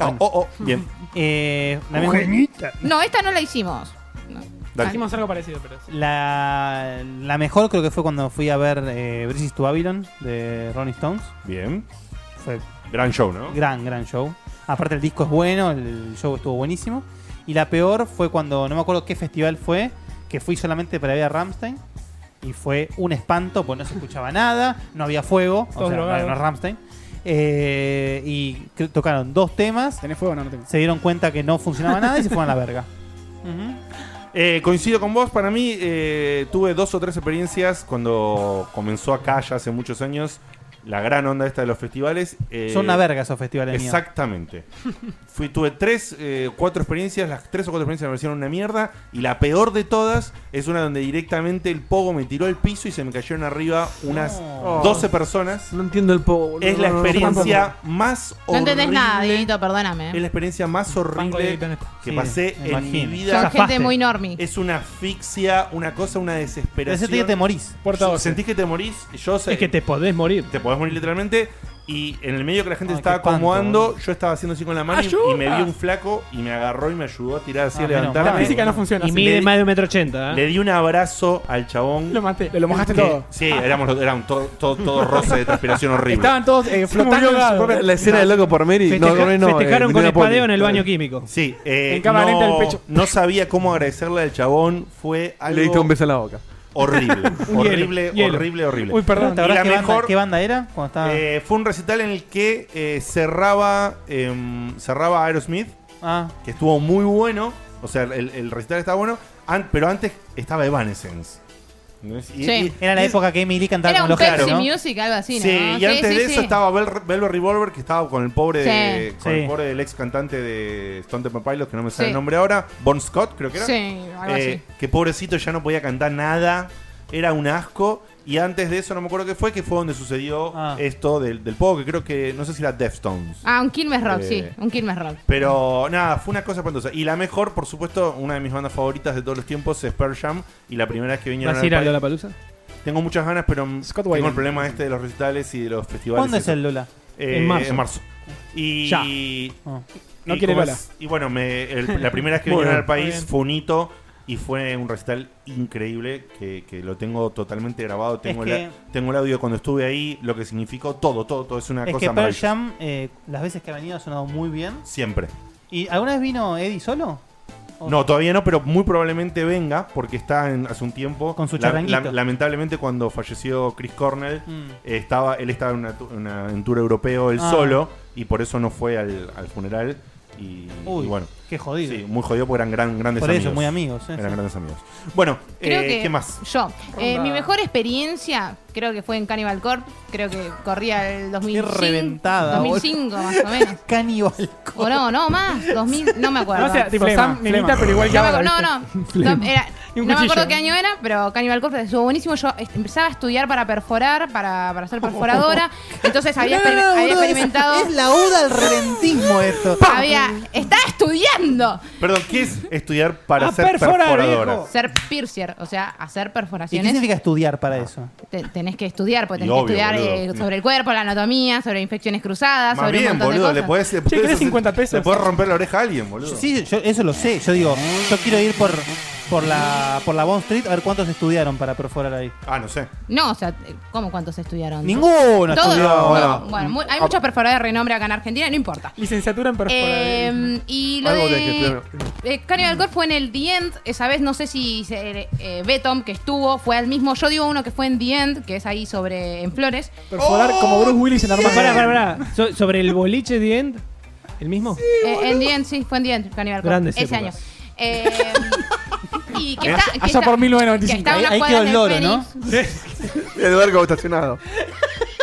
S3: Oh, oh, oh, bien.
S4: Eh, la misma-
S5: No, esta no la hicimos.
S3: Dale.
S7: Hicimos algo parecido, pero sí.
S4: La, la mejor creo que fue cuando fui a ver eh, Bridges to Babylon de Rolling Stones.
S3: Bien.
S4: Fue
S3: Gran show, ¿no?
S4: gran, gran show. Aparte el disco es bueno, el show estuvo buenísimo. Y la peor fue cuando, no me acuerdo qué festival fue, que fui solamente para ver a Ramstein. Y fue un espanto, pues no se escuchaba nada, no había fuego, o
S7: Todos
S4: sea, no,
S7: drogados.
S4: no Ramstein. y cre- tocaron dos temas,
S1: ¿Tenés fuego o no? No tengo.
S4: se dieron cuenta que no funcionaba nada y se fueron a la verga.
S3: Eh, coincido con vos, para mí eh, tuve dos o tres experiencias cuando comenzó acá ya hace muchos años la gran onda esta de los festivales. eh,
S4: Son una verga esos festivales de mierda.
S3: Exactamente. Fui, tuve tres, eh, cuatro experiencias, las tres o cuatro experiencias me parecieron una mierda y la peor de todas es una donde directamente el pogo me tiró al piso y se me cayeron arriba unas
S2: No.
S3: 12 personas.
S2: No entiendo el pogo.
S3: Es la experiencia más
S5: No
S3: horrible.
S5: entendés nada, Dieguito, perdóname.
S3: Es la experiencia más horrible que
S4: Sí,
S3: pasé
S4: me
S3: en mi
S4: imagino.
S3: vida.
S5: Son gente muy normie.
S3: Es una asfixia, una cosa, una
S4: Pero
S3: desesperación.
S4: sentí que te morís.
S1: Puerta
S3: Sí,
S1: 12.
S3: Sentís que te morís. Yo sé,
S6: Es que te podés morir.
S3: te podés morir literalmente. Y en el medio que la gente
S4: Ay,
S3: se estaba
S4: qué espanto,
S3: acomodando,
S4: boludo.
S3: yo estaba haciendo así con la mano y- y me vio un flaco y me agarró y me ayudó a tirar así,
S4: Ah,
S3: a
S4: menos
S3: levantarme.
S4: mal.
S7: La física no funciona.
S6: Y
S7: así.
S6: mide
S3: le-
S6: más de un metro ochenta.
S3: Le di un abrazo al chabón.
S7: Lo maté.
S1: Lo mojaste
S3: que-
S1: todo.
S3: Sí, éramos, los- era un todo, todo, todo roce de transpiración horrible.
S1: Estaban todos eh, flotando
S7: murió
S1: en su
S7: ahogado.
S1: propia-
S2: La escena del loco por Mary. no, no, no, eh,
S6: festejaron con
S2: Medina Poli.
S6: espadeo en el baño químico.
S3: Sí, eh,
S1: En
S3: no,
S1: cámara lenta del pecho.
S3: no sabía cómo agradecerle al chabón. Fue algo
S2: Le diste un beso en la boca.
S3: horrible.
S6: Un
S3: horrible,
S6: hielo, hielo.
S3: horrible, horrible.
S7: Uy, perdón.
S4: ¿Te
S3: Y
S4: acordás
S3: la
S4: qué,
S3: mejor-
S4: banda, qué banda era? Cuando estaba...
S3: Eh, fue un recital en el que eh, cerraba, em, cerraba Aerosmith,
S4: ah,
S3: que estuvo muy bueno. O sea, el, el recital estaba bueno, an- pero antes estaba Evanescence. ¿Entendés? Y-
S5: Sí.
S3: y-
S4: era la
S3: y-
S4: época que Emily cantaba
S5: Era
S4: con
S5: un
S4: los
S5: Pepsi
S4: caros, ¿no?
S5: Music, algo así,
S3: Sí,
S5: ¿no?
S3: y antes de eso estaba Bel- Velvet Revolver, que estaba con el pobre de-
S5: Sí.
S3: con el
S4: Sí.
S3: pobre del ex cantante de Stone Temple Pilots, que no me sale
S5: Sí.
S3: el nombre ahora, Bon Scott, creo que era.
S5: Sí, algo
S3: Eh, que pobrecito ya no podía cantar nada, era un asco. Y antes de eso, no me acuerdo qué fue, que fue donde sucedió
S4: Ah.
S3: esto del, del poco, que creo que, no sé si era Deftones.
S5: así. Ah, un Kilmes Rock,
S3: Eh,
S5: sí. Un Kilmes Rock.
S3: Pero nada, fue una cosa espantosa. Y la mejor, por supuesto, una de mis bandas favoritas de todos los tiempos es Pearl Jam. Y la primera vez que vinieron
S6: ¿Vas a ir a
S3: país-
S6: la palusa?
S3: Tengo muchas ganas, pero mm,
S1: Scott
S3: tengo
S1: Weiland.
S3: el problema este de los recitales y de los festivales. y
S4: ¿Cuándo es
S3: eso.
S4: el Lola?
S3: Eh,
S6: En
S3: en
S6: marzo.
S3: marzo. Y,
S6: Ya.
S3: y
S4: Ah.
S1: No quiere
S3: como
S1: Lola.
S3: es- Y bueno, me- el- la primera vez que
S2: Muy
S3: vinieron
S2: bien,
S3: al
S7: muy
S3: país
S7: bien.
S3: fue un hito y fue un recital increíble que, que lo tengo totalmente grabado. Tengo,
S4: Es
S3: el,
S4: que-
S3: tengo el audio cuando estuve ahí, lo que significó todo, todo, todo. Es una
S4: Es
S3: cosa
S4: que Pearl
S3: maravillosa.
S4: Jam, eh, las veces que ha venido ha sonado muy bien.
S3: Siempre.
S4: ¿Y alguna vez vino Eddie solo? ¿O-
S3: No, todavía no, pero muy probablemente venga porque está en- hace un tiempo.
S4: Con su
S3: La-
S4: charanguito.
S3: la- lamentablemente, cuando falleció Chris Cornell,
S4: Mm.
S3: eh, estaba, él estaba en una, tu- una- en tour europeo él
S4: Ah.
S3: solo y por eso no fue al, al funeral. Y,
S4: Uy,
S3: y bueno,
S4: qué jodido.
S3: sí, muy jodido porque eran gran- grandes
S4: Por eso,
S3: amigos.
S4: muy amigos. eh,
S3: Eran
S4: sí.
S3: grandes amigos. Bueno,
S5: Creo
S3: eh,
S5: que
S3: ¿qué más?
S5: Yo. Eh, mi mejor experiencia creo que fue en Cannibal Corp. Creo que corría el 2005.
S4: reventada,
S5: 2005, más o menos.
S4: Cannibal
S5: O no, no, más. 2000, no me acuerdo.
S7: No, o sea, tipo,
S1: Flema,
S7: Sam me
S1: flema.
S7: imita, pero igual que
S5: No, me
S7: ahora,
S5: acuerdo,
S7: ¿viste?
S5: no, no. No, era
S7: Y un
S5: no me
S7: cuchillo.
S5: acuerdo qué año era, pero Cannibal Corpse estuvo buenísimo. Yo est- empezaba a estudiar para perforar, para, para ser perforadora. Entonces había,
S13: No, no, no,
S5: exper- había
S13: boludo, es-
S5: experimentado.
S13: Es la oda al redentismo esto.
S5: Había. Estaba estudiando.
S3: Perdón, ¿qué es estudiar para
S4: Ah,
S5: A
S3: ser
S4: perforar,
S3: perforadora?
S5: Ser piercer, o sea, hacer
S4: ¿Y qué
S5: perforaciones.
S4: significa estudiar para eso?
S5: Te- tenés que estudiar, porque
S4: Y
S5: tenés
S4: obvio,
S5: que estudiar
S4: boludo.
S5: eh, sobre el cuerpo, la anatomía, sobre infecciones cruzadas,
S3: Más
S5: sobre un
S3: bien,
S5: montón
S3: boludo,
S5: de cosas.
S3: le podés, podés hacer- Le podés romper la oreja a alguien, boludo.
S4: Sí, yo eso lo sé. Yo digo, yo quiero ir por, por la por la Bond Street a ver cuántos estudiaron para perforar ahí.
S3: Ah, no sé.
S5: No, o sea, ¿cómo cuántos estudiaron?
S4: Ninguno
S5: Todos,
S4: estudió.
S5: no.
S4: Bueno.
S5: Bueno, mu- hay muchas perforadores de renombre acá en Argentina, no importa.
S7: Licenciatura en
S5: Eh, y lo
S2: Algo tenés que
S5: de
S2: estudiar.
S5: eh, Cannibal Corpse fue en el The End. Esa vez no sé si se- eh, Betom, que estuvo, fue al mismo. Yo digo uno que fue en The End, que es ahí sobre en Flores.
S1: Perforar como Bruce Willis en
S6: Pará,
S1: armas.
S6: pará, pará. So- sobre el boliche de End, ¿el mismo?
S5: Eh, en The End, sí, fue en The End, Cannibal Corpse.
S6: Grandes
S5: ese
S6: épocas.
S5: año. Eh, y que
S2: Eh,
S5: está, que
S2: allá
S5: está-
S2: por 1995.
S5: que está a
S2: Ahí-
S5: unas
S2: ahí
S5: cuadras
S2: quedó el
S5: del
S2: loro, ¿no?
S5: Fénix.
S2: el barco estacionado.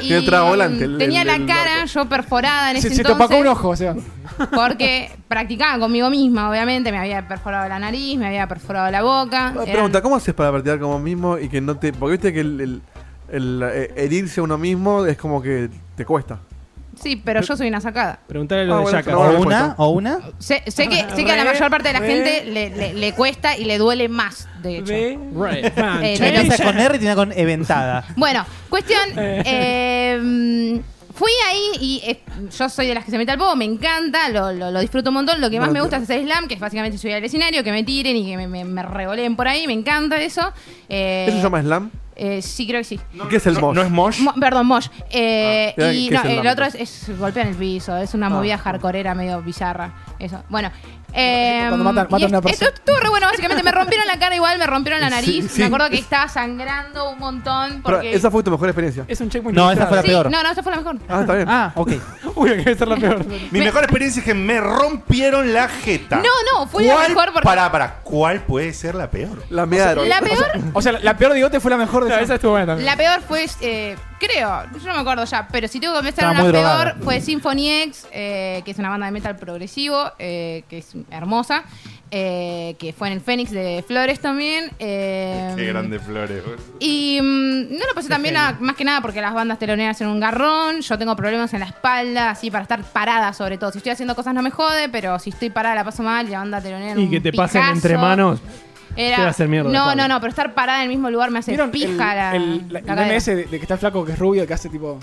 S5: Y
S2: Tiene tragolante. el-
S5: tenía
S2: el-
S5: la
S2: el
S5: cara
S2: barco.
S5: yo perforada en
S1: Se,
S5: ese
S1: se
S5: entonces
S1: topacó un ojo, o sea.
S5: porque practicaba conmigo misma, obviamente. Me había perforado la nariz, me había perforado la boca.
S2: Ah,
S5: Eran-
S2: Pregunta, ¿cómo haces para practicar como mismo y que no te. Porque viste que el, el- el, eh, herirse a uno mismo es como que te cuesta.
S5: Sí, pero yo soy una sacada.
S6: Preguntale
S2: Ah,
S6: lo de
S2: bueno,
S6: Yaka.
S2: no, no, no, no.
S4: una?
S5: Sé, sé que, sé que a la
S6: Re,
S5: mayor parte de la
S6: re.
S5: gente le, le- le cuesta y le duele más, de hecho.
S4: Right.
S5: Eh, no
S4: Empieza
S5: era-
S4: con R y tiene con E eventada.
S5: Bueno, cuestión. eh, mm, fui ahí y eh, yo soy de las que se mete al poco, me encanta, lo, lo- lo disfruto un montón. Lo que más
S13: Bueno,
S5: me gusta es hacer slam, que es básicamente subir al escenario, que me tiren y que me, me, me regoleen por ahí, me encanta eso. Eh,
S2: ¿Eso se llama slam?
S5: eh, sí, creo que sí.
S2: ¿Qué es el mosh? ¿No es mosh?
S5: Mo- perdón, Mosh. Eh,
S2: Ah,
S5: y
S2: ¿qué
S5: no,
S2: es el
S5: el
S2: ámbito?
S5: otro es, es golpear en el piso, es una
S2: Ah.
S5: movida hardcoreera medio bizarra. Eso. Bueno. eh,
S1: Cuando matan-
S5: y
S1: matan a
S5: es-
S1: una persona.
S5: esto estuvo re bueno, básicamente. Me rompieron la cara igual, me rompieron la
S2: Sí,
S5: nariz.
S2: sí.
S5: Me acuerdo que estaba sangrando un montón.
S2: Pero
S5: Porque...
S2: esa fue tu mejor experiencia.
S7: Es un checkpoint.
S2: No, esa fue la
S5: Sí,
S2: peor.
S5: No, no, esa fue la mejor.
S2: Ah, está bien.
S4: Ah, ok.
S7: Uy, que debe ser la peor.
S3: Mi mejor experiencia es que me rompieron la jeta.
S5: No, no, fue la
S3: ¿Cuál-
S5: mejor porque-
S3: Pará, pará, ¿cuál puede ser la peor?
S2: La
S5: mearon. La peor-
S1: O sea, la, la peor de Gote fue la mejor de
S7: Esa estuvo buena también.
S5: La peor fue, eh, creo, yo no me acuerdo ya, pero si tengo que pensar
S7: Estaba
S5: en
S7: muy
S5: una peor,
S7: drogada.
S5: fue Symphony X, eh, que es una banda de metal progresivo, eh, que es hermosa, eh, que fue en el Fénix de Flores también. eh,
S3: Qué grande flores. boludo.
S5: Y mm, no lo pasé también más que nada porque las bandas teloneras son un garrón, yo tengo problemas en la espalda, así para estar parada sobre todo. Si estoy haciendo cosas no me jode, pero si estoy parada la paso mal y la banda telonera
S6: Y
S5: un
S6: que te pasen
S5: pijazo.
S6: entre manos.
S5: Era-
S6: te va a hacer mierda,
S5: No,
S6: Pablo.
S5: no, no, pero estar parada en el mismo lugar me hace
S1: ¿Vieron
S5: pija
S1: el,
S5: la,
S1: el- la- el
S5: la
S1: meme
S5: cadera.
S1: ese de, de que está flaco, que es rubio, que hace tipo.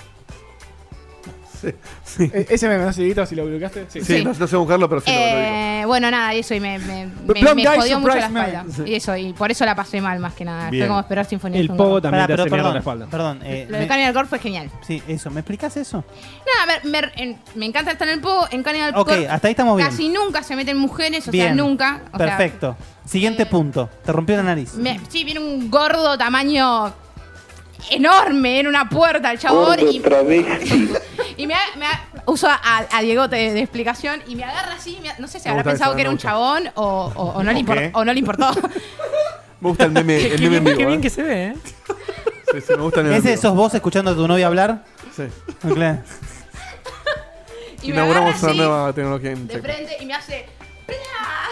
S2: Sí, sí.
S1: E- ese meme, ¿no? Si Dito, si lo bloqueaste.
S2: Sí, No, no sé buscarlo, pero sí lo- lo digo.
S5: Eh, bueno, nada, eso y me, me,
S1: The
S5: me-
S1: Blonde
S5: me
S1: Guy
S5: jodió mucho la
S1: Surprise
S5: espalda.
S1: Night. Sí.
S5: Y eso, y por eso la pasé mal más que nada.
S4: Bien.
S5: Fue como esperar sinfonía.
S4: El
S5: poco
S4: pogo también te hace mierda
S6: la espalda.
S4: Perdón, eh,
S5: Lo
S4: me-
S5: de Cannibal Corpse fue genial.
S4: sí, eso. ¿Me explicas eso?
S5: Nada, a ver, me, en- me encanta estar en el pogo, en Cannibal
S4: Ok,
S5: Corpse
S4: hasta ahí estamos bien.
S5: Casi nunca se meten mujeres, o sea,
S4: Bien.
S5: nunca. O sea,
S4: Perfecto. Siguiente punto. Te rompió la nariz.
S5: me- sí, viene un gordo tamaño enorme en una puerta el chabón y, y me, ha- me ha- uso a, a Diegote de, de explicación y me agarra así, me ha- no sé si
S2: Me
S5: habrá
S2: gusta
S5: pensado
S2: eso,
S5: que era
S2: me
S5: un
S2: gusta.
S5: chabón o, o- o no le
S2: Ok.
S5: impor- o no le importó.
S2: Me gusta el meme, el meme en vivo.
S7: Qué bien
S2: eh.
S7: que se ve, ¿eh?
S2: Sí, sí, me gusta el meme en
S4: ¿Ese
S2: vivo.
S4: sos vos escuchando a tu novia hablar?
S2: Sí.
S4: Ah, claro.
S5: Y me agarra
S2: Inauguramos una
S5: así,
S2: nueva tecnología en
S5: de
S2: Checkpoint.
S5: frente y me hace. ¡Pla!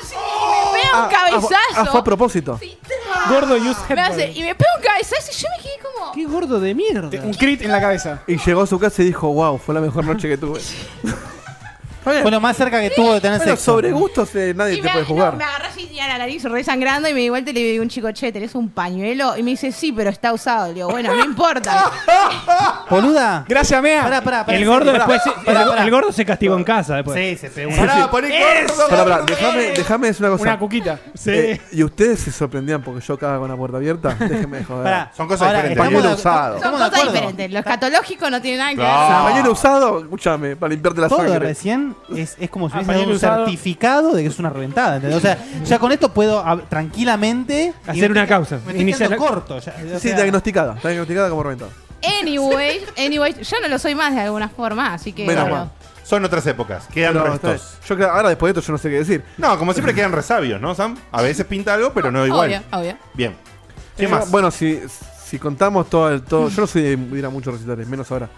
S5: Así, y me pega un
S2: Ah, ah, fue-
S5: cabezazo.
S2: Ah, fue a propósito.
S5: ¡Tra!
S1: Gordo y usted.
S5: me hace, y me pega un cabezazo y yo me quedé como.
S6: Qué gordo de mierda.
S1: Un crit en la cabeza.
S2: Y llegó a su casa y dijo, wow, fue la mejor noche que tuve.
S4: Fue lo más cerca que tuvo de tener
S2: Bueno,
S4: sexo.
S2: sobre gustos eh, nadie
S5: Y
S2: te
S5: me,
S2: puede
S5: no,
S2: jugar.
S5: me agarró así tenía la nariz re sangrando y me di vuelta y le digo a un chico, che, ¿tenés un pañuelo? Y me dice, sí, pero está usado. Le digo, bueno, no importa.
S4: Boluda.
S1: Gracias, Mea.
S4: Pará, pará, pará.
S6: El gordo
S4: Pará,
S6: después. se-
S4: pará,
S6: el-
S4: pará.
S6: El gordo se castigó en casa después.
S4: Sí, se pegó.
S6: Pará,
S3: poné
S2: Pará, pará, déjame, déjame decir una cosa.
S1: Una cuquita.
S2: Eh, y ustedes se sorprendían porque yo cagaba con la puerta abierta. Déjenme de joder.
S4: Pará.
S3: Son cosas
S4: Ahora,
S3: diferentes.
S2: Pañuelo
S4: estamos de-
S2: usado.
S5: Son
S4: Estamos de
S5: cosas
S4: acuerdo.
S5: diferentes. Lo escatológico no tiene nada que
S2: O sea,
S5: ver.
S2: Pañuelo usado, escúchame, para limpiarte la
S4: Todo de
S2: sangre.
S4: recién es, es como si
S1: Ah,
S4: hubiese dado un
S1: pañuelo usado.
S4: certificado de que es una reventada. ¿entendés? O sea, ya con esto puedo ab- tranquilamente y
S6: Hacer
S4: me
S6: una
S4: estoy-
S6: causa.
S4: Me estoy
S6: Iniciar.
S4: quedando corto. ya, o
S2: Sí,
S4: sea,
S2: diagnosticada. Está diagnosticada como reventado.
S5: Anyway, anyway, yo no lo soy más de alguna forma, así que.
S2: Menos
S5: bueno.
S2: mal.
S3: Son otras épocas, quedan
S2: Pero,
S3: restos.
S2: está bien. Yo creo- ahora después de esto yo no sé qué decir.
S3: No, como siempre quedan resabios, ¿no, Sam? A veces pinta algo, pero no igual.
S5: Obvio, obvio.
S3: Bien. ¿Qué
S2: Eh,
S3: más?
S2: Bueno, si, si contamos todo el todo. Yo no soy de ir a muchos recitales, menos ahora.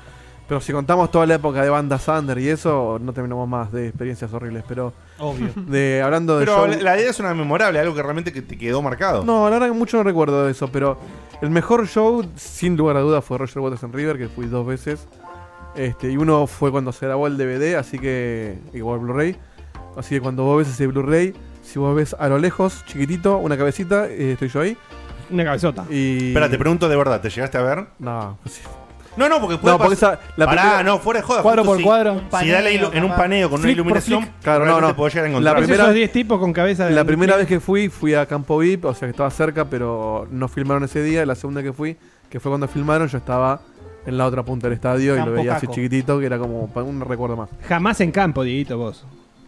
S2: Pero si contamos toda la época de banda Sander y eso, no terminamos más de experiencias horribles, pero.
S3: Obvio.
S2: De, Eh, hablando de.
S3: Pero
S2: show-
S3: la, la idea es una memorable, algo que realmente que te quedó marcado.
S2: No, la verdad que mucho no recuerdo de eso, pero el mejor show, sin lugar a dudas, fue Roger Waters en River, que fui dos veces. Este, y uno fue cuando se grabó el DVD, así que. igual Blu-ray. Así que cuando vos ves ese Blu-ray, si vos ves a lo lejos, chiquitito, una cabecita, eh, estoy yo ahí.
S6: Una cabezota.
S2: Y.
S3: Espera, te pregunto de verdad, ¿te llegaste a ver?
S2: No, pues
S3: No, no, porque puede
S2: No, porque
S3: pasar-
S2: esa- la
S3: Pará,
S2: primera-
S3: no, fuera de joda.
S2: Cuadro
S3: justo
S2: por
S3: si-
S2: cuadro.
S3: Si
S2: Paneo,
S3: da la ilu- en un
S2: capaz.
S3: paneo con una
S2: Flick por
S3: iluminación,
S2: flick. Claro, no,
S3: realmente
S2: no.
S3: podés llegar a
S2: La
S3: encontrar.
S2: primera-
S6: Esos 10 tipos con cabeza de.
S2: La primera vez que fui, fui a Campo VIP, o sea que estaba cerca, pero no filmaron ese día. La segunda que fui, que fue cuando filmaron, yo estaba en la otra punta del estadio y
S6: Campo
S2: lo veía así
S6: Caco.
S2: chiquitito, que era como pa- un recuerdo más.
S6: Jamás en campo, Dieguito, vos.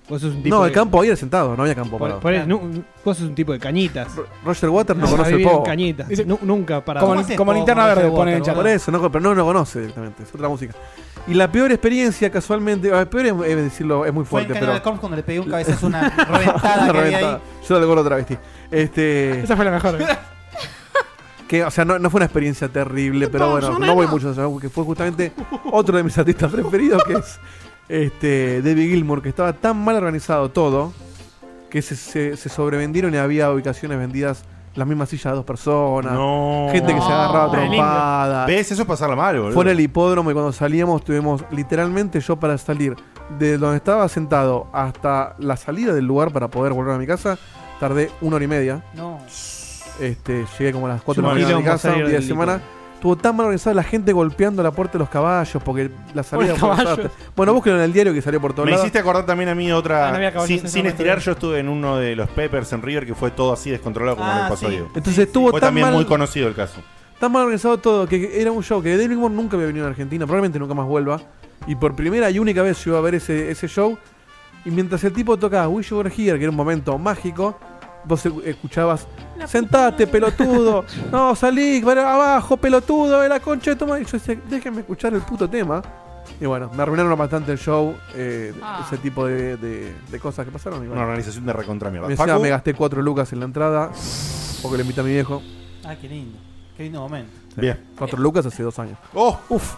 S6: Vos sos un tipo
S2: No,
S6: de-
S2: el campo ahí era sentado, no había campo
S6: Por-
S2: parado.
S6: por eso, nu- vos sos un tipo de cañitas.
S2: Roger Waters no
S6: Vas a
S2: conoce
S6: vivir en
S2: Pogo.
S6: cañitas. Nu- nunca para.
S2: Como-
S1: como linterna verde, pone en chat.
S2: Por eso, no, pero no lo conoce directamente, es otra música. Y la peor experiencia, casualmente, ah, peor es, es decirlo, es muy
S4: Fue en
S2: fuerte,
S4: Canal
S2: pero.
S4: Alcorn cuando le pegué un cabezazo, una reventada que había ahí.
S2: reventada. Yo era el gordo travesti. Este.
S7: Esa fue la mejor. ¿eh?
S2: Que, o sea, no, no fue una experiencia terrible, pero bueno, no voy mucho a eso, que fue justamente otro de mis artistas preferidos, que es este David Gilmour, que estaba tan mal organizado todo, que se, se- se sobrevendieron y había ubicaciones vendidas las mismas sillas de dos personas, gente que se agarraba a
S3: Qué lindo.
S2: trompada.
S3: ¿Ves? Eso es pasarla mal, boludo.
S2: Fue en el hipódromo y cuando salíamos tuvimos literalmente yo para salir de donde estaba sentado hasta la salida del lugar para poder volver a mi casa, tardé una hora y media.
S4: No.
S2: Este, llegué como a las 4 de la
S3: Es un
S2: mañana a mi
S3: quilombo
S2: casa, un
S3: salir
S2: día de
S3: del
S2: semana. Estuvo tan mal organizada la gente golpeando la puerta de los caballos porque la salida
S3: Por
S2: por
S3: caballos.
S2: todas partes. Bueno, búsquenlo en el diario que salió por todos
S3: Me
S2: lados.
S3: hiciste acordar también a mí
S2: Ah, no
S3: otra.
S2: había caballos en
S3: sin
S2: ese
S3: sin
S2: momento.
S3: estirar, yo estuve en uno de los Peppers en River que fue todo así descontrolado como
S2: Ah,
S3: me pasó
S2: sí.
S3: a Diego.
S2: Entonces estuvo
S3: Fue
S2: tan
S3: también
S2: mal-
S3: muy conocido el caso.
S2: Tan mal organizado todo que era un show que David Gilmour nunca había venido a Argentina, probablemente nunca más vuelva. Y por primera y única vez yo iba a ver ese, ese show. Y mientras el tipo tocaba Wish You Were Here, que era un momento mágico, vos e- escuchabas: Sentate, pelotudo. no, salí, para abajo, pelotudo, de la concha de tu madre". Y yo decía: Déjenme escuchar el puto tema. Y bueno, me arruinaron bastante el show, eh, ese tipo de, de- de cosas que pasaron. y bueno.
S3: Una organización de recontra mierda.
S2: Me, decía,
S3: Facu.
S2: me gasté cuatro lucas en la entrada, porque le invité a mi viejo.
S4: Ah, qué lindo. Qué lindo momento.
S3: Bien.
S2: Cuatro lucas hace dos años.
S3: ¡Oh! ¡Uf!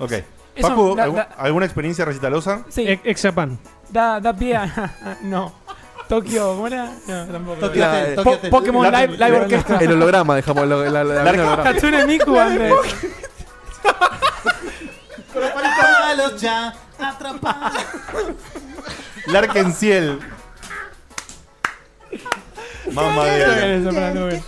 S3: Ok.
S7: Eso,
S3: Facu,
S7: da-
S3: ¿algú-
S7: da-
S3: ¿alguna experiencia recitalosa?
S7: Sí.
S6: Ex Japan.
S7: Da, da pie a. no. Tokio, ¿cómo era? No, tampoco.
S2: Tokio
S7: La-
S2: Hotel,
S7: Po-
S2: Tokio Hotel.
S7: Pokémon
S2: La-
S7: Live, live
S2: la-
S7: Orchestra.
S2: El holograma dejamos. La, la, la- la- el holograma.
S7: Hatsune Miku antes.
S4: Atrapalos ya, atrapalos.
S3: Larken Ciel. Mamá de
S7: Eso para la nube.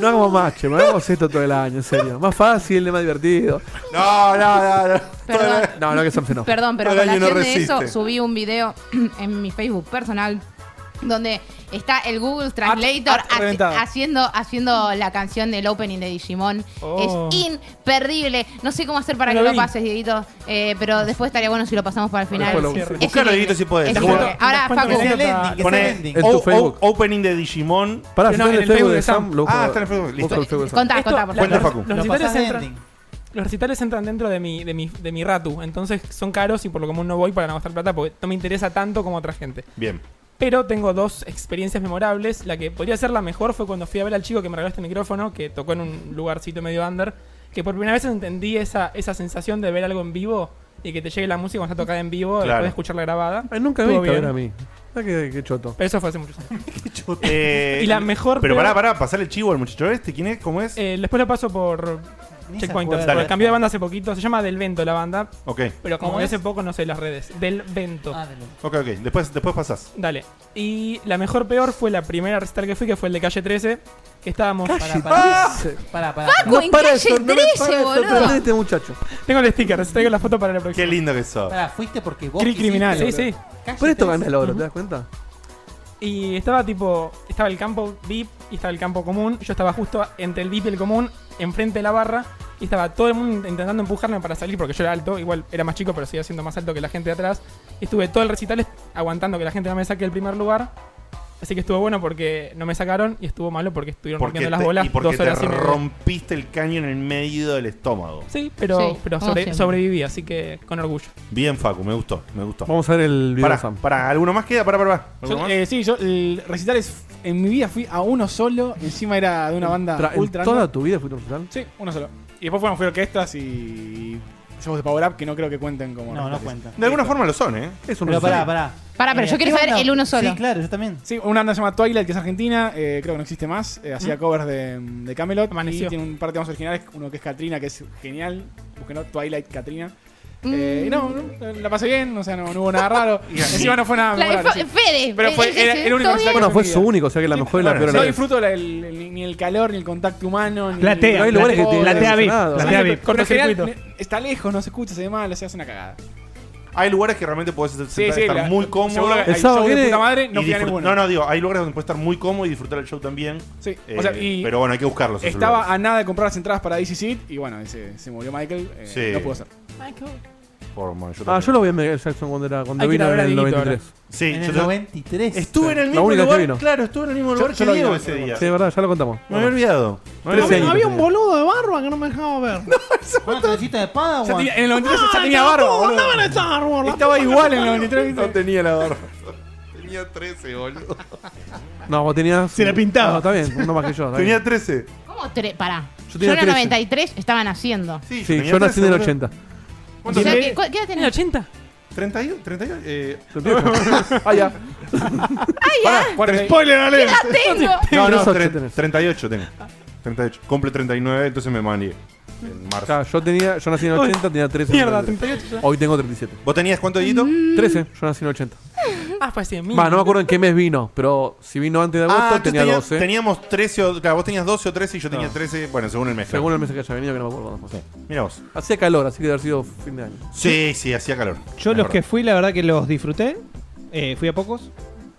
S2: No hagamos más, che, no hagamos esto todo el año, en serio. Más fácil, más divertido.
S3: No, no, no, no.
S5: Perdón.
S2: No, no, que se no.
S5: Perdón, pero
S2: Todo
S5: con
S2: el
S5: la
S2: año no
S5: de eso
S2: resiste.
S5: subí un video en mi Facebook personal donde está el Google Translator hace-
S7: reventado.
S5: haciendo, haciendo la canción del opening de Digimon.
S7: Oh.
S5: Es imperdible. No sé cómo hacer para
S7: No
S5: que
S7: lo
S5: lo,
S7: vi.
S5: pases, Dieguito, eh, pero después estaría bueno si lo pasamos para el final.
S3: Después lo-
S5: Es
S3: Buscalo,
S5: increíble.
S3: Dieguito, si podés.
S5: Es
S3: Te
S5: increíble.
S3: cuento-
S5: Este, Ahora,
S7: cuento
S5: Facu, este
S7: mi anécdota. Que sea
S3: Pone
S7: ending.
S2: En tu
S5: Oh,
S3: o- o-
S2: Facebook.
S3: opening de Digimon.
S2: Pará,
S7: Pero
S2: si
S7: no,
S2: está en el Facebook de Sam, lo busco.
S3: Ah, está en el Facebook.
S2: Busco el
S3: Listo.
S2: Facebook de Sam.
S5: Contá,
S7: Esto-
S5: contá, por
S7: la-
S5: favor.
S3: Cuenta, Facu.
S7: Los recitales,
S4: pasás de
S7: entran,
S4: ending.
S7: los recitales entran dentro de mi, de, mi, de mi ratu, entonces son caros y por lo común no voy para no gastar plata porque no me interesa tanto como otra gente.
S3: Bien.
S7: Pero tengo dos experiencias memorables. La que podría ser la mejor fue cuando fui a ver al chico que me regaló este micrófono, que tocó en un lugarcito medio under, que por primera vez entendí esa, esa sensación de ver algo en vivo y que te llegue la música cuando está tocada en vivo
S3: Claro.
S7: después de escucharla grabada.
S2: Ay, nunca me
S7: Estuvo
S2: viste
S7: bien.
S2: ver a mí. Ah, qué, qué choto.
S7: Pero eso fue hace muchos años.
S3: Eh,
S7: Y la mejor,
S3: Pero
S7: peor-
S3: pará, pará, pasar el chivo al muchacho este. ¿Quién es? ¿Cómo es?
S7: Eh, después lo paso por
S4: Ni se
S7: Checkpoint.
S4: acuerda.
S7: porque
S4: Dale.
S7: Cambió de banda hace poquito. Se llama Del Vento la banda.
S3: Ok,
S7: Pero como
S4: ¿Cómo
S7: de
S4: es?
S7: hace poco no sé las redes. Del Vento.
S4: Ah, de lo-
S3: ok, ok. Después, después pasás.
S7: Dale. Y la mejor peor fue la primera recital que fui, que fue el de Calle 13. Que estábamos...
S4: Para, para, para, para.
S5: Facu, en calle
S2: no me
S5: 13,
S2: pares de sorprender a
S5: boludo.
S2: este muchacho.
S7: Tengo el sticker, les traigo la foto para la próxima.
S3: Qué lindo que sos.
S4: Pará, fuiste porque vos.
S7: Cri-
S4: quisiste,
S7: criminal. Sí,
S4: boludo.
S7: sí.
S4: Calle
S2: Por esto
S4: 13.
S2: gana el oro,
S7: Ujú.
S2: ¿te das cuenta?
S7: Y estaba tipo... Estaba el campo VIP y estaba el campo común. Yo estaba justo entre el VIP y el común, enfrente de la barra. Y estaba todo el mundo intentando empujarme para salir porque yo era alto. Igual era más chico, pero seguía siendo más alto que la gente de atrás. Estuve todo el recital aguantando que la gente no me saque el primer lugar. Así que estuvo bueno porque no me sacaron y estuvo malo porque estuvieron
S3: Porque
S7: rompiendo las
S3: te-
S7: bolas
S3: y porque
S7: dos horas
S3: te
S7: y media.
S3: rompiste el caño en el medio del estómago.
S7: Sí, pero,
S3: Sí,
S7: pero
S3: como
S7: sobre-
S3: siempre.
S7: sobreviví, así que con orgullo.
S3: Bien, Facu, me gustó, me gustó.
S2: Vamos a ver el video,
S3: Pará,
S2: Sam.
S3: pará, ¿alguno más queda? Pará, pará, pará. ¿Alguno
S1: Yo,
S3: más?
S1: eh, sí, yo el recitales en mi vida fui a uno solo, encima era de una banda
S2: Tra- ¿en
S1: ultra.
S2: ¿Toda tu vida fuiste un recital?
S1: Sí, uno solo. Y después fueron fui a orquestas y hacemos de power up que no creo que cuenten como
S4: No, no
S1: recitales.
S4: cuentan.
S3: De alguna forma lo son, ¿eh?
S2: Es
S4: Pero pará, pará.
S5: Pará, pero yo quiero saber el uno solo.
S4: eh, Sí, claro, yo también.
S1: Sí, una banda se llama Twilight, que es argentina, eh, creo que no existe más. eh,
S4: Mm.
S1: hacía covers de, de Camelot.
S7: Amaneció.
S1: Y tiene un par de temas originales, uno que es Katrina, que es genial. Busquenlo, Twilight Katrina.
S5: Mm.
S1: Eh, y no, no, la pasé bien, o sea, no, no hubo nada raro.
S3: Y así.
S1: Encima no fue nada
S5: La de
S1: memorable,
S5: Fe-
S1: sí.
S5: Fede.
S1: Pero fue-
S5: Fede,
S1: era
S5: sí,
S1: el único
S5: todo
S1: recital que
S2: Bueno,
S1: fui
S2: fue
S1: en mi
S2: su
S1: vida.
S2: único, o sea que la mejor y la
S1: Bueno,
S2: peor a la
S1: no
S2: vez.
S1: disfruto la- el- ni el calor, ni el contacto humano. Ni
S6: Platea,
S1: ni-
S6: Pero hay lugares platea. que te- Platea VIP,
S1: Pero
S6: platea
S1: en
S6: VIP.
S1: general,
S6: Cortocircuito.
S1: ne- Está lejos, no se escucha, se ve mal, o sea, hace una cagada.
S3: Hay lugares que realmente puedes
S1: sí,
S3: estar
S1: la-
S3: muy
S1: seguro
S3: cómodo.
S1: que El hay sábado show de viene- puta madre, no
S3: y
S1: fui a
S3: disfrut-
S1: ninguno.
S3: No, no, digo, hay lugares donde puedes estar muy cómodo y disfrutar el show también.
S1: Sí,
S3: Eh,
S1: o sea, y
S3: pero bueno, hay que buscarlos. esos
S1: Estaba
S3: lugares.
S1: a nada de comprar las entradas para DC Seat y bueno, se, se murió Michael. eh,
S3: Sí.
S1: No pudo ser.
S3: Por, bueno, yo
S2: Ah,
S3: también.
S2: yo lo vi en Michael Jackson cuando, era, cuando
S3: Hay que ir
S2: vino
S3: a ver
S2: en
S3: a
S2: el
S3: Dieguito
S2: 93.
S3: ahora. Sí,
S4: en
S3: yo
S4: el
S3: te-
S4: 93.
S3: Estuve en el
S2: La
S3: mismo
S2: única que
S3: lugar.
S2: vino.
S3: Claro, estuve en el mismo
S2: Yo-
S3: lugar
S2: yo
S3: que
S2: lo vi,
S3: Diego
S2: no,
S3: ese
S2: no, no,
S3: día.
S2: Sí, es verdad, ya lo contamos.
S3: Me había olvidado.
S2: Trece años
S13: había un
S2: tenía.
S13: boludo de barba que no me dejaba ver. Ah,
S4: ¿Cuánto necesitas de paga,
S1: Ya tenía- en el 93 ya Ah, tenía barba, boludo.
S13: Estaba en Star Wars. la
S1: Estaba
S13: puta que
S1: igual
S13: se
S1: en el
S13: parió.
S1: 93. ¿viste?
S3: No tenía la barba. Tenía 13, boludo.
S2: No, vos tenías. Se
S13: la pintaba.
S2: No, está bien, uno más que yo. está bien.
S3: Tenía 13.
S5: ¿Cómo tre- Pará.
S2: Yo
S5: Yo, en
S2: tenía
S5: el
S2: 13.
S5: 93 estaban haciendo.
S3: Sí,
S2: Sí,
S3: tenía
S2: yo nací en el
S3: 13,
S2: 80.
S5: O
S3: ¿Cuántos
S5: sea,
S3: tenés?
S5: que- ¿cu- ¿Qué edad
S7: ¿En
S5: tenés?
S7: el 80?
S3: 31, 31. Eh,
S2: Ah, ya.
S1: Pará,
S13: Spoiler alert.
S5: ¡La tengo!
S3: no, no,
S2: 38
S3: tre-
S2: tenés.
S3: 38 tengo. 38. Cumple 39, entonces me manié. En marzo.
S2: Claro, yo, tenía, yo nací en el 80, tenía 13.
S7: Mierda, 38 ya.
S2: Hoy tengo 37.
S3: ¿Vos tenías cuánto, Dieguito?
S2: 13, yo nací en el 80.
S7: Ah, fue así, mil.
S2: Va, no me acuerdo en qué mes vino, pero si vino antes de agosto
S3: Ah, tú
S2: tenía
S3: tenías-
S2: 12.
S3: Teníamos 13 o. Claro, vos tenías 12 o 13 y yo tenía 13, bueno, según el mes.
S2: Según el mes que haya venido, que no me acuerdo. cuándo fue.
S3: Mira vos.
S2: Hacía calor, así que debe haber sido fin de año.
S3: Sí, sí, hacía calor.
S6: Yo
S3: Es
S6: los
S3: verdad.
S6: que fui, la verdad que los disfruté. Eh, fui a pocos.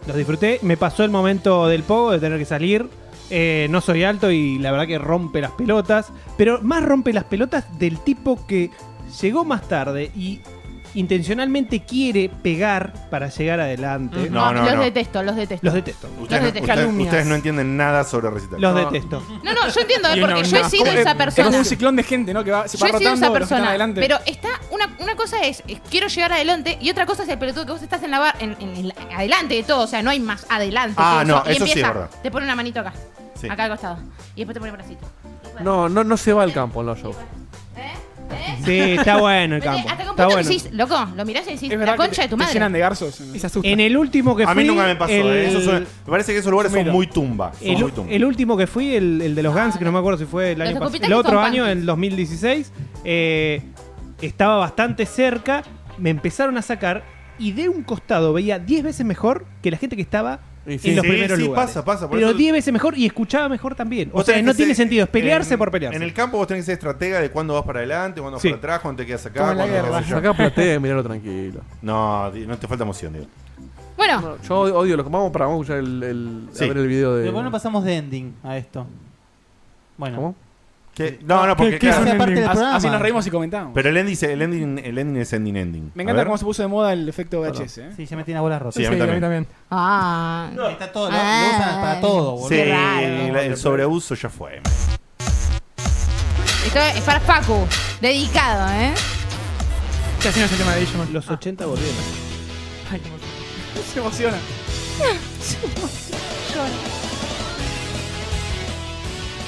S6: Los disfruté. Me pasó el momento del pogo, de tener que salir. Eh, no soy alto y la verdad que rompe las pelotas. Pero más rompe las pelotas del tipo que llegó más tarde y intencionalmente quiere pegar para llegar adelante.
S13: Ah,
S3: No, no,
S5: Eh, los
S3: no.
S5: detesto, los detesto.
S6: Los detesto.
S3: Ustedes, no-
S5: Los de
S3: ustedes-
S7: calumnias.
S3: ustedes no entienden nada sobre recital.
S6: Los
S2: No.
S6: detesto.
S5: No, no, yo entiendo, ¿eh?
S7: Y
S5: porque
S7: una
S5: yo he
S7: onda.
S5: sido
S1: ¿Cómo?
S5: esa
S1: Es como
S5: persona.
S1: un ciclón de gente, ¿no? Que va, se
S5: Yo
S1: va
S5: he sido esa
S1: rotando los que están
S5: persona,
S1: adelante.
S5: pero está una, una cosa es, es quiero llegar adelante y otra cosa es el pelotudo que vos estás en la bar, en, en- en la- adelante de todo, o sea, no hay más adelante.
S3: Ah,
S5: que
S3: no,
S5: y
S3: eso sí es
S5: empieza,
S3: verdad.
S5: Te pone una manito acá,
S3: Sí.
S5: acá al costado y después te pone un bracito.
S2: No, no, no se va al campo en los shows.
S5: ¿Eh? ¿Eh?
S6: Sí, está bueno el
S5: Porque
S6: campo.
S5: Hasta que un
S6: Está
S5: punto
S6: bueno.
S5: decís, loco, lo mirás y decís,
S1: es verdad
S5: la
S1: que
S5: concha
S1: te-
S5: de tu
S1: te llenan
S5: madre.
S1: de garzos.
S7: Y se asusta.
S6: En el último que fui.
S3: A mí nunca me pasó,
S6: el-
S3: eh. Eso suena- me parece que esos lugares son
S1: Mira.
S3: muy tumba. Son
S6: El,
S3: muy tumba.
S6: el último que fui, el, el de los Guns, que no me acuerdo si fue el
S5: Los
S6: año pas-
S5: Ocupitales
S6: El otro
S5: son
S6: año,
S5: punkies.
S6: en 2016, eh, estaba bastante cerca. Me empezaron a sacar y de un costado veía 10 veces mejor que la gente que estaba
S2: Y sí.
S6: en los
S3: Sí,
S6: primeros
S3: sí,
S6: lugares.
S3: pasa, pasa, por
S6: Pero
S3: eso-
S6: 10 veces mejor y escuchaba mejor también. O
S3: Vos
S6: sea,
S3: tenés
S6: no
S3: que
S6: tiene
S3: ser-
S6: sentido. Es pelearse
S3: en-
S6: por pelearse.
S3: En el campo vos tenés que ser estratega de cuándo vas para adelante, cuándo vas
S6: Sí.
S3: para atrás, cuándo te quedas acá.
S1: Como en la
S3: cuándo
S1: guerra.
S3: qué sé yo.
S2: Sacá platea y miralo tranquilo.
S3: No, di- no te falta emoción, digo.
S5: Bueno,
S2: Yo odio, odio los vamos para vamos a escuchar el, el-
S3: Sí.
S2: a ver el video de.
S4: Pero ¿por qué no pasamos de ending a esto? Bueno.
S2: ¿Cómo?
S3: ¿Qué? No, no, porque
S1: ¿Qué es
S3: claro,
S1: un
S4: Esa parte
S1: ending?
S4: del
S1: Así- Así
S4: programa.
S1: nos reímos y comentábamos.
S3: Pero el ending, se- el ending, el ending es ending ending.
S1: Me
S3: A
S1: encanta
S3: ver.
S1: cómo se puso de moda el efecto VHS. ¿eh?
S4: Sí, ya me tiene las bolas rotas.
S3: Sí, a mí también.
S5: ah,
S4: Ahí Está todo, lo,
S5: Ah.
S4: lo usan para todo, boludo.
S3: Sí,
S5: raro.
S3: la- el sobreabuso ya fue.
S5: esto es para Facu, dedicado, ¿eh?
S7: ¿Qué hacíamos el tema de Digimon?
S6: Los 80 volvieron.
S7: Ay, qué emoción.
S1: Se emociona.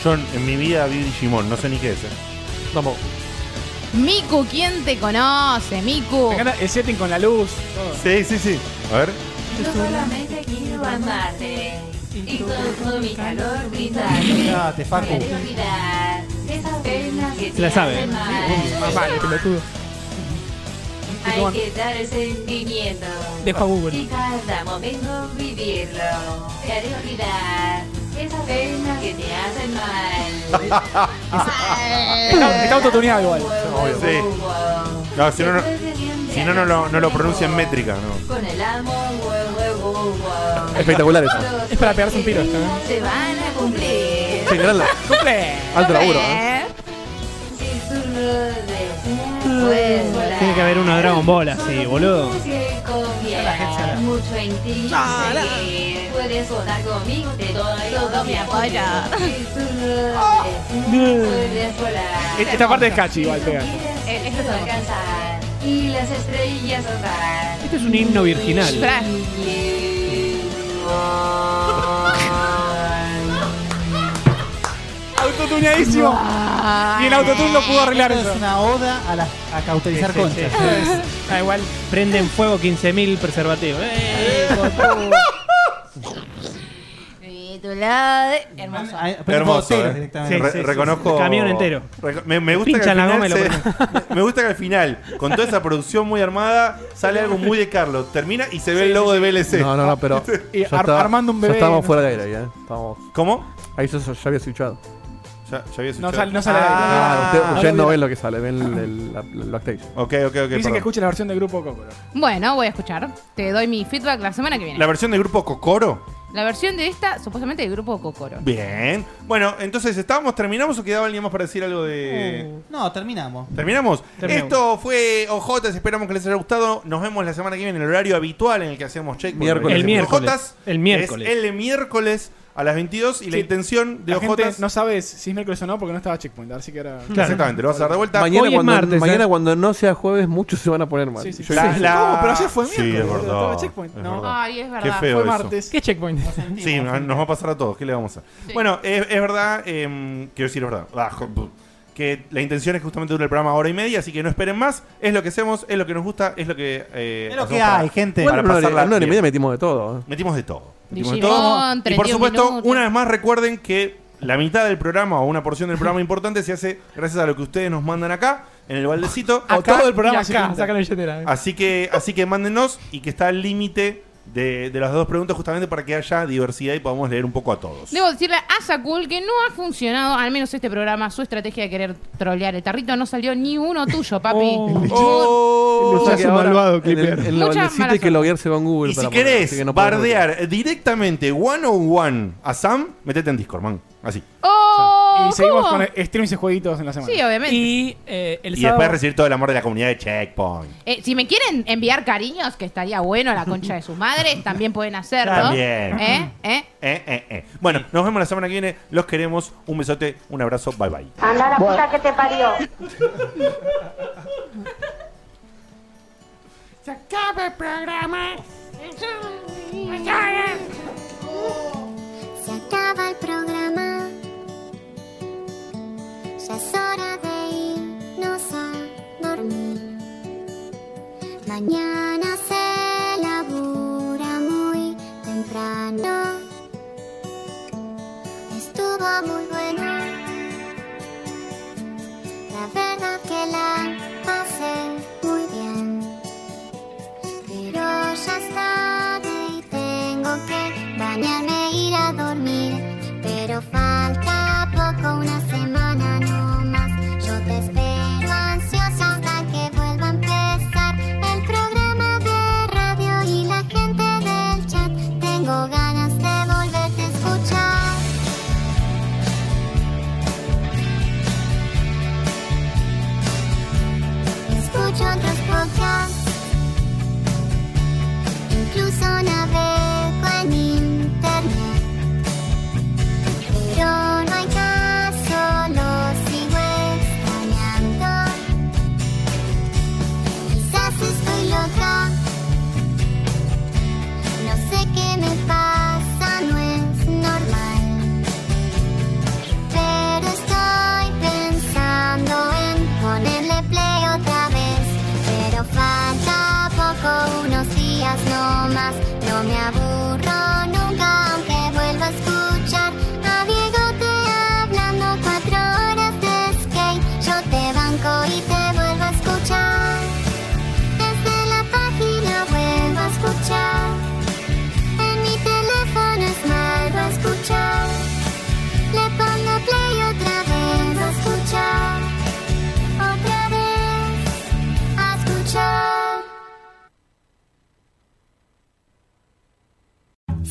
S3: Yo en mi vida vi Digimon, no sé ni qué es. eh.
S2: Vamos.
S5: Miku, ¿quién te conoce, Miku?
S1: Me encanta eh. el setting con la luz. todo.
S3: Sí, sí, sí. A ver.
S10: Yo solamente quiero amarte y todo mi calor brindarte.
S4: Mirate, Facu.
S10: Me haré olvidar de esas penas que
S6: la
S10: te
S6: sabe.
S10: hacen
S7: Más
S10: mal.
S7: vale, pelotudo.
S10: Hay que dar el sentimiento
S7: Dejo a
S10: y
S7: Google.
S10: cada momento vivirlo. Te haré olvidar de esas penas que te hacen mal.
S1: Está, está autotuneado igual.
S3: Sí. No, si no, no, si no, no lo, no lo pronuncia en métrica, ¿no?
S10: Con el amo, wow, wow, wow, wow.
S2: Espectacular eso.
S7: Es para pegarse un tiro esto, ¿eh?
S10: Se van a cumplir.
S2: Sí, gran la-
S7: ¡Cumple!
S2: Alto laburo, ¿eh?
S10: Si tú lo deseas, puedes volar.
S3: ¿eh?
S6: Tiene que haber uno de Dragon Ball así,
S10: Solo
S6: boludo.
S10: busca y confía. Hay mucho en ti
S5: Sara.
S10: seguir. Puedes votar conmigo, te doy todo mi apoyo.
S5: Hola.
S10: Tú no puedes volar.
S1: Esta esta parte es cachi igual, pega.
S10: Esto es alcanzar. Y las estrellas saldrán.
S6: Este es un himno virginal.
S1: Autotuneadísimo.
S4: Guau.
S1: Y el autotune no pudo arreglar
S4: Esto
S1: eso.
S4: Es una oda a, las a cauterizar
S6: Sí, sí,
S4: conchas.
S6: sí.
S7: Da igual.
S6: Ah, Prenden fuego 15.000 preservativos. ¡Eh, hijo de puta!
S5: Y tu lado de- Hermoso.
S3: Hermoso.
S4: entero
S3: eh.
S4: directamente.
S3: Re-
S4: Sí, sí, sí,
S3: reconozco.
S4: sí. Camión entero.
S3: Reco- me, me gusta que
S6: Pinchan
S3: al
S6: la
S3: final
S6: goma y lo
S3: se- me gusta que al final, con toda esa producción muy armada, sale algo muy de Carlos. Termina y se ve el logo de BLC.
S2: No, no, no, pero.
S1: Y
S2: ya
S1: ar-
S2: está-
S1: armando un
S2: ya
S1: bebé,
S2: estábamos
S1: no
S2: fuera
S1: sé.
S2: de aire, ya. Estábamos.
S3: ¿Cómo?
S2: Ahí ya, ya había switchado.
S3: Ya, ya había
S1: No
S3: escuchado.
S1: sale- no sale
S2: Claro,
S1: Ah,
S2: usted-
S1: no lo
S2: ustedes no,
S1: vi.
S2: ven lo que sale, ven el, el- la, la backstage.
S3: Ok, ok, ok.
S1: Dicen que
S3: perdón.
S1: escuchen la versión del grupo Cocoro.
S5: Bueno, voy a escuchar. Te doy mi feedback la semana que viene.
S3: La
S5: La,
S3: versión del grupo Cocoro.
S5: versión de esta, supuestamente del grupo Cocoro.
S3: Bien. Bueno, entonces, ¿estábamos, terminamos o quedaba alguien más para decir algo de.?
S4: No, terminamos.
S3: ¿Terminamos?
S4: Terminamos.
S3: Esto fue OJs, esperamos que les haya gustado. Nos vemos la semana que viene en el horario habitual en el que hacemos check.
S6: Miércoles. El miércoles.
S3: el miércoles.
S6: El miércoles.
S3: Es el miércoles a las 22 y la
S1: Sí.
S3: intención de
S1: La gente
S3: OJs.
S1: no sabes si es miércoles o no porque no estaba Checkpoint, así que era...
S3: Claro. Exactamente, lo vas a dar de vuelta.
S2: Mañana,
S6: Hoy es
S2: cuando,
S6: martes,
S2: mañana
S6: ¿eh?
S2: cuando no sea jueves, muchos se van a poner mal.
S1: Sí, sí,
S2: Yo-
S3: La- la-
S1: ¿Cómo? Pero ayer fue
S3: Sí,
S1: miércoles,
S3: es
S1: boludo,
S3: verdad.
S1: estaba Checkpoint.
S3: Es
S1: No.
S3: verdad.
S5: Ay, es
S3: Qué
S5: verdad.
S3: feo
S1: Fue
S3: eso.
S1: martes.
S7: ¿Qué checkpoint?
S3: Sí, nos nos va a pasar a todos. ¿Qué le vamos a hacer? Bueno, es, es verdad, eh, quiero decir, es verdad. Ah, jo- bu- que la intención es que justamente dure el programa hora y media, así que no esperen más. Es lo que hacemos, es lo que nos gusta, es lo que. eh,
S4: Es lo que
S3: hacemos para-
S4: hay, gente.
S2: Bueno,
S3: para
S2: en una hora-
S3: pasarla
S2: en una hora y
S3: bien.
S2: media metimos de todo. ¿eh?
S3: Metimos de todo. Metimos de
S5: Digimon,
S3: todo. Y por
S5: 31
S3: supuesto,
S5: minutos.
S3: una vez más recuerden que la mitad del programa o una porción del programa importante se hace gracias a lo que ustedes nos mandan acá, en el baldecito.
S1: O todo el programa
S7: y
S1: se
S7: acá,
S1: pinta.
S7: saca la billetera. eh.
S3: Así que, así que mándenos y que está al límite de, de las dos preguntas justamente para que haya diversidad y podamos leer un poco a todos.
S5: Debo decirle a Sakul que no ha funcionado, al menos este programa, su estrategia de querer trolear el tarrito. No salió ni uno tuyo, papi. Muy-
S3: Oh.
S2: Muchas
S6: hace malvado,
S2: en el,
S6: Clipper.
S2: en el
S5: Mucha
S2: baldecito
S5: mala
S2: hay que
S5: suerte.
S2: loguearse con Google.
S3: Y si
S2: para poner,
S3: querés
S2: así que no podemos-
S3: bardear directamente one on one a Sam, metete en Discord, man. Así.
S5: ¡Oh!
S1: Y seguimos
S5: ¿cómo?
S1: con streams y jueguitos en la semana.
S5: Sí, obviamente.
S7: Y eh, el
S3: Y
S7: sábado.
S3: después recibir todo el amor de la comunidad de Checkpoint.
S5: Eh, si me quieren enviar cariños, que estaría bueno la concha de sus madres, también pueden hacerlo.
S3: También.
S5: ¿Eh? ¿Eh?
S3: Eh, eh, eh. Bueno, nos vemos la semana que viene. Los queremos. Un besote, un abrazo. Bye bye.
S10: Anda la puta que te parió.
S13: Se acaba el programa.
S14: Se acaba el programa. Ya es hora de irnos a dormir. Mañana se labura muy temprano. Estuvo muy bueno. La verdad que la pasé muy bien. Pero ya es tarde y tengo que bañarme e ir a dormir. Pero falta poco, una semana no más. Yo te espero ansiosa hasta que vuelva a empezar el programa de radio y la gente del chat. Tengo ganas de volverte a escuchar. Escucho otros podcasts. Incluso navego en internet. Pero no hay caso, lo sigo extrañando. Quizás estoy loca. No sé qué me pasa, no es normal. Pero estoy pensando en ponerle play otra vez. Pero falta poco, unos días no más. No me aburro nunca, aunque vuelva a escuchar a Diego te hablando cuatro horas de skate. Yo te banco y te vuelvo a escuchar. Desde la página vuelvo a escuchar. En mi teléfono es malo escuchar. Le pongo play otra vez a escuchar. Otra vez a escuchar.